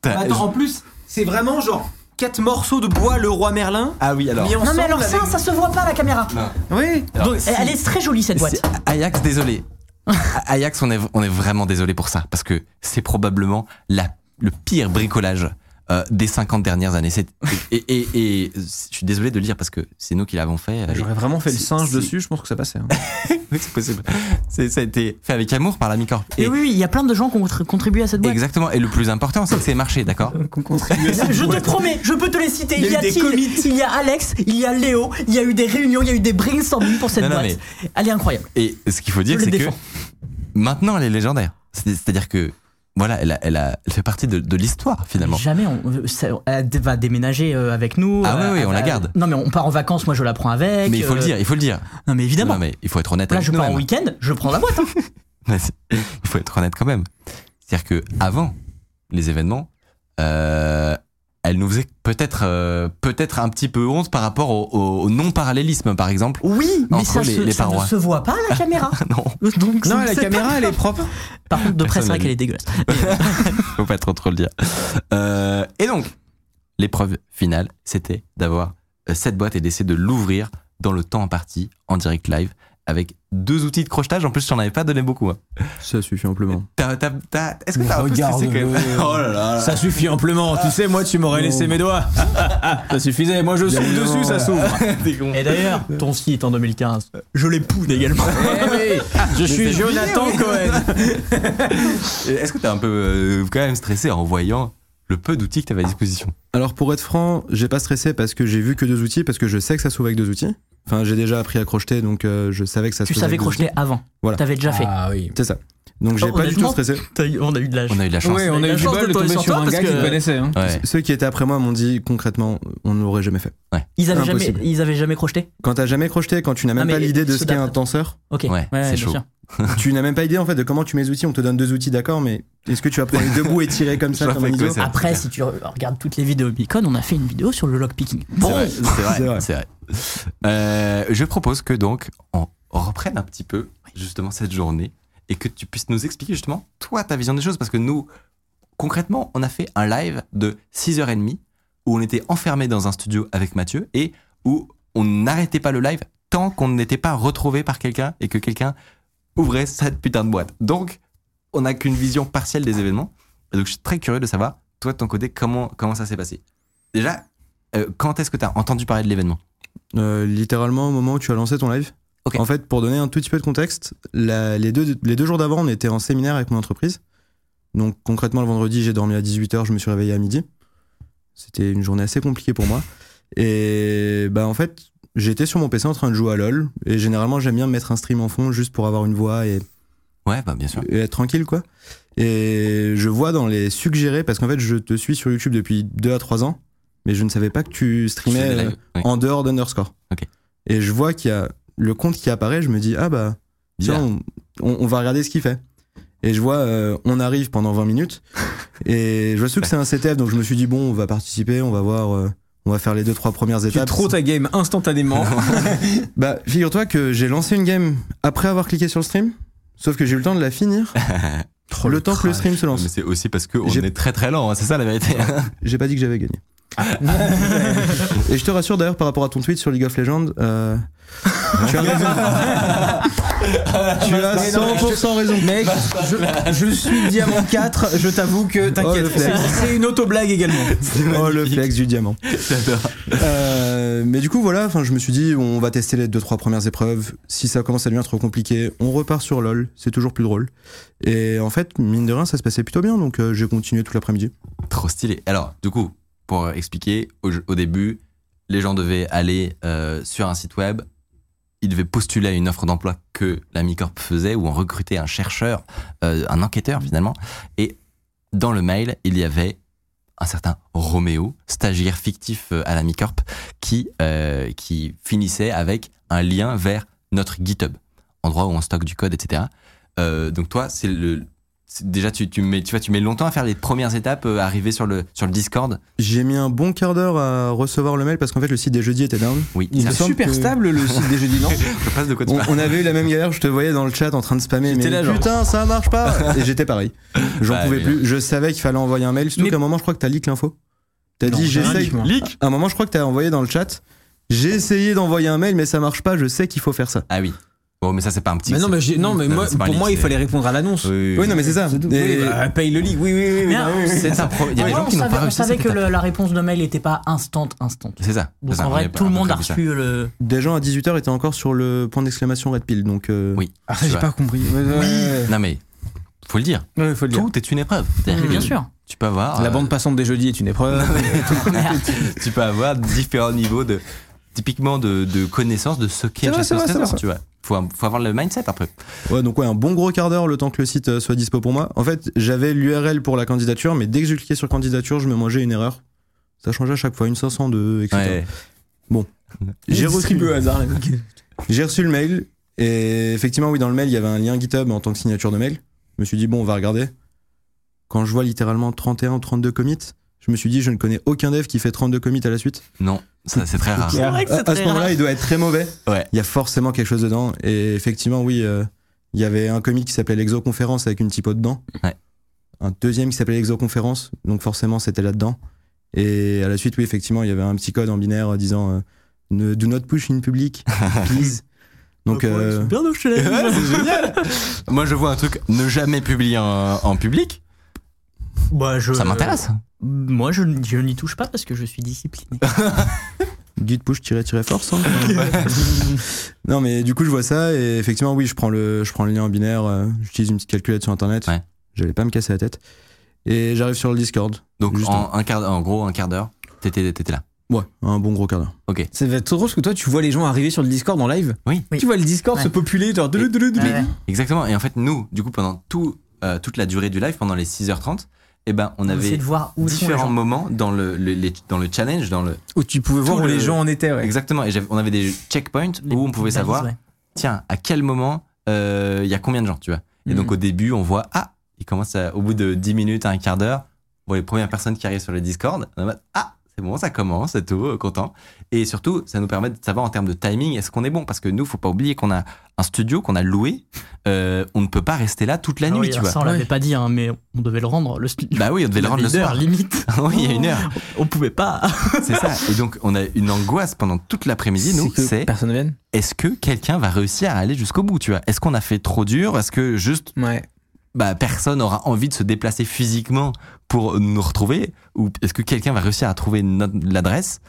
t'as- Attends, en je- plus, c'est vraiment genre quatre morceaux de bois le roi Merlin. ah oui alors. mis Non ensemble mais alors ça, avec- ça se voit pas à la caméra. Oui. Ah, Alors, Donc, elle est très jolie cette boîte. C'est- Ajax, désolé. A- Ajax, on est, on est vraiment désolé pour ça, parce que c'est probablement la, le pire bricolage euh, des 50 dernières années. C'est- Et, et- et- et je suis désolé de le dire, parce que c'est nous qui l'avons fait. euh, J'aurais vraiment fait le Si- singe si. dessus, je pense que ça passait. hein. oui, c'est possible. C'est- ça a été fait avec amour par la Micorp. Et Eh oui, oui, il y a plein de gens qui ont tr- contribué à cette boîte. Exactement. Et le plus important, c'est que c'est marché, d'accord Je te promets, je peux te les citer. Il Il y a y eu a des Till, il y a Alex, il y a Léo, il y a eu des réunions, il y a eu des brainstorming pour cette Non, non, boîte. Elle est incroyable. Et ce qu'il faut dire, Je c'est les que défends. maintenant, elle est légendaire. C'est- C'est-à-dire que, voilà, elle, a- elle, a- elle fait partie de, de l'histoire, finalement. Jamais, on, euh, ça- elle dé- va déménager euh, avec nous. Ah euh, oui, oui, elle on va- la garde. Non, mais on part en vacances, moi je la prends avec. Mais il faut le euh, dire, il faut le dire. Non, mais évidemment. Non, mais il faut être honnête Là, avec je pars en nous-mêmes. week-end, je prends la boîte. hein. Mais c'est- il faut être honnête quand même. C'est-à-dire que avant les événements, euh, elle nous faisait peut-être euh, peut-être un petit peu honte par rapport au, au- au non-parallélisme, par exemple. Oui, mais Entre ça, les- se, les ça ne parois. se voit pas à la caméra. non, Donc, Non, ça- la c'est caméra, pas- elle est propre. Par contre, de près, c'est Personne l'a vrai qu'elle vu. est dégueulasse. faut pas trop trop le dire. Euh, et donc, l'épreuve finale, c'était d'avoir euh, cette boîte et d'essayer de l'ouvrir dans le temps imparti, en direct live, avec deux outils de crochetage. En plus, je t'en avais pas donné beaucoup. hein. Ça suffit amplement. T'as- t'as- t'as- Est-ce que t'as un peu stressé quand même Regarde-le. Oh là là. Ça suffit amplement. Tu sais, moi, tu m'aurais laissé mes doigts. ça suffisait. Moi, je souffle dessus, ça s'ouvre. Eh Et d'ailleurs, ton site en 2015, je l'époude également. Je suis Jonathan Cohen. Et Est-ce que t'es un peu euh, quand même stressé en voyant le peu d'outils que t'avais à Ah. disposition Alors pour être franc, j'ai pas stressé parce que j'ai vu que deux outils, parce que je sais que ça s'ouvre avec deux outils. Enfin, j'ai déjà appris à crocheter, donc euh, je savais que ça se Tu faisait savais avec deux crocheter avant. Voilà. T'avais déjà fait. Ah oui. outils. C'est ça. Donc j'ai Oh, pas du tout honnêtement, stressé. T'as eu- on a eu de l'âge. On a eu de la chance. Ouais, on a La eu du chance de bol de tomber tomber sur sur toi un parce gars qui que- te connaissait. hein. Ouais. Ceux qui étaient après moi m'ont dit concrètement, on ne l'aurait jamais fait. Ils avaient jamais, Impossible. ils avaient jamais crocheté. Quand t'as jamais crocheté, quand tu n'as même Ah, pas mais l'idée de ceux ce qu'est un d'après. tenseur, Ok. Ouais, c'est bien chaud. sûr. tu n'as même pas idée en fait de comment tu mets les outils. On te donne deux outils, d'accord, mais est-ce que tu vas prendre les deux bouts et tirer comme ça Je comme vois un pas idiot quoi c'est. Après, si tu re- regardes toutes les vidéos Bicon, on a fait une vidéo sur le lockpicking. C'est Bon, vrai, c'est vrai, C'est vrai. c'est vrai. Euh, je propose que donc on reprenne un petit peu justement cette journée et que tu puisses nous expliquer justement toi ta vision des choses parce que nous concrètement on a fait un live de 6h30 où on était enfermé dans un studio avec Mathieu et où on n'arrêtait pas le live tant qu'on n'était pas retrouvé par quelqu'un et que quelqu'un ouvrait cette putain de boîte. Donc on n'a qu'une vision partielle des événements. Et donc je suis très curieux de savoir toi de ton côté comment comment ça s'est passé. Déjà, euh, quand est-ce que t'as entendu parler de l'événement Euh, littéralement au moment où tu as lancé ton live. Ok. En fait, pour donner un tout petit peu de contexte, la- les, deux, les deux jours d'avant, on était en séminaire avec mon entreprise. Donc concrètement, le vendredi, j'ai dormi à 18h, je me suis réveillé à midi. C'était une journée assez compliquée pour moi. Et bah en fait, j'étais sur mon PC en train de jouer à LoL. Et généralement, j'aime bien mettre un stream en fond juste pour avoir une voix et Ouais, bah bien sûr. et être tranquille, quoi. Et je vois dans les suggérés, parce qu'en fait, je te suis sur YouTube depuis 2 à 3 ans, mais je ne savais pas que tu Tu fais streamais des euh, lives, ouais. en dehors d'Underscore. Ok. Et je vois qu'il y a le compte qui apparaît, je me dis, ah bah, tiens, Bizarre. on, on- on va regarder ce qu'il fait. Et je vois, euh, on arrive pendant 20 minutes, et je vois surtout que c'est un CTF, donc je me suis dit, bon, on va participer, on va voir, euh, on va faire les 2-3 premières Tu étapes. trop ta game instantanément. Bah, figure-toi que j'ai lancé une game après avoir cliqué sur le stream, sauf que j'ai eu le temps de la finir, le temps que le stream se lance. Mais c'est aussi parce qu'on J'ai- est très très lent, hein, c'est ça la vérité. J'ai pas dit que j'avais gagné. Et je te rassure d'ailleurs par rapport à ton tweet sur League of Legends, euh, tu as raison. tu as 100% raison. Mec, je, je suis Diamant 4, je t'avoue que Oh, t'inquiète, le c'est- flex. c'est une auto-blague également. Oh le flex du diamant. J'adore. Euh, mais du coup voilà, enfin je me suis dit on va tester les deux trois premières épreuves. Si ça commence à devenir trop compliqué, on repart sur LoL, c'est toujours plus drôle. Et en fait mine de rien ça se passait plutôt bien donc euh, j'ai continué tout l'après-midi. Trop stylé. Alors, du coup, pour expliquer, au, au début, les gens devaient aller euh, sur un site web, ils devaient postuler à une offre d'emploi que la Micorp faisait, où on recrutait un chercheur, euh, un enquêteur finalement. Et dans le mail, il y avait un certain Roméo, stagiaire fictif euh, à la Micorp, qui, euh, qui finissait avec un lien vers notre GitHub, endroit où on stocke du code, etc. Euh, donc toi, c'est le... c'est- Déjà, tu, tu, mets, tu, vois, tu mets longtemps à faire les premières étapes, euh, arriver sur le, sur le Discord. J'ai mis un bon quart d'heure à recevoir le mail parce qu'en fait le site des jeudis était down. Oui, Il ça est me super stable, le site des jeudis, non passe de quoi tu On, parles. on avait eu la même galère, je te voyais dans le chat en train de spammer, mais J'étais là, genre. Ah, putain, ça marche pas! Et j'étais pareil. J'en Bah, pouvais mais plus. Je savais qu'il fallait envoyer un mail, surtout Mais- qu'à un moment, je crois que t'as leak l'info. T'as Non, dit, j'ai rien j'essaye. leak, moi. À un moment, je crois que t'as envoyé dans le chat, j'ai essayé d'envoyer un mail, mais ça marche pas, je sais qu'il faut faire ça. Ah oui. Bon, mais ça, c'est pas un petit. Mais non, mais, j'ai- non, mais Non, moi, c'est pas un pour leak, moi, il c'est- fallait répondre à l'annonce. Oui, Oui, non, mais c'est ça. Et- Oui, bah, paye le lit, oui, oui, oui. oui, Mais bah, oui, oui. c'est ça. pro- Il y a des Moi, gens on qui n'ont savait, pas on réussi. savait cette que étape. le- la réponse de mail n'était pas instant, instant. C'est ça. Donc C'est ça, en on vrai, avait tout le un peu monde a prévu ça. reçu le. Des gens à 18h étaient encore sur le point d'exclamation Red Pill, donc. euh, Oui. Ah, ça, tu j'ai vois. pas compris. Ouais, ouais, ouais. Non, mais faut le dire. Ouais, faut le dire. Tout est une épreuve. C'est-à-dire Bien que sûr. Tu peux avoir. La euh, bande passante des jeudis est une épreuve. tu peux avoir différents niveaux de typiquement de, de connaissance de ce qu'est C'est vrai, chasse c'est vrai, c'est trésor. vrai. Tu vois. Faut, faut avoir le mindset un peu. Ouais, donc ouais, un bon gros quart d'heure le temps que le site euh, soit dispo pour moi. En fait, j'avais l'URL pour la candidature, mais dès que je cliquais sur candidature, je me mangeais une erreur. Ça changeait à chaque fois, une 502, etc. Ouais. J'ai reçu, au hasard. j'ai reçu le mail Et effectivement, oui, dans le mail, il y avait un lien GitHub en tant que signature de mail. Je me suis dit, bon, on va regarder. Quand je vois littéralement 31 ou 32 commits, je me suis dit, je ne connais aucun dev qui fait 32 commits à la suite. Non, ça c'est très rare. C'est vrai que À, c'est à ce très rare. moment-là, il doit être très mauvais. Ouais. Il y a forcément quelque chose dedans. Et effectivement, oui, euh, il y avait un commit qui s'appelait l'exoconférence avec une typo dedans. Ouais. Un deuxième qui s'appelait l'exoconférence. Donc forcément, c'était là-dedans. Et à la suite, oui, effectivement, il y avait un petit code en binaire disant euh, ne, Do not push in public, please. Donc, euh, Bien, donc, je te l'ai dit. Ouais, c'est génial. Moi, je vois un truc ne jamais publier en, en public. Bah, je- Ça m'intéresse. Moi, je, je n'y touche pas parce que je suis discipliné. Git push tirer tirer force. hein, quand même. non mais du coup je vois ça et effectivement oui je prends le je prends le lien en binaire, euh, j'utilise une petite calculette sur internet. Ouais. J'allais pas me casser la tête. Et j'arrive sur le Discord. Donc, Juste en, un quart, en gros, un quart d'heure, t'étais t'étais là. Ouais, un bon gros quart d'heure. Ça va être trop drôle parce que toi, tu vois les gens arriver sur le Discord en live. Oui. Oui. Tu vois le Discord Ouais. se populer, genre. doulou, doulou, doulou. Ouais. Exactement. Et en fait, nous, du coup, pendant tout, euh, toute la durée du live, pendant les 6h30, eh ben, on On essaie avait de voir où sont les différents gens. moments dans le, le- les- dans le challenge, dans le Où tu pouvais voir Tout où le- les gens en étaient, ouais. exactement. Et j'avais- on avait des checkpoints Les où on pouvait balises, savoir, ouais. tiens, à quel moment euh, il y a combien de gens, tu vois. Et Mhm. donc au début, on voit, ah, il commence à- au bout de 10 minutes à un quart d'heure, on voit les premières personnes qui arrivent sur le Discord, on est en mode, ah, c'est bon, ça commence, c'est tout, euh, content. Et surtout, ça nous permet de savoir en termes de timing, est-ce qu'on est bon Parce que nous, faut pas oublier qu'on a un studio qu'on a loué, euh, on ne peut pas rester là toute la Ah nuit, oui, tu vois. Ça, on l'avait pas dit, hein, mais on devait le rendre. Le studio. Bah oui, on devait le rendre le Une heure, soir. limite. oui, il y a une heure, On pouvait pas. c'est ça. Et donc, on a une angoisse pendant toute l'après-midi, nous, que c'est personne ne vienne. est-ce que quelqu'un va réussir à aller jusqu'au bout, tu vois Est-ce qu'on a fait trop dur Est-ce que juste Ouais. bah, personne aura envie de se déplacer physiquement pour nous retrouver Ou est-ce que quelqu'un va réussir à trouver notre- l'adresse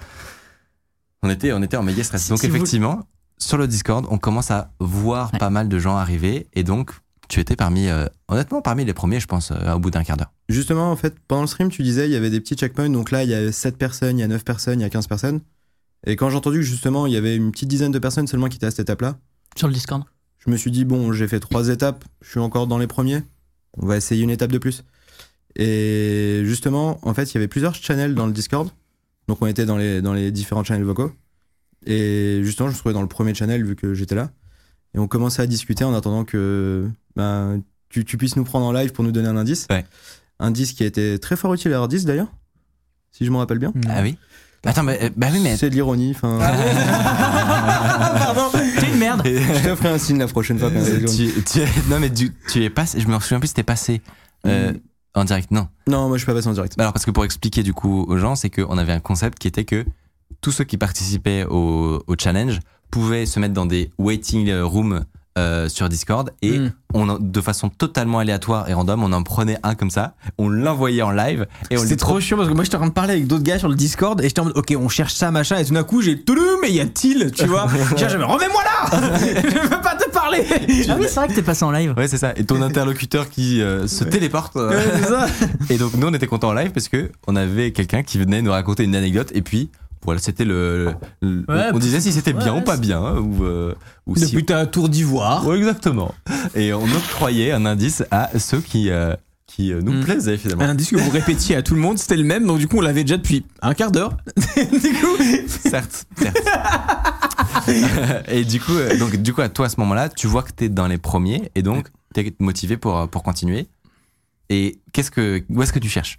on était, on était en méga stress. Si- donc si vous- effectivement, sur le Discord, on commence à voir Ouais. pas mal de gens arriver. Et donc, tu étais parmi, euh, honnêtement, parmi les premiers, je pense, euh, au bout d'un quart d'heure. Justement en fait pendant le stream tu disais il y avait des petits checkpoints donc là il y a 7 personnes, il y a 9 personnes, il y a 15 personnes. Et quand j'ai entendu que justement il y avait une petite dizaine de personnes seulement qui étaient à cette étape là, Sur le Discord. je me suis dit bon j'ai fait trois étapes, je suis encore dans les premiers, on va essayer une étape de plus. Et justement, en fait, il y avait plusieurs channels dans le Discord, donc on était dans les, dans les différents channels vocaux. Et justement, je me trouvais dans le premier channel vu que j'étais là, et on commençait à discuter en attendant que ben, tu, tu puisses nous prendre en live pour nous donner un indice. Ouais. Un indice qui a été très fort utile à Hardis d'ailleurs, si je me rappelle bien. Ah oui Attends, mais, euh, bah oui, mais C'est de l'ironie, enfin, C'est une merde. je te ferai un signe la prochaine fois. quand il y a des gens. Euh, tu, tu- non mais tu, tu es passé, je me souviens plus si t'es passé euh, Mm. en direct. Non. Non, moi je suis pas passé en direct. Alors parce que pour expliquer du coup aux gens, c'est qu'on avait un concept qui était que tous ceux qui participaient au, au challenge pouvaient se mettre dans des waiting rooms euh, sur Discord et Mm. on en- de façon totalement aléatoire et random, on en prenait un comme ça, on l'envoyait en live et on C'était le trop chiant parce que moi j'étais en train de parler avec d'autres gars sur le Discord et j'étais en mode ok on cherche ça machin et tout d'un coup j'ai tout mais y a-t-il tu vois Genre, j'avais remets-moi là je veux pas te parler Ah oui, c'est vrai que t'es passé en live. Ouais, c'est ça. Et ton interlocuteur qui euh, se téléporte. euh, Ouais, c'est ça. Et donc nous on était contents en live parce que on avait quelqu'un qui venait nous raconter une anecdote et puis voilà c'était le, le- Ouais, on disait si c'était bien ouais, ou pas c'est- bien hein, ou, euh, ou Le si putain tour d'ivoire Ouais, Oh, exactement et on octroyait un indice à ceux qui euh, qui euh, nous Mm. plaisaient finalement un indice que vous répétiez à tout le monde c'était le même donc du coup on l'avait déjà depuis un quart d'heure du coup certes certes et du coup euh, donc du coup à toi à ce moment-là tu vois que t'es dans les premiers et donc t'es motivé pour euh, pour continuer et qu'est-ce que où est-ce que tu cherches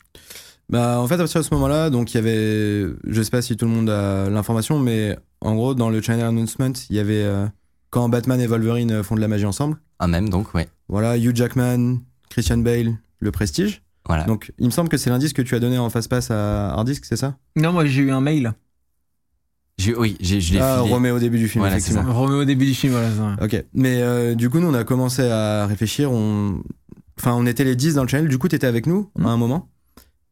Bah, en fait, à partir de ce moment-là, donc il y avait. Je sais pas si tout le monde a l'information, mais en gros, dans le channel announcement, il y avait euh, quand Batman et Wolverine euh, font de la magie ensemble. un même donc ouais Voilà, Hugh Jackman, Christian Bale, le prestige. voilà Donc, il me semble que c'est l'indice que tu as donné en face-passe à Hardisk, c'est ça non moi j'ai eu un mail j'ai oui j'ai je l'ai Ah, filé. Roméo au début du film, Voilà, c'est effectivement. remets au début du film voilà Ok. Mais euh, du coup, nous, on a commencé à réfléchir. On... Enfin, on était les 10 dans le channel. Du coup, t'étais avec nous à un moment,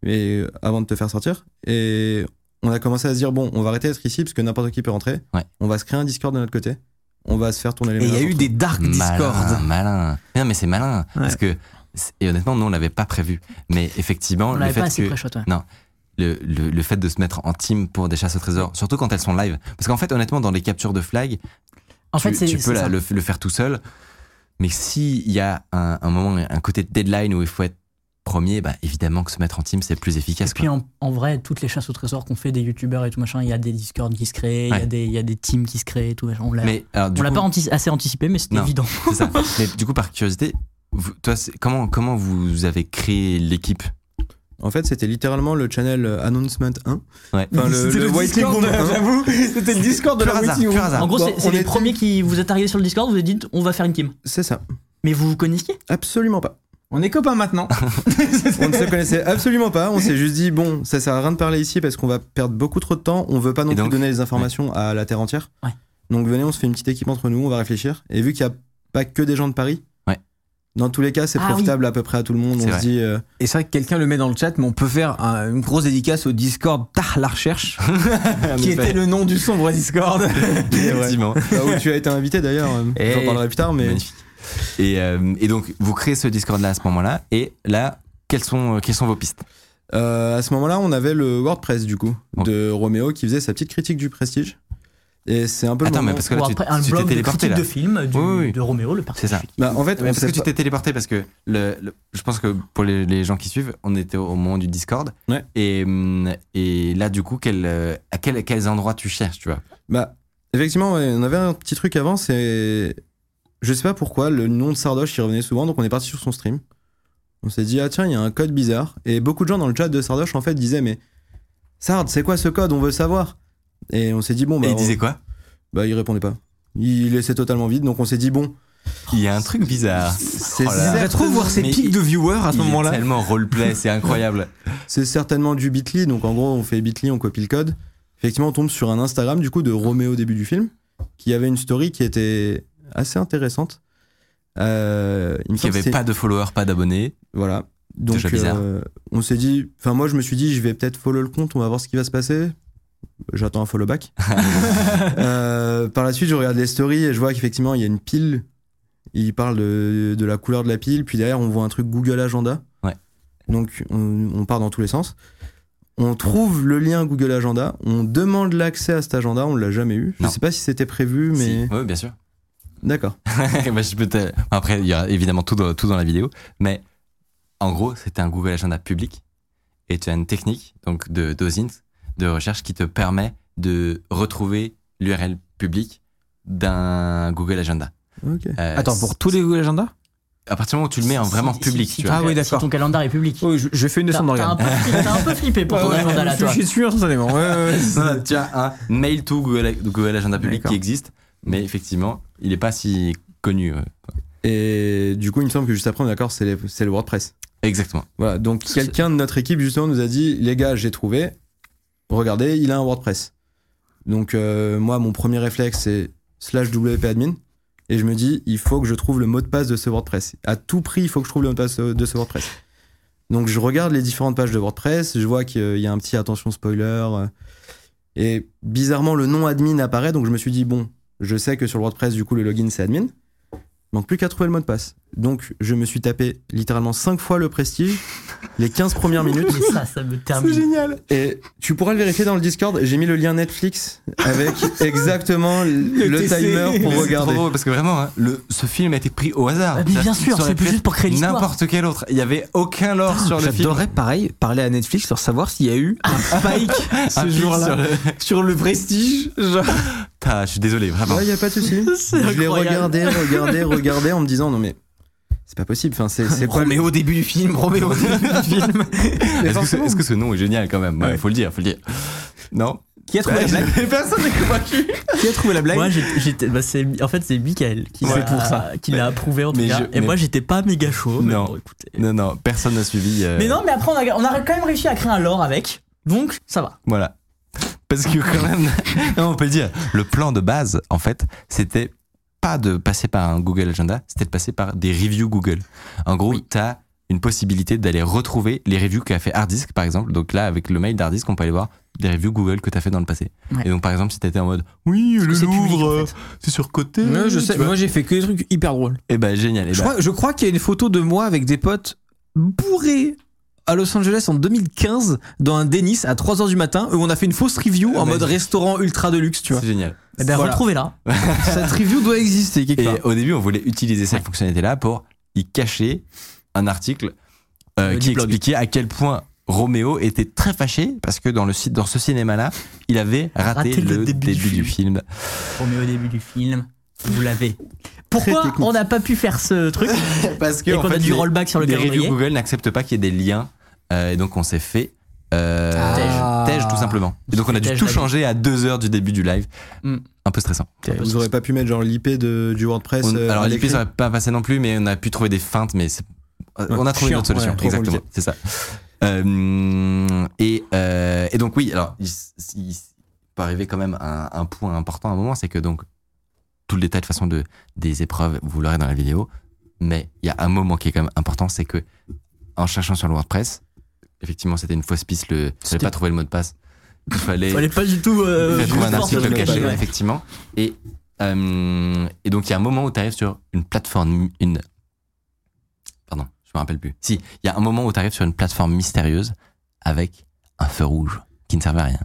et euh, avant de te faire sortir. Et on a commencé à se dire bon, on va arrêter d'être ici parce que n'importe qui peut rentrer. Ouais. On va se créer un Discord de notre côté. On va se faire tourner les et il y a ménages eu entre des dark Malin, Discord malin. Mais Non, mais c'est malin. Parce que, c'est- et honnêtement, nous, on l'avait pas prévu. Mais effectivement, On le l'avait fait, pas assez que- pré-shot, ouais. le, le- le fait de se mettre en team pour des chasses au trésor, surtout quand elles sont live. Parce qu'en fait, honnêtement, dans les captures de flag, En tu, fait, c'est. tu peux c'est la- ça. le, le faire tout seul. Mais s'il y a un, un moment, un côté deadline où il faut être Premier, bah, évidemment que se mettre en team, c'est plus efficace. Et puis en, en vrai, toutes les chasses au trésor qu'on fait des youtubeurs et tout machin, il y a des discords qui se créent, il y a Ouais. des- il y, a des teams qui se créent et tout machin. On l'a quoi. Mais alors, du on l'a coup- pas anti- assez anticipé, mais c'était Non. évident. C'est ça. Mais du coup, par curiosité, vous- toi, c'est- comment, comment vous avez créé l'équipe En fait, c'était littéralement le channel euh, Announcement 1. Ouais. Enfin, le, C'était le hein. le Waiting Discord, Room 1. j'avoue. C'était le Discord de Pur la hasard, waiting pur room. hasard. En gros, Bon, c'est c'est on les était- premiers qui vous êtes arrivés sur le Discord, vous avez dit on va faire une team. C'est ça. Mais vous vous connaissiez Absolument pas. On est copains maintenant. On ne se connaissait absolument pas. On s'est juste dit, bon, ça sert à rien de parler ici parce qu'on va perdre beaucoup trop de temps. On veut pas non Et plus donc donner les informations à la Terre entière. Ouais. Donc venez, on se fait une petite équipe entre nous, on va réfléchir. Et vu qu'il n'y a pas que des gens de Paris, Ouais. dans tous les cas, c'est Ah oui. profitable à peu près à tout le monde. C'est On vrai. se dit, euh, Et c'est vrai que quelqu'un le met dans le chat, mais on peut faire un- une grosse dédicace au Discord Tah la recherche, qui était le nom du sombre Discord. Effectivement. là bah, où tu as été invité d'ailleurs, euh, Et- j'en parlerai plus tard, mais Magnifique. Et, euh, et donc, vous créez ce Discord-là à ce moment-là. Et là, quelles sont, quelles sont vos pistes Euh, à ce moment-là, on avait le WordPress du coup Ok. de Roméo qui faisait sa petite critique du Prestige. Et c'est un peu le Attends, mais moment- parce que Ou là, tu- après un tu t'es blog de téléporté critique là. de film du- Oui, oui. de Roméo, le personnage. ça. Bah, en fait, on Mais parce sait que tu pas- t'es téléporté parce que le, le- je pense que pour les, les gens qui suivent, on était au moment du Discord. Ouais. Et, hum, et là, du coup, quel, euh, à quel, quels endroits tu cherches, tu vois Bah, effectivement, ouais, on avait un petit truc avant, c'est. Je sais pas pourquoi, le nom de Sardoche il revenait souvent, donc on est parti sur son stream. On s'est dit, ah tiens, il y a un code bizarre. Et beaucoup de gens dans le chat de Sardoche en fait disaient, mais Sard, c'est quoi ce code On veut savoir. Et on s'est dit, bon, bah. Et il on- disait quoi Bah, il répondait pas. Il laissait totalement vide, donc on s'est dit, bon, Il y a un truc bizarre. c'est Oh là là. J'aimerais trop voir ces Mais pics il- de viewers à ce Il est moment-là. tellement roleplay, c'est incroyable. C'est certainement du Bitly, donc en gros on fait Bitly, on copie le code. Effectivement, on tombe sur un Instagram du coup de Roméo au début du film, qui avait une story qui était assez intéressante. Euh, il me Qui semble que avait c'est- pas de followers, pas d'abonnés. Voilà. Donc Déjà bizarre. euh, on s'est dit, enfin moi je me suis dit, je vais peut-être follow le compte, on va voir ce qui va se passer. J'attends un follow back. Euh, par la suite, je regarde les stories et je vois qu'effectivement il y a une pile. Il parle de, de la couleur de la pile, puis derrière on voit un truc Google Agenda. Ouais. Donc on, on part dans tous les sens. On trouve le lien Google Agenda, on demande l'accès à cet agenda, on l'a jamais eu. Je Non. sais pas si c'était prévu, mais Si. Ouais, bien sûr. d'accord. Bah, je peux te- Après, il y aura évidemment tout dans, tout dans la vidéo. Mais en gros, c'était un Google Agenda public. Et tu as une technique donc de d'OSINT, de recherche, qui te permet de retrouver l'URL publique d'un Google Agenda. Ok. Euh, Attends, pour tous les Google Agenda À partir du moment où tu le mets en Si- vraiment si- public, si- tu vois. Ah oui, si d'accord. ton calendrier est public. Oui, je, je fais une T'as descente t'as un, d'organes. peu flippé- t'as un peu flippé Ah pour ton agenda là, toi. Je suis sûr, certainement. Ouais, ouais, ouais. Non, non, tu as un mail to Google, Google Agenda public D'accord. qui existe, mais effectivement, il n'est pas si connu. euh, quoi. Et du coup, il me semble que juste après, on est d'accord, c'est les- c'est le WordPress. Exactement. Voilà, donc quelqu'un de notre équipe justement nous a dit les gars, j'ai trouvé. Regardez, il a un WordPress. Donc euh, moi, mon premier réflexe c'est slash wp admin et je me dis il faut que je trouve le mot de passe de ce WordPress. À tout prix, il faut que je trouve le mot de passe euh, de ce WordPress. Donc je regarde les différentes pages de WordPress, je vois qu'il euh, y a un petit attention spoiler euh, et bizarrement le nom admin apparaît. Donc je me suis dit bon, je sais que sur le WordPress du coup le login c'est admin. Manque plus qu'à trouver le mot de passe. Donc je me suis tapé littéralement 5 fois le prestige, les 15 premières minutes. Mais ça, ça me termine. génial. Et tu pourras le vérifier dans le Discord, j'ai mis le lien Netflix avec exactement le, TC. timer pour Mais c'est regarder. trop drôle, parce que vraiment, hein, le, ce film a été pris au hasard. Ah, Mais bien C'est-à-dire sûr, qu'il aurait c'est pu juste être pour créer l'histoire. N'importe quel autre. Il n'y avait aucun lore sur le film. J'adorerais pareil parler à Netflix leur savoir s'il y a eu un spike Un ce film sur jour-là le- sur le prestige. genre. Putain, je suis désolé, vraiment. Ouais, y a pas de souci. Je l'ai regardé, regardé, regardé en me disant non mais c'est pas possible. Enfin c'est c'est quoi le- Roméo au début du film, Roméo au début du film. Mais Est-ce que, ce, forcément. est-ce que ce nom est génial quand même Ouais, Faut le dire, faut le dire. Non Qui a trouvé la blague Personne n'est convaincu. Qui a trouvé la blague Moi, j'ai- j'étais, bah, c'est- en fait, c'est Michael qui l'a, C'est pour ça. qui l'a approuvé en tout Mais cas. je- et mais- moi, j'étais pas méga chaud. mais Non. bon, écoutez. Non, non, personne n'a suivi. euh, Mais non, mais après, on a, on a quand même réussi à créer un lore avec. Donc, ça va. Voilà. Parce que quand même, non, on peut le dire, le plan de base, en fait, c'était pas de passer par un Google Agenda, c'était de passer par des reviews Google. En gros, t'as une possibilité d'aller retrouver les reviews qu'a fait Hardisk, par exemple. Donc là, avec le mail d'Hardisk, on peut aller voir des reviews Google que t'as fait dans le passé. Ouais. Et donc, par exemple, si t'étais en mode, oui, le que c'est public, Louvre, en euh, c'est surcoté. Ouais, je sais, tu vois. moi j'ai fait que des trucs hyper drôles. Eh ben, génial. eh Je ben, crois, je crois qu'il y a une photo de moi avec des potes bourrés à Los Angeles en 2015 dans un Dennis à 3h du matin où on a fait une fausse review en Ouais. mode restaurant ultra de luxe, tu vois. c'est génial. Eh ben, Voilà. retrouvez-la. Cette review doit exister quelque Et part. au début, on voulait utiliser cette fonctionnalité-là pour y cacher un article euh, Le qui diplôme. expliquait à quel point Roméo était très fâché parce que dans, le, ci- dans ce cinéma-là, il avait raté, Raté le, début, du film. Roméo au début du film, vous l'avez. Pourquoi on n'a pas pu faire ce truc Parce et qu'on a du rollback sur le les reviews calendrier Google n'acceptent pas qu'il y ait des liens. euh, et donc on s'est fait euh, tège, tout simplement. Et donc on a dû Tège tout la vie. changer à deux heures du début du live. Mm. Un peu stressant. Vous aurez pas pu mettre genre l'IP de- du WordPress. On- euh, alors à l'IP l'écrit ça va pas passer non plus, mais on a pu trouver des feintes, mais c'est- euh, on a trouvé une chiant, autre solution. ouais, trop Exactement, compliqué. c'est ça. Euh, et, euh, et donc oui, alors il, s- il s- peut arriver quand même un, un point important à un moment, c'est que donc tout le détail de façon de des épreuves, vous l'aurez dans la vidéo, mais il y a un moment qui est quand même important, c'est que en cherchant sur le WordPress, effectivement c'était une fausse piste, le, j'avais pas trouvé le mot de passe. Il fallait, Fallait pas du tout. euh, j'ai trouvé un forcer article le mec, caché, ouais. effectivement. Et, euh, et donc, il y a un moment où tu arrives sur une plateforme. Une... Pardon, je me rappelle plus. Si, il y a un moment où tu arrives sur une plateforme mystérieuse avec un feu rouge qui ne servait à rien.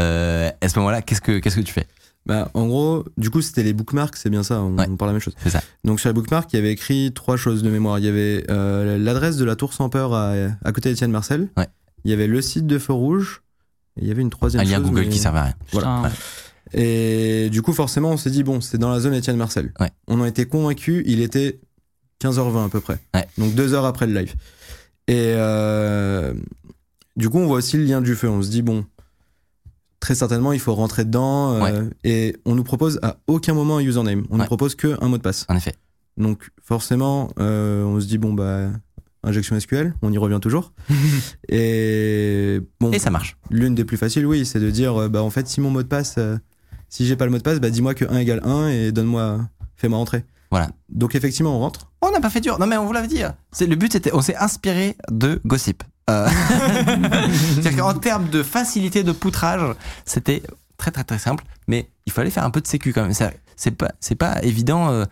Euh, à ce moment-là, qu'est-ce que, qu'est-ce que tu fais Bah, en gros, du coup, c'était les bookmarks, c'est bien ça, on, Ouais. on parle la même chose. C'est ça. Donc sur les bookmarks, il y avait écrit trois choses de mémoire. Il y avait euh, l'adresse de la Tour sans peur à, à côté d'Étienne Marcel. Ouais. Il y avait le site de Feu Rouge. Et il y avait une troisième Un lien chose, Google mais- qui servait à rien. Putain, Et du coup, forcément, on s'est dit, bon, c'est dans la zone Étienne Marcel. Ouais. On en était convaincus, il était 15h20 à peu près. Ouais. Donc deux heures après le live. Et euh, du coup, on voit aussi le lien du feu. On se dit, bon, très certainement, il faut rentrer dedans. euh, Et on nous propose à aucun moment un username. On Ouais. nous propose que un mot de passe. En effet. Donc forcément, euh, on se dit, bon, bah, injection SQL, on y revient toujours. et bon, Et ça marche. L'une des plus faciles, oui, c'est de dire euh, bah en fait si mon mot de passe, euh, si j'ai pas le mot de passe, bah dis-moi que 1 égale 1 et donne-moi, fais-moi rentrer. Voilà. Donc effectivement on rentre. On n'a pas fait dur. Non, mais on vous l'avait dit. hein. C'est, le but, c'était. On s'est inspiré de Gossip. Euh, C'est-à-dire qu'en termes de facilité de poutrage, c'était très, très, très simple. Mais il fallait faire un peu de sécu quand même. Ça, c'est, pas, c'est pas évident euh,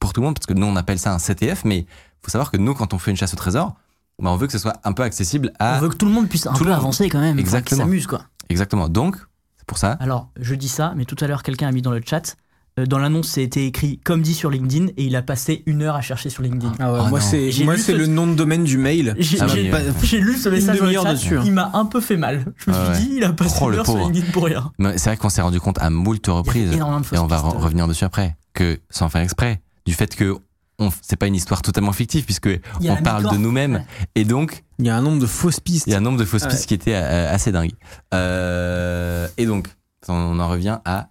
pour tout le monde, parce que nous, on appelle ça un CTF. Mais faut savoir que nous, quand on fait une chasse au trésor, bah, on veut que ce soit un peu accessible à. On veut que tout le monde puisse un Ah. Tout peu le monde. avancer quand même. Enfin, qu'il Exactement. s'amuse quoi. Exactement. Donc, c'est pour ça. Alors, je dis ça, mais tout à l'heure, quelqu'un a mis dans le chat. euh, Dans l'annonce, c'était écrit comme dit sur LinkedIn et il a passé une heure à chercher sur LinkedIn. Ah ouais, Oh moi non. c'est J'ai moi lu c'est ce- le nom de domaine du mail. J'ai Ah oui, j'ai- euh, j'ai lu ce message dans le demi-heure chat, dessus, hein. il m'a un peu fait mal. Je me Ah suis dit, il a passé Oh, une le heure sur pauvre. LinkedIn pour rien. Mais c'est vrai qu'on s'est rendu compte à moult reprises. Énormément de Et fausses on va pistes. re- revenir dessus après, que sans faire exprès, du fait que on, c'est pas une histoire totalement fictive puisque Il y a on la parle de mémoire. nous-mêmes Ouais. et donc Il y a un nombre de fausses pistes. il y a un nombre de fausses Ouais. pistes qui était euh, assez dingue. Euh, et donc on en revient à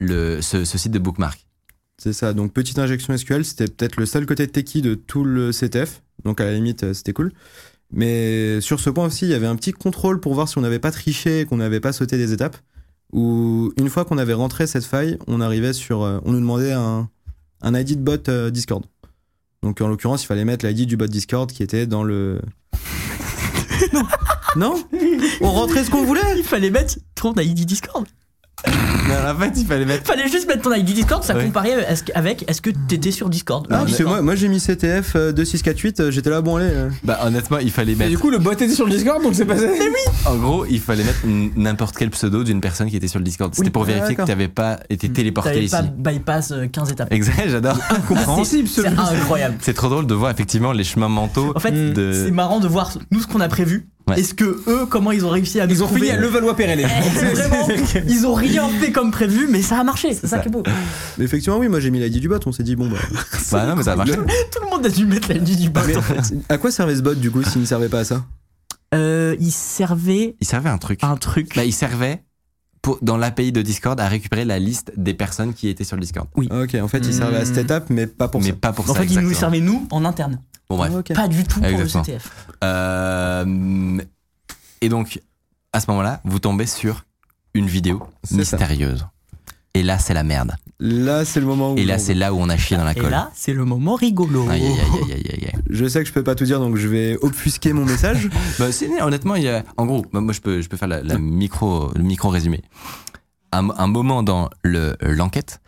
le, ce, ce site de bookmark. C'est ça. Donc petite injection SQL, c'était peut-être le seul côté techie de tout le CTF. Donc à la limite euh, c'était cool. Mais sur ce point aussi, il y avait un petit contrôle pour voir si on n'avait pas triché, qu'on n'avait pas sauté des étapes. Ou une fois qu'on avait rentré cette faille, on arrivait sur, euh, on nous demandait un, un ID de bot euh, Discord. Donc en l'occurrence, il fallait mettre l'ID du bot Discord qui était dans le. non On rentrait ce qu'on voulait Il fallait mettre ton ID Discord. en fait, il fallait mettre. fallait juste mettre ton ID Discord, ça Ouais. comparait à ce que- avec est-ce que t'étais sur Discord. Ah, Non, parce que moi, moi j'ai mis CTF euh, 2648, euh, j'étais là, bon allez. euh. Bah honnêtement, il fallait Et du mettre. coup le bot était sur le Discord donc c'est passé. En gros, il fallait mettre n- n'importe quel pseudo d'une personne qui était sur le Discord. C'était Oui, pour ah, vérifier que d'accord. tu n'avais pas été téléporté Hmm. T'avais ici. pas bypass euh, 15 étapes. Exact, j'adore. Incompréhensible ce C'est incroyable. C'est trop drôle de voir effectivement les chemins mentaux. En fait, Mm. de... c'est marrant de voir nous ce qu'on a prévu. Ouais. Est-ce que eux, comment ils ont réussi à nous Ils ont fini trouver à Levallois-Perret. Vraiment, ils ont rien fait comme prévu, mais ça a marché. C'est ça qui est beau. Effectivement, oui, moi j'ai mis l'ID du bot, on s'est dit, bon bah. Bah non, mais ça a marché. Tout le monde a dû mettre la nuit du bas. Mais à quoi servait ce bot du coup s'il ne servait pas à ça Euh, ils servaient Il servait un truc. un truc. Bah, il servait pour, dans l'API de Discord à récupérer la liste des personnes qui étaient sur le Discord. Ah, Ok, en fait il servait à cette étape, mais pas pour Hmm. mais ça. pas pour en ça. fait, ils nous exactement. servaient nous en interne. Bon, bref. Ah, ok. Pas du tout pour Exactement. le CTF. Euh, et donc, à ce moment-là, vous tombez sur une vidéo C'est ça. mystérieuse. Et là, c'est la merde. Là c'est le moment où. Et là, c'est là où on a chié dans la Et colle. là, c'est le moment rigolo. Aïe, aïe, aïe, aïe, aïe, aïe. Je sais que je peux pas tout dire donc je vais obfusquer mon message. Bah, c'est- honnêtement, il y a- en gros, bah, moi, je peux, je peux faire la, la micro, le micro résumé. Un, un moment dans le- l'enquête,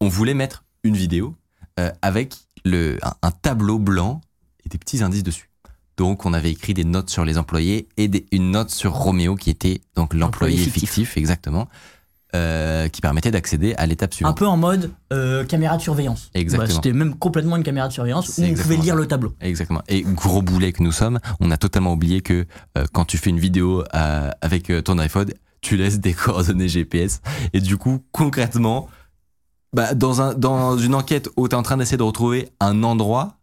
on voulait mettre une vidéo euh, avec le, un, un tableau blanc et des petits indices dessus. Donc, on avait écrit des notes sur les employés et des- une note sur Roméo qui était donc l'employé Employé fictif. fictif. exactement. euh, qui permettait d'accéder à l'étape Un suivante. peu en mode euh, caméra de surveillance. Exactement. Bah, C'était même complètement une caméra de surveillance C'est où on pouvait exactement lire ça. le tableau. Exactement. Et gros boulet que nous sommes, on a totalement oublié que euh, quand tu fais une vidéo euh, avec euh, ton iPhone, tu laisses des coordonnées GPS. Et du coup, concrètement, bah, dans, un, dans une enquête où tu es en train d'essayer de retrouver un endroit,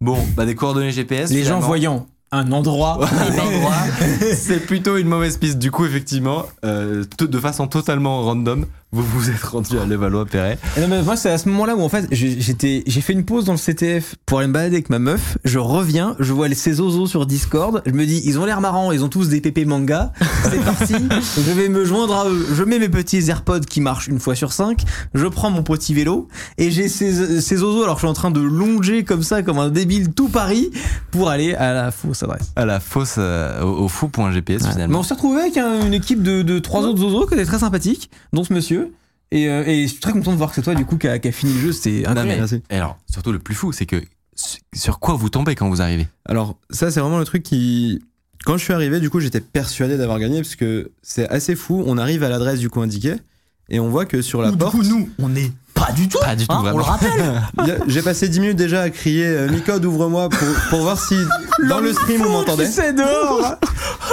bon, bah, des coordonnées GPS. Les gens finalement, voyant un endroit, ben un endroit, c'est plutôt une mauvaise piste. Du coup, effectivement, euh, tout- de façon totalement random, vous vous êtes rendu à Levallois-Perret. Et non, mais moi, c'est à ce moment-là où en fait, j'ai- j'étais, j'ai fait une pause dans le CTF pour aller me balader avec ma meuf. Je reviens, je vois ces ozos sur Discord. Je me dis, ils ont l'air marrants, ils ont tous des pépés manga. C'est parti, je vais me joindre à eux. Je mets mes petits AirPods qui marchent une fois sur cinq. Je prends mon petit vélo et j'ai ces, ces ozos. Alors, je suis en train de longer comme ça, comme un débile, tout Paris pour aller à la fausse adresse. À la fausse, euh, au, au faux point GPS Mais finalement. on s'est retrouvé avec un- une équipe de, de trois autres zozos qui étaient très sympathiques, dont ce monsieur. Et, euh, et je suis très content de voir que c'est toi du coup qui a, qui a fini le jeu. C'était Non, mais- incroyable. Merci. Et alors, surtout le plus fou, c'est que su- sur quoi vous tombez quand vous arrivez Alors, ça, c'est vraiment le truc qui. Quand je suis arrivé, du coup, j'étais persuadé d'avoir gagné parce que c'est assez fou. On arrive à l'adresse du coup indiquée et on voit que sur la Ou porte. Du coup, nous, on est pas du tout. Pas du tout, hein, on vraiment. le rappelle. il y a- J'ai passé 10 minutes déjà à crier euh, Micode, ouvre-moi pour, pour voir si dans le stream on m'entendait. C'est dehors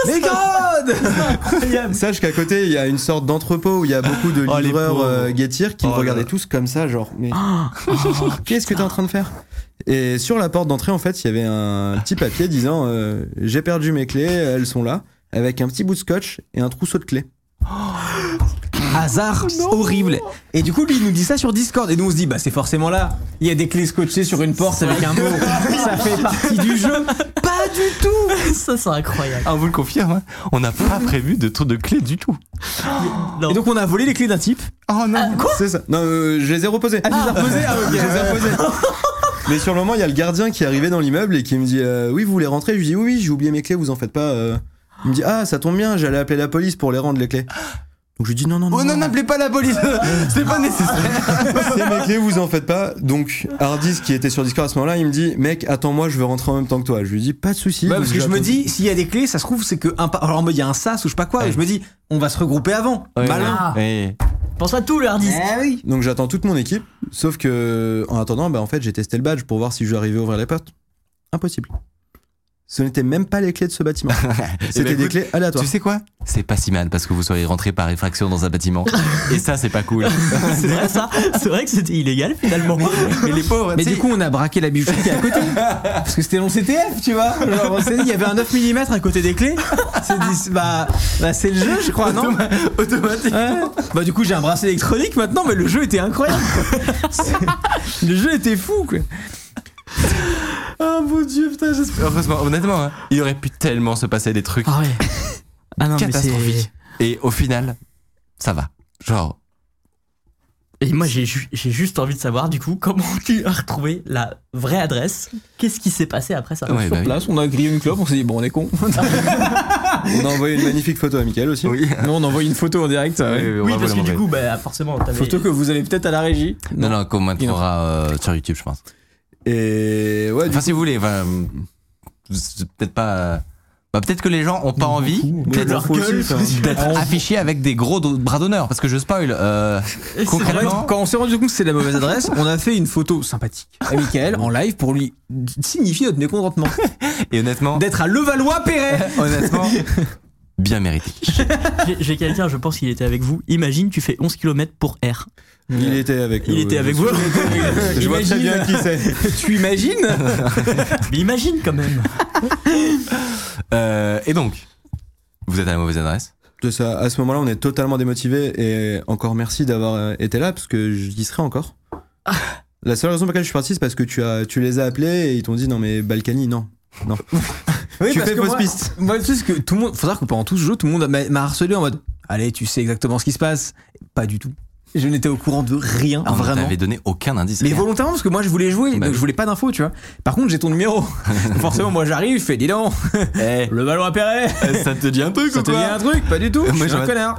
Les codes Sache qu'à côté, il y a une sorte d'entrepôt où il y a beaucoup de Oh, les livreurs pauvres. euh, guettiers qui me Oh là Ah, regardaient là. tous comme ça, genre, mais qu'est-ce que t'es en train de faire Et sur la porte d'entrée, en fait, il y avait un petit papier disant euh, J'ai perdu mes clés, elles sont là, avec un petit bout de scotch et un trousseau de clés. Hasard Oh horrible Et du coup, lui, il nous dit ça sur Discord. Et nous, on se dit, bah, c'est forcément là. Il y a des clés scotchées sur une porte avec un mot. ça fait partie du jeu. Pas du tout ça, c'est incroyable. Ah, on vous le confirme, hein, on n'a pas prévu de tour de clé du tout. Et donc, on a volé les clés d'un type. Oh non C'est ça. Non, euh, je les ai reposés. Ah, tu les as reposées Ah, ok. Je les ai reposés. Mais sur le moment, il y a le gardien qui est arrivé dans l'immeuble et qui me dit euh, Oui, vous voulez rentrer Je lui dis Oui, oui, j'ai oublié mes clés, vous en faites pas. euh. Il me dit Ah, ça tombe bien, j'allais appeler la police pour les rendre les clés. Donc je lui dis Non, non, non. Oh non, n'appelez pas la police C'est pas nécessaire C'est mes clés, vous en faites pas. Donc, Hardis, qui était sur Discord à ce moment-là, il me dit Mec, attends-moi, je veux rentrer en même temps que toi. Je lui dis Pas de soucis. Bah, parce que je me J'attends. dis, s'il y a des clés, ça se trouve, c'est que un pa- Alors, en mode, il y a un sas ou je sais pas quoi. Et je me dis, on va se regrouper avant. Malin. Ah. Eh Pense à tout, le hardis. oui Donc, j'attends toute mon équipe. Sauf que, en attendant, bah, en fait, j'ai testé le badge pour voir si je arrivais à ouvrir les portes. Impossible. Ce n'était même pas les clés de ce bâtiment. C'était des clés aléatoires. Eh Tu sais quoi ben, C'est pas si mal parce que vous seriez rentré par effraction dans un bâtiment. Et ça, c'est pas cool. C'est vrai, ça. C'est vrai que c'était illégal, finalement. Mais les pauvres, Mais du coup, on a braqué la bijouterie qui est à côté. Parce que c'était long CTF, tu vois. Genre, on s'est dit, il y avait un 9 mm à côté des clés. C'est dit, bah, bah, c'est le jeu, je crois, non automatique. Ouais. Bah, du coup, j'ai un bracelet électronique maintenant, mais le jeu était incroyable. quoi. C'est- le jeu était fou, quoi. Oh mon dieu, putain, j'espère. Heureusement, honnêtement, hein, il aurait pu tellement se passer des trucs. Ah ouais. Ah non, mais c'est. Catastrophique. Et au final, ça va. Genre, Et moi, j'ai ju- j'ai juste envie de savoir, du coup, comment tu as retrouvé la vraie adresse. Qu'est-ce qui s'est passé après ça ouais, bah oui. Place, on a grillé une clope, on s'est dit, bon, on est con. On a envoyé une magnifique photo à Michael aussi. Oui. non, on envoie une photo en direct. ouais. Oui, on Oui, va parce vous que du l'envoyer. coup, bah, forcément, t'avais. Photo que vous avez peut-être à la régie. Non, non, qu'on maintiendra euh, sur YouTube, je pense. Et ouais, du Enfin, si vous voulez, enfin, c'est peut-être pas. Bah, peut-être que les gens ont pas envie coup, d'être leur gueule, d'être affichés avec des gros do- bras d'honneur parce que je spoil. euh, concrètement, Quand on s'est rendu compte que c'est la mauvaise adresse, on a fait une photo sympathique à Michael en live pour lui signifier notre mécontentement et honnêtement, d'être à Levallois-Perret. honnêtement, bien mérité. J'ai- J'ai quelqu'un, je pense qu'il était avec vous. Imagine, tu fais 11 km pour R. Il était avec nous. Il était avec vous. Je vois très bien qui c'est. tu imagines Mais imagine quand même. Euh, et donc, vous êtes à la mauvaise adresse. De ça, à ce moment-là, on est totalement démotivé et encore merci d'avoir euh, été là parce que j'y serai encore. Ah. La seule raison pour laquelle je suis parti, c'est parce que tu, as, tu les as appelés et ils t'ont dit non mais Balkany, non. Oui, Tu parce fais que fausse moi- piste. Moi, tu sais ce que tout le monde. Faut savoir que pendant tout ce jeu, tout le monde m'a m'a harcelé en mode Allez, tu sais exactement ce qui se passe. Pas du tout. Je n'étais au courant de rien, On ne Ah, vraiment. t'avait donné aucun indice. Mais rien. volontairement, parce que moi, je voulais jouer, Bah donc oui. je voulais pas d'infos, tu vois. Par contre, j'ai ton numéro. Forcément, moi, j'arrive, je fais Dis donc, Eh, le ballon à Perret, ça te dit un truc ça ou te dit quoi un truc Pas du tout, je suis un j'aurais- connard.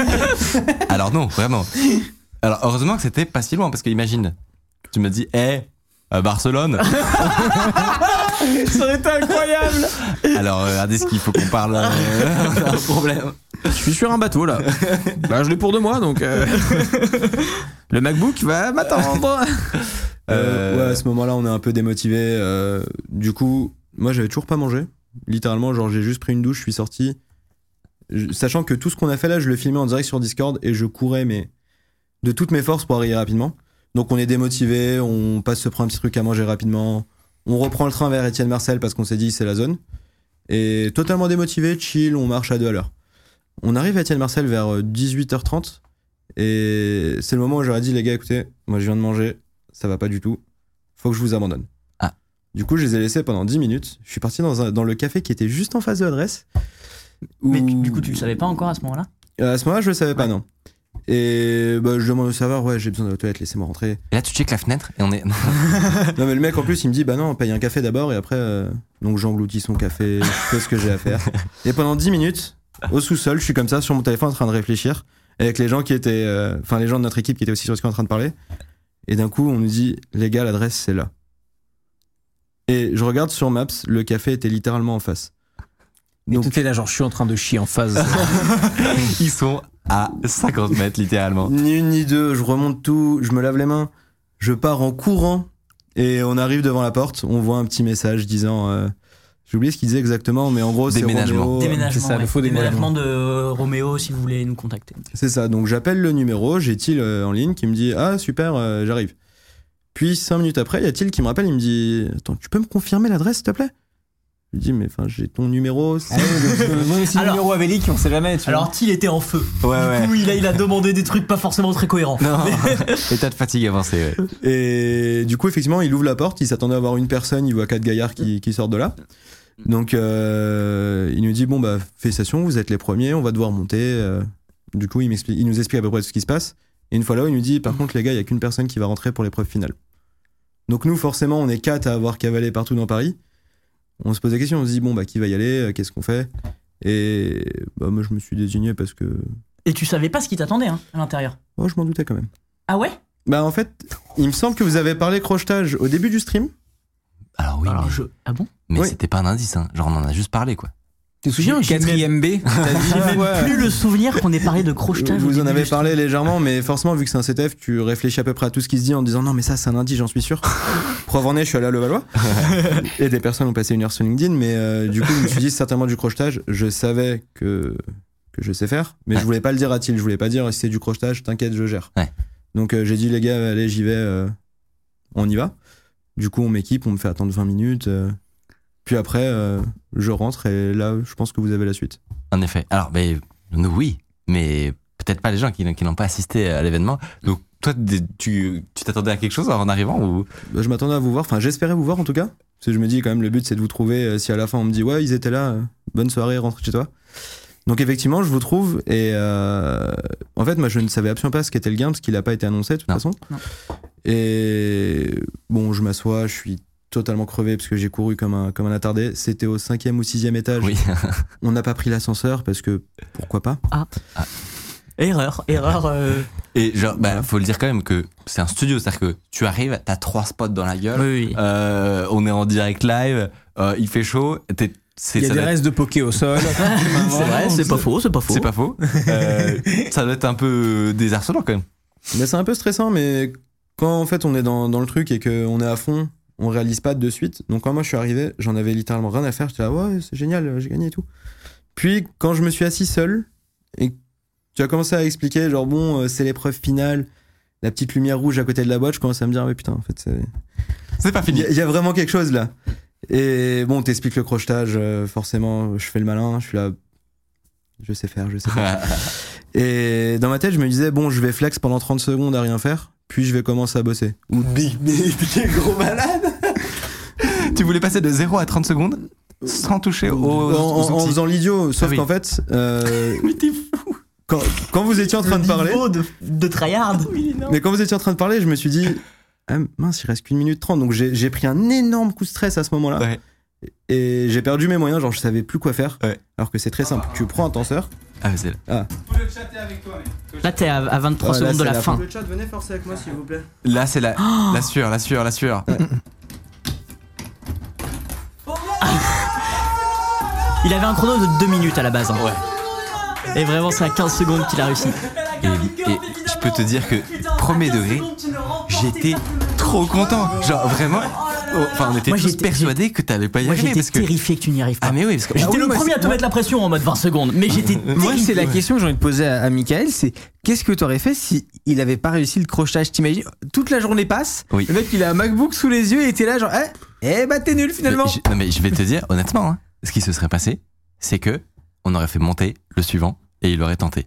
Alors non, vraiment. Alors heureusement que c'était pas si loin parce que imagine, tu me dis, eh, à Barcelone. Ça aurait été incroyable Alors, euh, Hardis, qu'il faut qu'on parle. euh, on a un problème. Je suis sur un bateau là. bah, je l'ai pour deux mois donc. euh, Le MacBook va m'attendre. Euh, ouais, à ce moment-là, on est un peu démotivé. euh, du coup, moi, j'avais toujours pas mangé. Littéralement, genre, j'ai juste pris une douche, je suis sorti. Je- sachant que tout ce qu'on a fait là, je le filmais en direct sur Discord et je courais, mais de toutes mes forces pour arriver rapidement. Donc, on est démotivé, on passe se prendre un petit truc à manger rapidement. On reprend le train vers Étienne Marcel parce qu'on s'est dit c'est la zone. Et totalement démotivé, chill, on marche à deux à l'heure. On arrive à Étienne Marcel vers euh, 18h30. Et c'est le moment où j'aurais dit, les gars, écoutez, moi je viens de manger, ça va pas du tout, faut que je vous abandonne. Ah. Du coup, je les ai laissés pendant 10 minutes. Je suis parti dans, un- dans le café qui était juste en face de l'adresse. où- Mais tu- du coup, tu le savais pas encore à ce moment-là Euh, À ce moment-là, je le savais pas, non. Et bah, je demande au serveur, ouais, j'ai besoin de la toilette, laissez-moi rentrer. Et là, tu checkes la fenêtre et on est. Non mais le mec en plus il me dit bah non on paye un café d'abord et après euh, donc j'engloutis son café, je fais ce que j'ai à faire. Et pendant 10 minutes au sous-sol je suis comme ça sur mon téléphone en train de réfléchir avec les gens qui étaient euh, enfin les gens de notre équipe qui étaient aussi sur ce qu'on est en train de parler et d'un coup on nous dit les gars l'adresse c'est là. Et je regarde sur Maps le café était littéralement en face. Et Donc- tout est là, genre, je suis en train de chier en phase. Ils sont à 50 mètres littéralement. Ni une ni deux, je remonte tout, je me lave les mains, je pars en courant et on arrive devant la porte, on voit un petit message disant euh, j'ai oublié ce qu'il disait exactement, mais en gros, c'est Déménagement. Roméo. Déménagement. c'est ça, le ouais. faux déménagement. de euh, Roméo si vous voulez nous contacter. C'est ça, donc j'appelle le numéro, j'ai Till euh, en ligne qui me dit Ah super, euh, j'arrive. Puis cinq minutes après, il y a Till qui me rappelle, il me dit Attends, tu peux me confirmer l'adresse s'il te plaît Je lui dis Mais enfin, j'ai ton numéro. c'est- Moi aussi, Alors- numéro Avélique, on sait jamais. Tu Alors, Thiel était en feu. du coup, il a, il a demandé des trucs pas forcément très cohérents. Non, état de fatigue avancée. ouais. Et du coup, effectivement, il ouvre la porte, il s'attendait à avoir une personne, il voit quatre gaillards qui, qui sortent de là. Donc euh, il nous dit Bon, bah, félicitations, vous êtes les premiers, on va devoir monter. euh. Du coup, il, m'explique- il nous explique à peu près tout ce qui se passe. Et une fois là, il nous dit Par contre, les gars, il n'y a qu'une personne qui va rentrer pour l'épreuve finale. Donc nous, forcément, on est quatre à avoir cavalé partout dans Paris. On se pose la question, on se dit Bon, bah, qui va y aller euh, Qu'est-ce qu'on fait Et bah, moi, je me suis désigné parce que. Et tu savais pas ce qui t'attendait hein, à l'intérieur. Oh, je m'en doutais quand même. Ah ouais Bah, en fait, il me semble que vous avez parlé crochetage au début du stream. Alors oui, Alors, mais, je... Ah bon mais oui. c'était pas un indice. hein. Genre, on en a juste parlé quoi. te souviens, au 4ème B J'ai même ouais. plus le souvenir qu'on ait parlé de crochetage. au Vous en début avez du- parlé légèrement, mais forcément, vu que c'est un CTF, tu réfléchis à peu près à tout ce qui se dit en disant non, mais ça, c'est un indice, j'en suis sûr. Preuve en est, je suis allé à Levallois. Et des personnes ont passé une heure sur LinkedIn, mais euh, du coup, je me suis dit c'est certainement du crochetage. Je savais que, que je sais faire, mais je voulais pas le dire à Thiel. Je voulais pas dire si c'est du crochetage, t'inquiète, je gère. Ouais. Donc euh, j'ai dit les gars, allez, j'y vais, euh, on y va. Du coup, on m'équipe, on me fait attendre 20 minutes. euh, puis après, euh, je rentre et là, je pense que vous avez la suite. En effet. Alors, ben, nous, oui, mais peut-être pas les gens qui, qui n'ont pas assisté à l'événement. Donc, toi, des- tu tu t'attendais à quelque chose en arrivant ou Bah, je m'attendais à vous voir, enfin j'espérais vous voir en tout cas. Parce que je me dis quand même le but c'est de vous trouver, euh, si à la fin on me dit ouais ils étaient là, euh, bonne soirée, rentre chez toi. Donc effectivement je vous trouve et euh, en fait moi je ne savais absolument pas ce qu'était le gain parce qu'il n'a pas été annoncé de toute Non. façon. Non. Et bon je m'assois, je suis totalement crevé parce que j'ai couru comme un, comme un attardé. C'était au cinquième ou sixième étage. Oui. On n'a pas pris l'ascenseur parce que pourquoi pas. Erreur, erreur. euh, Et genre, bah, faut le dire quand même que c'est un studio, c'est-à-dire que tu arrives, t'as trois spots dans la gueule. Oui, oui. Euh, on est en direct live, euh, il fait chaud. t'es- c'est- Il y a ça des doit être- restes de poké au sol. C'est vrai, c'est pas faux, c'est pas faux. C'est pas faux. Euh, ça doit être un peu désarçonnant quand même. Mais c'est un peu stressant, mais quand en fait on est dans, dans le truc et qu'on est à fond, on réalise pas de suite. Donc quand moi je suis arrivé, j'en avais littéralement rien à faire. J'étais là, ouais, c'est génial, euh, j'ai gagné et tout. Puis quand je me suis assis seul et tu as commencé à expliquer, genre bon, euh, c'est l'épreuve finale, la petite lumière rouge à côté de la boîte, je commence à me dire, ah ouais, putain, en fait, c'est. C'est pas Il fini. y, a- il y a vraiment quelque chose là. Et bon, t'expliques le crochetage, euh, forcément, je fais le malin, je suis là. Je sais faire, je sais faire. Et dans ma tête, je me disais, bon, je vais flex pendant 30 secondes à rien faire, puis je vais commencer à bosser. Ou big, big, gros malade tu voulais passer de 0 à 30 secondes sans toucher En, aux, aux en- en outils. faisant l'idiot, sauf Ah oui. qu'en fait. euh, Quand, quand vous étiez en train de parler. Niveau de, de tryhard. Mais quand vous étiez en train de parler, je me suis dit, ah, mince, il reste qu'une minute trente. Donc j'ai j'ai pris un énorme coup de stress à ce moment-là. Ouais. Et j'ai perdu mes moyens, genre je savais plus quoi faire. Ouais. Alors que c'est très simple. Tu prends un tenseur. Ah, mais c'est- Là, t'es à, à 23 Ouais, secondes là, de c'est la, la fin. fin. Le chat, venez forcer avec moi s'il vous plaît. Là, c'est la, la sueur, la sueur, la sueur. Il avait un chrono de 2 minutes à la base. hein. Ouais. Et vraiment, c'est à 15 secondes qu'il a réussi. Et, et je peux te dire que, premier degré, j'étais trop content. Genre, vraiment, oh, enfin, on était Moi, tous j'étais- persuadés que t'allais pas y Moi, arriver. j'étais Parce que... terrifié que tu n'y arrives pas. Ah, mais oui, parce que. J'étais le moi, premier à te mettre la pression en mode 20 secondes, mais j'étais Moi, c'est la Ouais. question que j'ai envie de poser à, à Michael, c'est qu'est-ce que t'aurais fait si il avait pas réussi le crochetage T'imagines Toute la journée passe, Oui. le mec il a un MacBook sous les yeux et t'es là genre, eh, eh bah t'es nul finalement. Mais je- non, mais je vais te dire, honnêtement, hein, ce qui se serait passé, c'est que on aurait fait monter le suivant et il aurait tenté.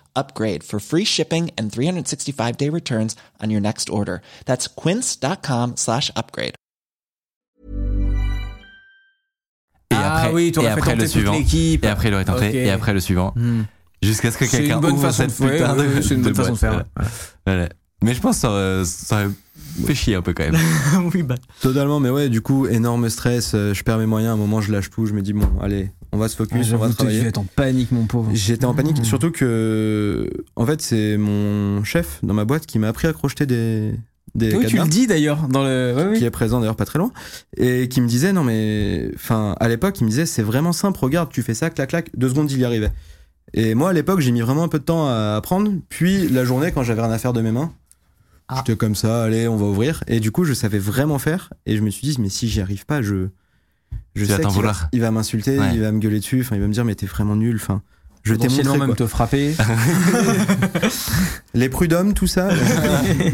upgrade for free shipping and 365 day returns on your next order. That's quince.com slash upgrade. Et Ah après, oui, t'aurais et fait après tenter le toute suivant. l'équipe. Et après, il aurait tenté. Ok. Et après, le suivant. Hmm. Jusqu'à ce que C'est quelqu'un une bonne ouvre façon cette de- ouais, putain de, ouais, c'est une bonne boîte. façon de faire, ouais. Voilà. Mais je pense que ça aurait, ça aurait fait chier un peu quand même. oui, bah. Totalement, mais ouais, du coup, énorme stress, euh, je perds mes moyens, à un moment je lâche tout, je me dis bon, allez, on va se focus, on va J'avoue, t'as dû travailler. être en panique mon pauvre. J'étais en Mm. panique, surtout que, en fait, c'est mon chef dans ma boîte qui m'a appris à crocheter des, des Oui, tu cadenas, le dis d'ailleurs dans le. ouais, ouais. qui est présent d'ailleurs pas très loin, et qui me disait, non mais, enfin, à l'époque, il me disait, c'est vraiment simple, regarde, tu fais ça, clac, clac, deux secondes, il y arrivait. Et moi, à l'époque, j'ai mis vraiment un peu de temps à apprendre, puis la journée, quand j'avais rien à faire de mes mains, Ah. j'étais comme ça, allez, on va ouvrir, et du coup, je savais vraiment faire, et je me suis dit, mais si j'y arrive pas, je. Je Tu vas sais t'en qu'il va, vouloir. il va m'insulter, Ouais. il va me gueuler dessus, enfin, il va me dire mais t'es vraiment nul, enfin, je t'ai montré Potentiellement quoi. même te frapper. Les prud'hommes, tout ça.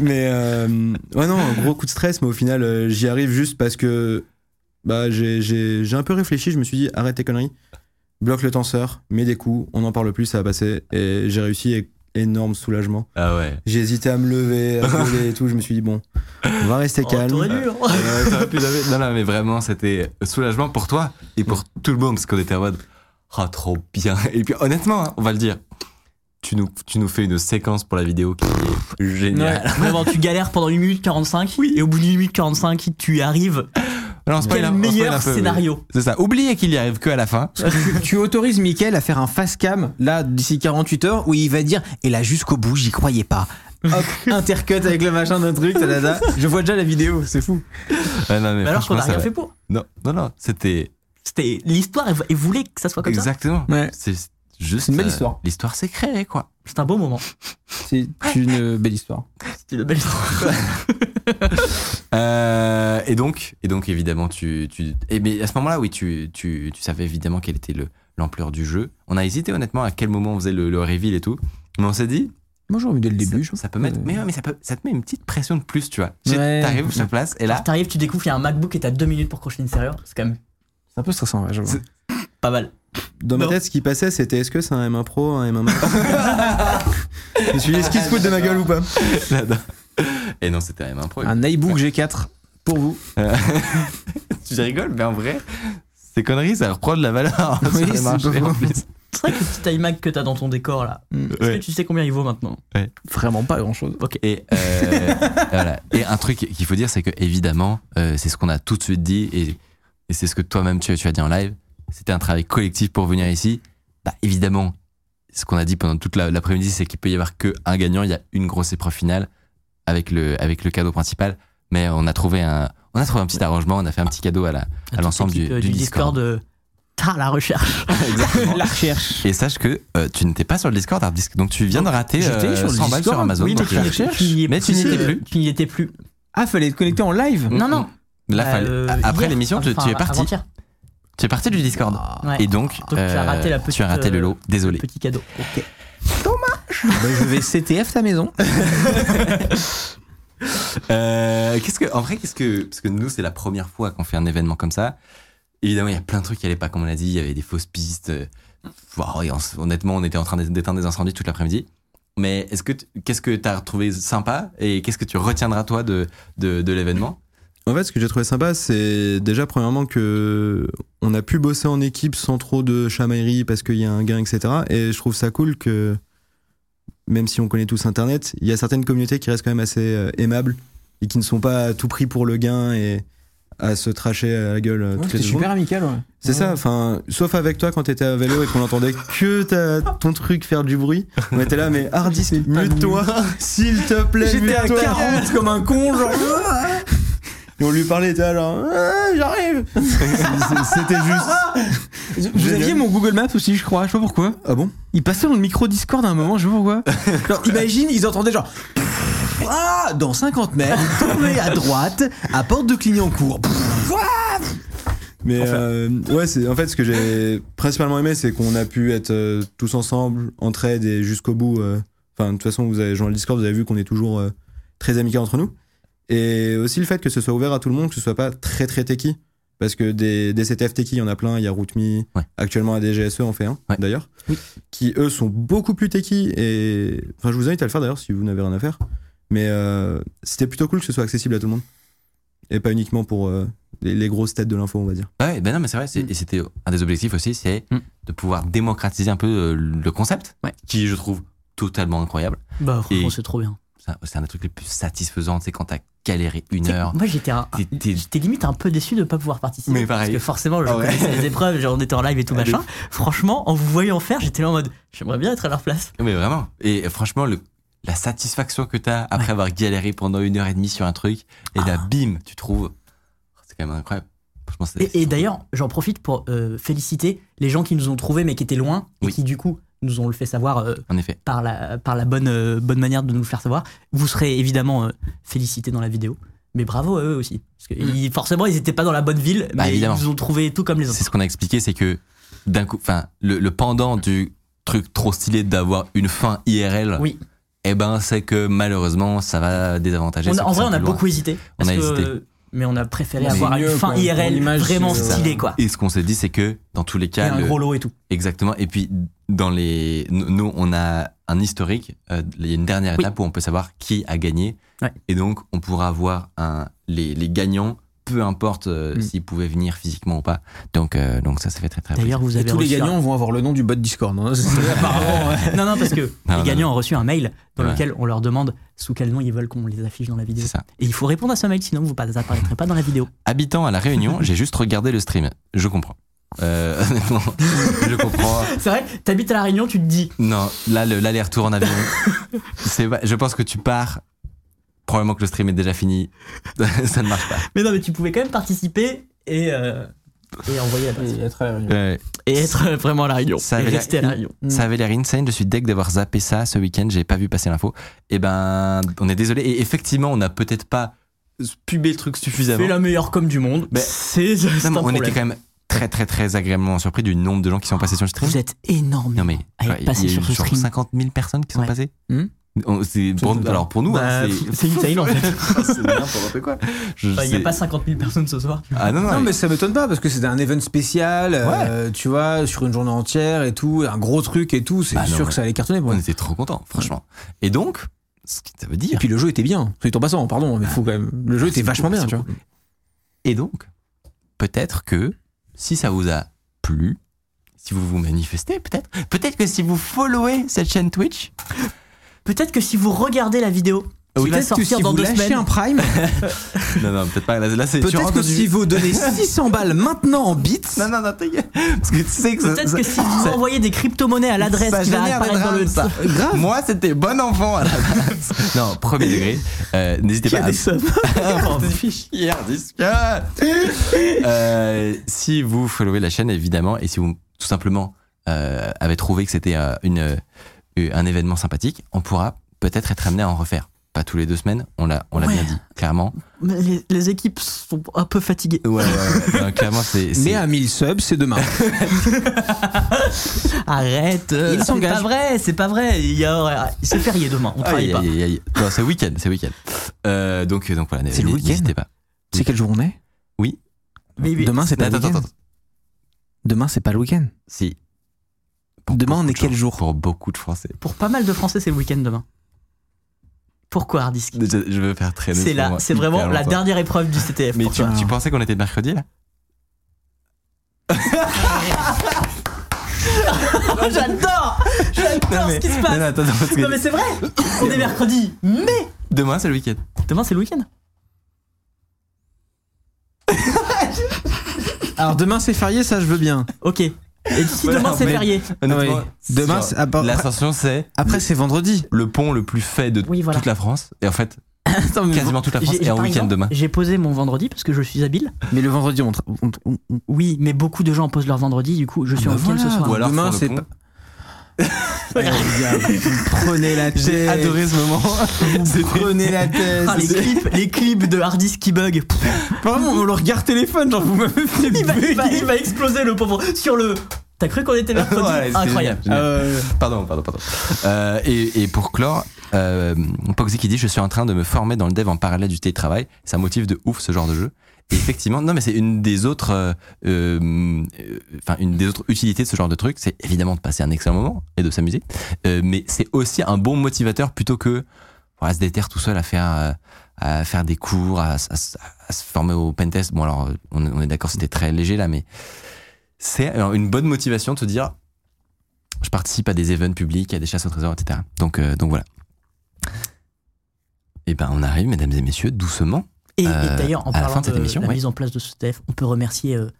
mais euh, ouais, non, gros coup de stress, mais au final, euh, j'y arrive juste parce que bah, j'ai- j'ai j'ai un peu réfléchi. Je me suis dit, arrête tes conneries, bloque le tenseur, mets des coups, on n'en parle plus, ça va passer. Et j'ai réussi, et- énorme soulagement. Ah ouais. J'ai hésité à me lever, à gueuler et tout. Je me suis dit, bon, on va Oh, rester calme. T'aurais Euh, dû. hein. Ouais, t'aurais pu laver. non, non, mais vraiment, c'était soulagement pour toi et pour tout le monde parce qu'on était en mode Ah, trop bien. Et puis, honnêtement, hein, on va le dire, tu nous, tu nous fais une séquence pour la vidéo qui est géniale. Vraiment, tu galères pendant 1 minute 45, et au bout d'une minute 45, tu y arrives. Non, on spoil Quel un- on spoil meilleur un peu, mais- scénario. C'est ça. Oubliez qu'il y arrive que à la fin. tu, tu autorises Michael à faire un fast cam là d'ici 48 heures où il va dire et là jusqu'au bout j'y croyais pas. Hop, intercut avec le machin d'un truc, tadada. Je vois déjà la vidéo, c'est fou. Ouais, non, mais Mais alors franchement, qu'on n'a ça rien va. fait pour. Non, non, non, c'était C'était l'histoire, elle- elle voulait que ça soit comme ça. exactement. Ouais. C'est juste C'est une belle euh, histoire. L'histoire s'est créée, quoi. C'est un beau moment. C'est une belle histoire. C'était une belle histoire. Euh, et donc, et donc évidemment, tu, tu, et mais à ce moment-là, oui, tu, tu, tu savais évidemment quelle était le l'ampleur du jeu. On a hésité honnêtement à quel moment on faisait le, le reveal et tout, mais on s'est dit, Moi j'ai envie dès le début. ça, ça peut mettre, mais, ouais, mais ça peut, ça te met une petite pression de plus, tu vois. Tu sais, Ouais. T'arrives sur place et là, T'arrives, tu découvres, il y a un MacBook et t'as 2 minutes pour crocheter une serrure. C'est quand même C'est un peu stressant, ouais, j'avoue. C'est- pas mal. Dans ma Non. tête, ce qui passait, c'était est-ce que c'est un M1 Pro, un M1 Max Je me suis dit, est-ce qu'il se fout de ma gueule ou pas et non, c'était même un pro. Un iBook G4 pour vous. Tu rigoles, mais en vrai, ces conneries, ça reprend de la valeur Oui, sur le c'est marché, pas en faux. plus. C'est vrai que le petit iMac que t'as dans ton décor là, est-ce Ouais. que tu sais combien il vaut maintenant Vraiment pas grand chose. Et, euh, voilà. et un truc qu'il faut dire, c'est que évidemment, euh, c'est ce qu'on a tout de suite dit et, et c'est ce que toi-même tu, tu as dit en live. C'était un travail collectif pour venir ici. Bah, évidemment, ce qu'on a dit pendant toute la- l'après-midi, c'est qu'il peut y avoir que un gagnant. Il y a une grosse épreuve finale avec le, avec le cadeau principal. Mais on a trouvé un, on a trouvé un petit arrangement. On a fait un petit cadeau à la, à l'ensemble du, L'équipe, euh, du Discord. euh, T'as la recherche. Exactement. La recherche. Et sache que euh, tu n'étais pas sur le Discord, Hard Disk. Donc tu viens de rater J'étais euh, sur le 100 balles Discord. sur Amazon. Oui, Donc, donc la euh, recherche. Mais tu n'y étais plus. Tu euh, n'y étais plus. Ah, fallait être connecté en live. Non, non. là, Bah, fallait- euh, après hier, l'émission, tu, tu enfin, es parti. avant-hier. Tu es parti du Discord. Ouais. Et donc, Ah. Donc, tu as raté la euh, petite, tu as raté le euh, lot. Désolé. Petit cadeau. Bah, je vais CTF ta maison. Euh, qu'est-ce que, en vrai, qu'est-ce que, parce que nous, c'est la première fois qu'on fait un événement comme ça. Évidemment, il y a plein de trucs qui allaient pas, comme on l'a dit. Il y avait des fausses pistes. euh, wow, et on- honnêtement, on était en train d'éteindre des incendies toute l'après-midi. Mais est-ce que, tu- qu'est-ce que tu as retrouvé sympa et qu'est-ce que tu retiendras toi de, de, de l'événement En fait, ce que j'ai trouvé sympa, c'est déjà premièrement que on a pu bosser en équipe sans trop de chamaillerie parce qu'il y a un gain, etc. Et je trouve ça cool que même si on connaît tous Internet, il y a certaines communautés qui restent quand même assez euh, aimables et qui ne sont pas à tout prix pour le gain et à se tracher à la gueule euh, toutes les C'était deux secondes. super amical, ouais. C'est ça, enfin, sauf avec toi quand t'étais à vélo et qu'on entendait que ta, ton truc faire du bruit. On était là, mais Hardis, mute-toi, s'il te plaît, mute-toi. comme un con, genre. Et on lui parlait, t'es là, genre, Ah, j'arrive. C'était juste. Vous aviez mon Google Maps aussi, je crois, je sais pas pourquoi. Ah bon Il passait dans le micro Discord à un moment, je sais pas pourquoi. Genre, imagine, ils entendaient genre. Ah, dans 50 mètres, tournez à droite, à porte de Clignancourt. Mais euh, ouais, c'est en fait ce que j'ai principalement aimé, c'est qu'on a pu être euh, tous ensemble, entre aides et jusqu'au bout. euh. Enfin, de toute façon, vous avez, dans le Discord, vous avez vu qu'on est toujours euh, très amicaux entre nous. Et aussi le fait que ce soit ouvert à tout le monde, que ce soit pas très très techie. Parce que des, des CTF techie, il y en a plein. Il y a RootMe, Ouais. actuellement ADGSE en E, fait un Ouais. d'ailleurs, Oui. qui eux sont beaucoup plus techie. Et enfin, je vous invite à le faire d'ailleurs si vous n'avez rien à faire. Mais euh, c'était plutôt cool que ce soit accessible à tout le monde et pas uniquement pour euh, les- les grosses têtes de l'info, on va dire. Ah ouais, ben non, mais c'est vrai, c'est- et c'était un des objectifs aussi, c'est Mm. de pouvoir démocratiser un peu euh, le concept, Ouais. qui je trouve totalement incroyable. Bah, franchement, Et- c'est trop bien. C'est un- C'est un des trucs les plus satisfaisants, c'est quand t'as galéré une T'sais, heure. Moi, j'étais un- t'es- t'es- J'étais limite un peu déçu de pas pouvoir participer. Mais pareil. Parce que forcément, je Ah ouais. connaissais les épreuves, genre on était en live et tout Ah, de machin. Franchement, en vous voyant faire, j'étais là en mode j'aimerais bien être à leur place. Mais vraiment. Et franchement, le, la satisfaction que t'as après avoir galéré pendant une heure et demie sur un truc, et là, bim, tu trouves. oh, C'est quand même incroyable. Franchement, c'est- Ah. Et, Bah, c'est et trop d'ailleurs, j'en profite pour euh, féliciter les gens qui nous ont trouvés mais qui étaient loin et Oui. qui du coup nous ont le fait savoir euh, cool. En effet. par la, par la bonne, euh, bonne manière de nous le faire savoir. Vous serez évidemment euh, félicités dans la vidéo. Mais bravo à eux aussi. Parce que ils- forcément, ils n'étaient pas dans la bonne ville, Mm. Bah, mais ils évidemment. nous ont trouvé tout comme les autres. C'est ce qu'on a expliqué, c'est que d'un coup, enfin, le, le pendant du truc trop stylé d'avoir une fin IRL, Oui. eh ben, c'est que malheureusement, ça va désavantager. On a- ceux en qui vrai, sont on a plus loin. beaucoup hésité. parce a que- hésité. Mais on a préféré C'est avoir mieux, une fin quoi, pour IRL l'image, vraiment c'est- stylée, quoi. Et ce qu'on s'est dit, c'est que dans tous les Et cas, un le- gros lot et tout. exactement. Et puis dans les, nous- nous, on a un historique. euh, Il y a une dernière Oui. étape où on peut savoir qui a gagné, Ouais. et donc on pourra voir un, les, les gagnants, peu importe euh, Mm. s'ils pouvaient venir physiquement ou pas. Donc, euh, donc ça, ça fait très très. D'ailleurs, vous Et avez tous les reçu un- gagnants vont avoir le nom du bot Discord. hein. C'est- Apparemment, ouais. Non, non, parce que non, les gagnants ont reçu un mail dans Ouais. lequel on leur demande sous quel nom ils veulent qu'on les affiche dans la vidéo. C'est ça. Et il faut répondre à ce mail, sinon vous ne apparaîtrez pas dans la vidéo. Habitant à La Réunion, j'ai juste regardé le stream. Je comprends. Euh, honnêtement, je comprends. C'est vrai, t'habites à La Réunion, tu te dis. Non, là, le- l'aller-retour en avion, c'est pas- je pense que tu pars. Probablement que le stream est déjà fini. ça ne marche pas. Mais non, mais tu pouvais quand même participer et, euh, et envoyer l'adresse. Ouais. Et être vraiment à La Réunion. Ça et avait l'air- rester à La Réunion. Ça avait l'air insane. Je suis deg d'avoir zappé ça ce week-end. J'ai pas vu passer l'info. Et ben, on est désolé. Et effectivement, on n'a peut-être pas pubé le truc suffisamment. Fais la meilleure com du monde. Ben, c'est c'est Non, un mais on problème. était quand même très, très, très agréablement surpris du nombre de gens qui sont passés sur le stream. Vous êtes énorme. Non mais à être ouais, passé il y a sur eu ce genre stream. 50 000 personnes qui sont Ouais. passées. Hmm On- c'est pour- doute pas. alors pour nous, Bah, hein, pff, c'est c'est une taille en fait. c'est n'importe quoi. Je Enfin, Il n'y a sais- pas 50 000 personnes ce soir. Ah non non, Non, mais- mais ça m'étonne pas parce que c'était un event spécial, euh, tu vois, sur une journée entière et tout, un gros truc et tout. C'est Bah non, sûr ouais. que ça allait cartonner pour on nous. était trop contents franchement. Et donc, ce que ça veut Et dire. puis le jeu était bien. C'est en passant, pardon, mais faut quand même. Le jeu était vachement bien, tu vois. Et donc, peut-être que si ça vous a plu, si vous vous manifestez, peut-être, peut-être que si vous followez cette chaîne Twitch, Peut-être que si vous regardez la vidéo Ah, qui va Peut-être que sortir si dans vous deux lâchez semaines, un prime, non non peut-être pas. Là, là, c'est tu peut-être que rentres si du- vous donnez 600 balles maintenant en bits, non non non ta gueule. parce que tu sais que ça- peut-être ça- que si vous ça- envoyez des crypto-monnaies à l'adresse Ça qui va génère des apparaître dans le... drames, ça. Moi, c'était bon enfant à la base. non, premier degré. Euh, N'hésitez pas à. Ah. Euh, si vous followez la chaîne, évidemment, et si vous tout simplement euh, avez trouvé que c'était euh, une, euh, un événement sympathique, on pourra peut-être être amené à en refaire. Pas tous les deux semaines, on l'a on l'a Ouais. bien dit, clairement. Mais les, les équipes sont un peu fatiguées. Ouais, ouais, ouais. Non, clairement, c'est. c'est- mais à 1000 subs, c'est demain. Arrête euh, Ils C'est s'engagent. pas vrai, c'est pas vrai. Il y a... C'est férié demain, on travaille Aïe, pas. aïe, aïe, aïe. Non, c'est week-end, c'est week-end. Euh, donc, donc voilà, C'est le week-end n'hésitez pas. C'est quelle jour on est Mais- mais- Demain, c'est pas le Attends, week-end. attends, attends. Demain, c'est pas le week-end. Si. Demain, on beaucoup est de quel gens- jour Pour beaucoup de Français. Pour pas mal de Français, c'est le week-end demain. Pourquoi Hardisk Je, je veux faire traîner. C'est pour là, moi c'est hyper vraiment la longtemps. dernière épreuve du CTF. Mais pour tu, toi. tu pensais qu'on était mercredi là Oh, J'adore J'adore ce qui se Non, non, passe attends, attends, parce que Non mais c'est vrai On est mercredi, mais demain c'est le week-end. demain c'est le week-end. Alors demain c'est férié, ça je veux bien. Ok. Et si Voilà, demain c'est mais- férié Honnêtement, Ouais. Demain, genre, c'est- à part- l'ascension c'est Après c'est vendredi. le pont le plus fait de Oui, voilà. toute la France et en fait Attends, mais, quasiment toute la France J'ai- est en par week-end exemple, demain. J'ai posé mon vendredi parce que je suis habile. mais le vendredi on, tra- on- on- on- Oui, mais beaucoup de gens posent leur vendredi, du coup je suis en bah week-end voilà. ce soir. Ou alors Demain, sur le c'est pont. pas- Oh, prenez la tête. J'ai adoré ce moment. Prenez la tête. Ah, les, clips, les clips de Hard Disk qui bug. Vraiment, on le regarde téléphone, genre vous m'avez fait Il va, il va- bugger. il va exploser le pauvre sur le. T'as cru qu'on était mercredi Ah Ouais, c'est Incroyable. génial, génial. Euh, Pardon, pardon, pardon. Euh, et, et pour clore, euh, Poxy qui dit Je suis en train de me former dans le dev en parallèle du télétravail. Ça motive de ouf ce genre de jeu. Et effectivement, non, mais c'est une des autres, euh, euh, euh, enfin une des autres utilités de ce genre de truc, c'est évidemment de passer un excellent moment et de s'amuser. Euh, mais c'est aussi un bon motivateur plutôt que voilà, se déterre tout seul à faire. euh, à faire des cours, à, s- à s- à se former au pentest. Bon, alors, euh, on, est- on est d'accord, c'était très léger là, mais c'est alors, une bonne motivation de te dire je participe à des events publics, à des chasses au trésor, etc. Donc, euh, donc voilà. Et ben, on arrive, mesdames et messieurs, doucement. Et, et Euh, d'ailleurs, en à la parlant fin de de, cette émission, la oui. mise en place de ce TF, on peut remercier euh,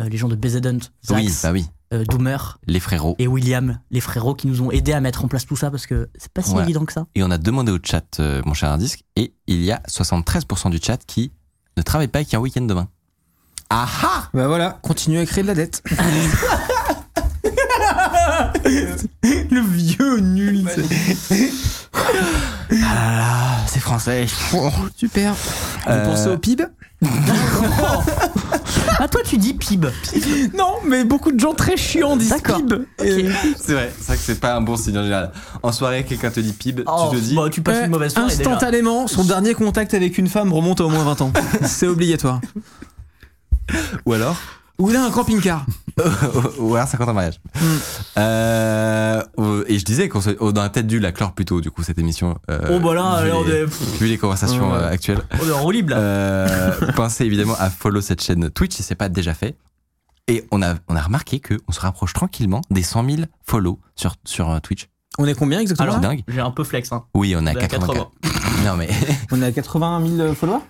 euh, les gens de BZ Hunt, Zax, Oui, bah oui, euh, Doomer les frérots. et William, les frérots qui nous ont aidés à mettre en place tout ça parce que c'est pas si Voilà. évident que ça. Et on a demandé au chat, euh, mon cher Hardisk, et il y a 73% du chat qui ne travaille pas et qui a un week-end demain. Ah ah bah voilà, continuez à créer de la dette. le vieux nul. Bah, Ah là là, c'est français. Super. Vous Euh, pensez au PIB Ah, toi, tu dis PIB. Non, mais beaucoup de gens très chiants disent D'accord. PIB. Et- C'est vrai, c'est vrai que c'est pas un bon signe en général. En soirée, quelqu'un te dit pib, Oh, tu te dis. bah, tu passes Ouais, une mauvaise soirée. déjà. Instantanément, son dernier contact avec une femme remonte à au moins 20 ans. C'est obligatoire. Ou alors Ou là, un camping-car. Ou alors 50 ans de mariage. Hmm. Euh, et je disais qu'on se- on aurait peut-être dû la clore plus tôt, du coup, cette émission. euh, Oh, bah là, vu alors, les- on est- pff, vu les conversations Ouais. euh, actuelles. on est en roulib, là. Euh, pensez évidemment à follow cette chaîne Twitch si c'est pas déjà fait. Et on a, on a remarqué que on se rapproche tranquillement des 100 000 follow sur, sur euh, Twitch. On est combien exactement C'est là dingue. J'ai un peu flex. Hein. Oui, on a On est à 84. non mais, On est à 80 000 followers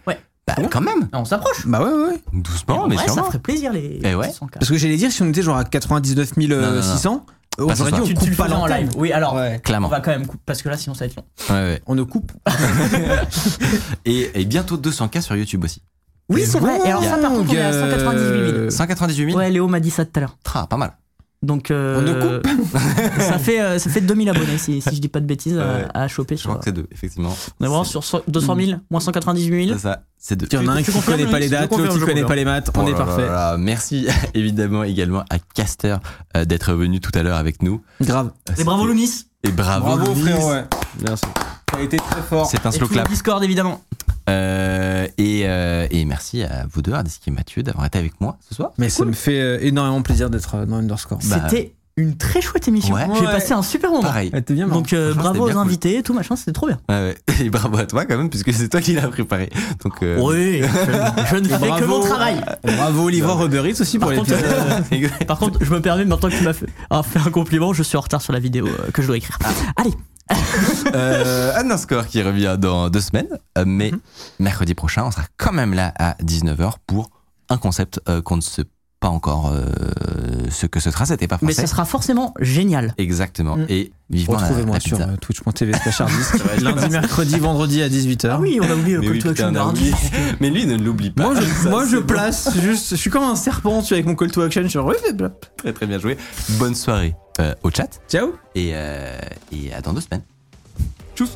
bah, quand même, Ah, on s'approche. Bah ouais, ouais, ouais. doucement, En mais vrai, ça sûrement. ferait plaisir les. Eh ouais. les 100K. Parce que j'allais dire, si on était genre à 99 non, non. 600, euh, Pas on ce aurait dit soir. on Tu, coupe tu le pas faisais en l'antenne. live. Oui, alors. Ouais. On Clairement. va quand même couper parce que là, sinon, ça va être long. Ouais, ouais. On ne coupe. Et, et bientôt 200K sur YouTube aussi. Oui, c'est vrai. Et alors, ça, par contre, on est à Euh, 198 000. 198 000 Ouais, Léo m'a dit ça tout à l'heure. Tra, Ah, pas mal. Donc, euh, ça fait euh, ça fait 2000 abonnés si, si je dis pas de bêtises à- Ouais. à, choper. Je sur- crois que c'est deux, effectivement. on est vraiment sur so- 200 000 moins 198 C'est 000. ça, c'est deux. Il y en a un Tu qui confirmes, connaît pas Louis les dates, Je confirme, l'autre qui je connaît confirme. pas les maths. On Oh est là parfait. là là. Merci évidemment également à Caster euh, d'être venu tout à l'heure avec nous. Grave. Euh, Et bravo c'était- Lounis Et bravo, Louis. ouais. Merci. Ça a été très fort. C'est un et tout slow le clap. Discord évidemment. Euh, et, euh, et merci à vous deux, Ardiski et Mathieu, d'avoir été avec moi ce soir. Mais ça me fait euh, énormément plaisir d'être euh, dans Underscore. Bah, C'était une très chouette émission. Ouais. J'ai Ouais. passé un super moment. Pareil. Ah, t'es bien marrant. Donc euh, Franchement, bravo c'était aux bien cool. invités et tout machin, c'était trop bien. Ouais, ouais. Et bravo à toi quand même, puisque c'est toi qui l'as préparé. Donc, euh, Oh, Oui, je, je ne fais que bravo. mon travail. Bravo au livreur Uber Eats aussi pour Par les contre, euh, par contre, je me permets maintenant que tu m'as fait, ah, fait un compliment, je suis en retard sur la vidéo euh, que je dois écrire. Allez, euh, Underscore qui revient dans deux semaines. Euh, mais Mhm. mercredi prochain, on sera quand même là à 19h pour un concept euh, qu'on ne sait pas encore euh, ce que ce sera. C'était pas mais français. ça sera forcément génial. Exactement. Mm. Et vivement la- Retrouvez-moi la sur pizza. euh, twitch.tv slash hardisk. Lundi, mercredi, vendredi à 18h. Ah oui, on a oublié le Mais call oui, to putain, action on a d'Hardy. oublié. Mais lui, ne l'oublie pas. Moi, je, Ça, moi, c'est je bon. place juste. Je suis comme un serpent, tu vois, avec mon call to action. Je suis genre, oui, blap, blap. Très très bien joué. Bonne soirée euh, au chat ciao. et, euh, et à dans deux semaines. Tchuss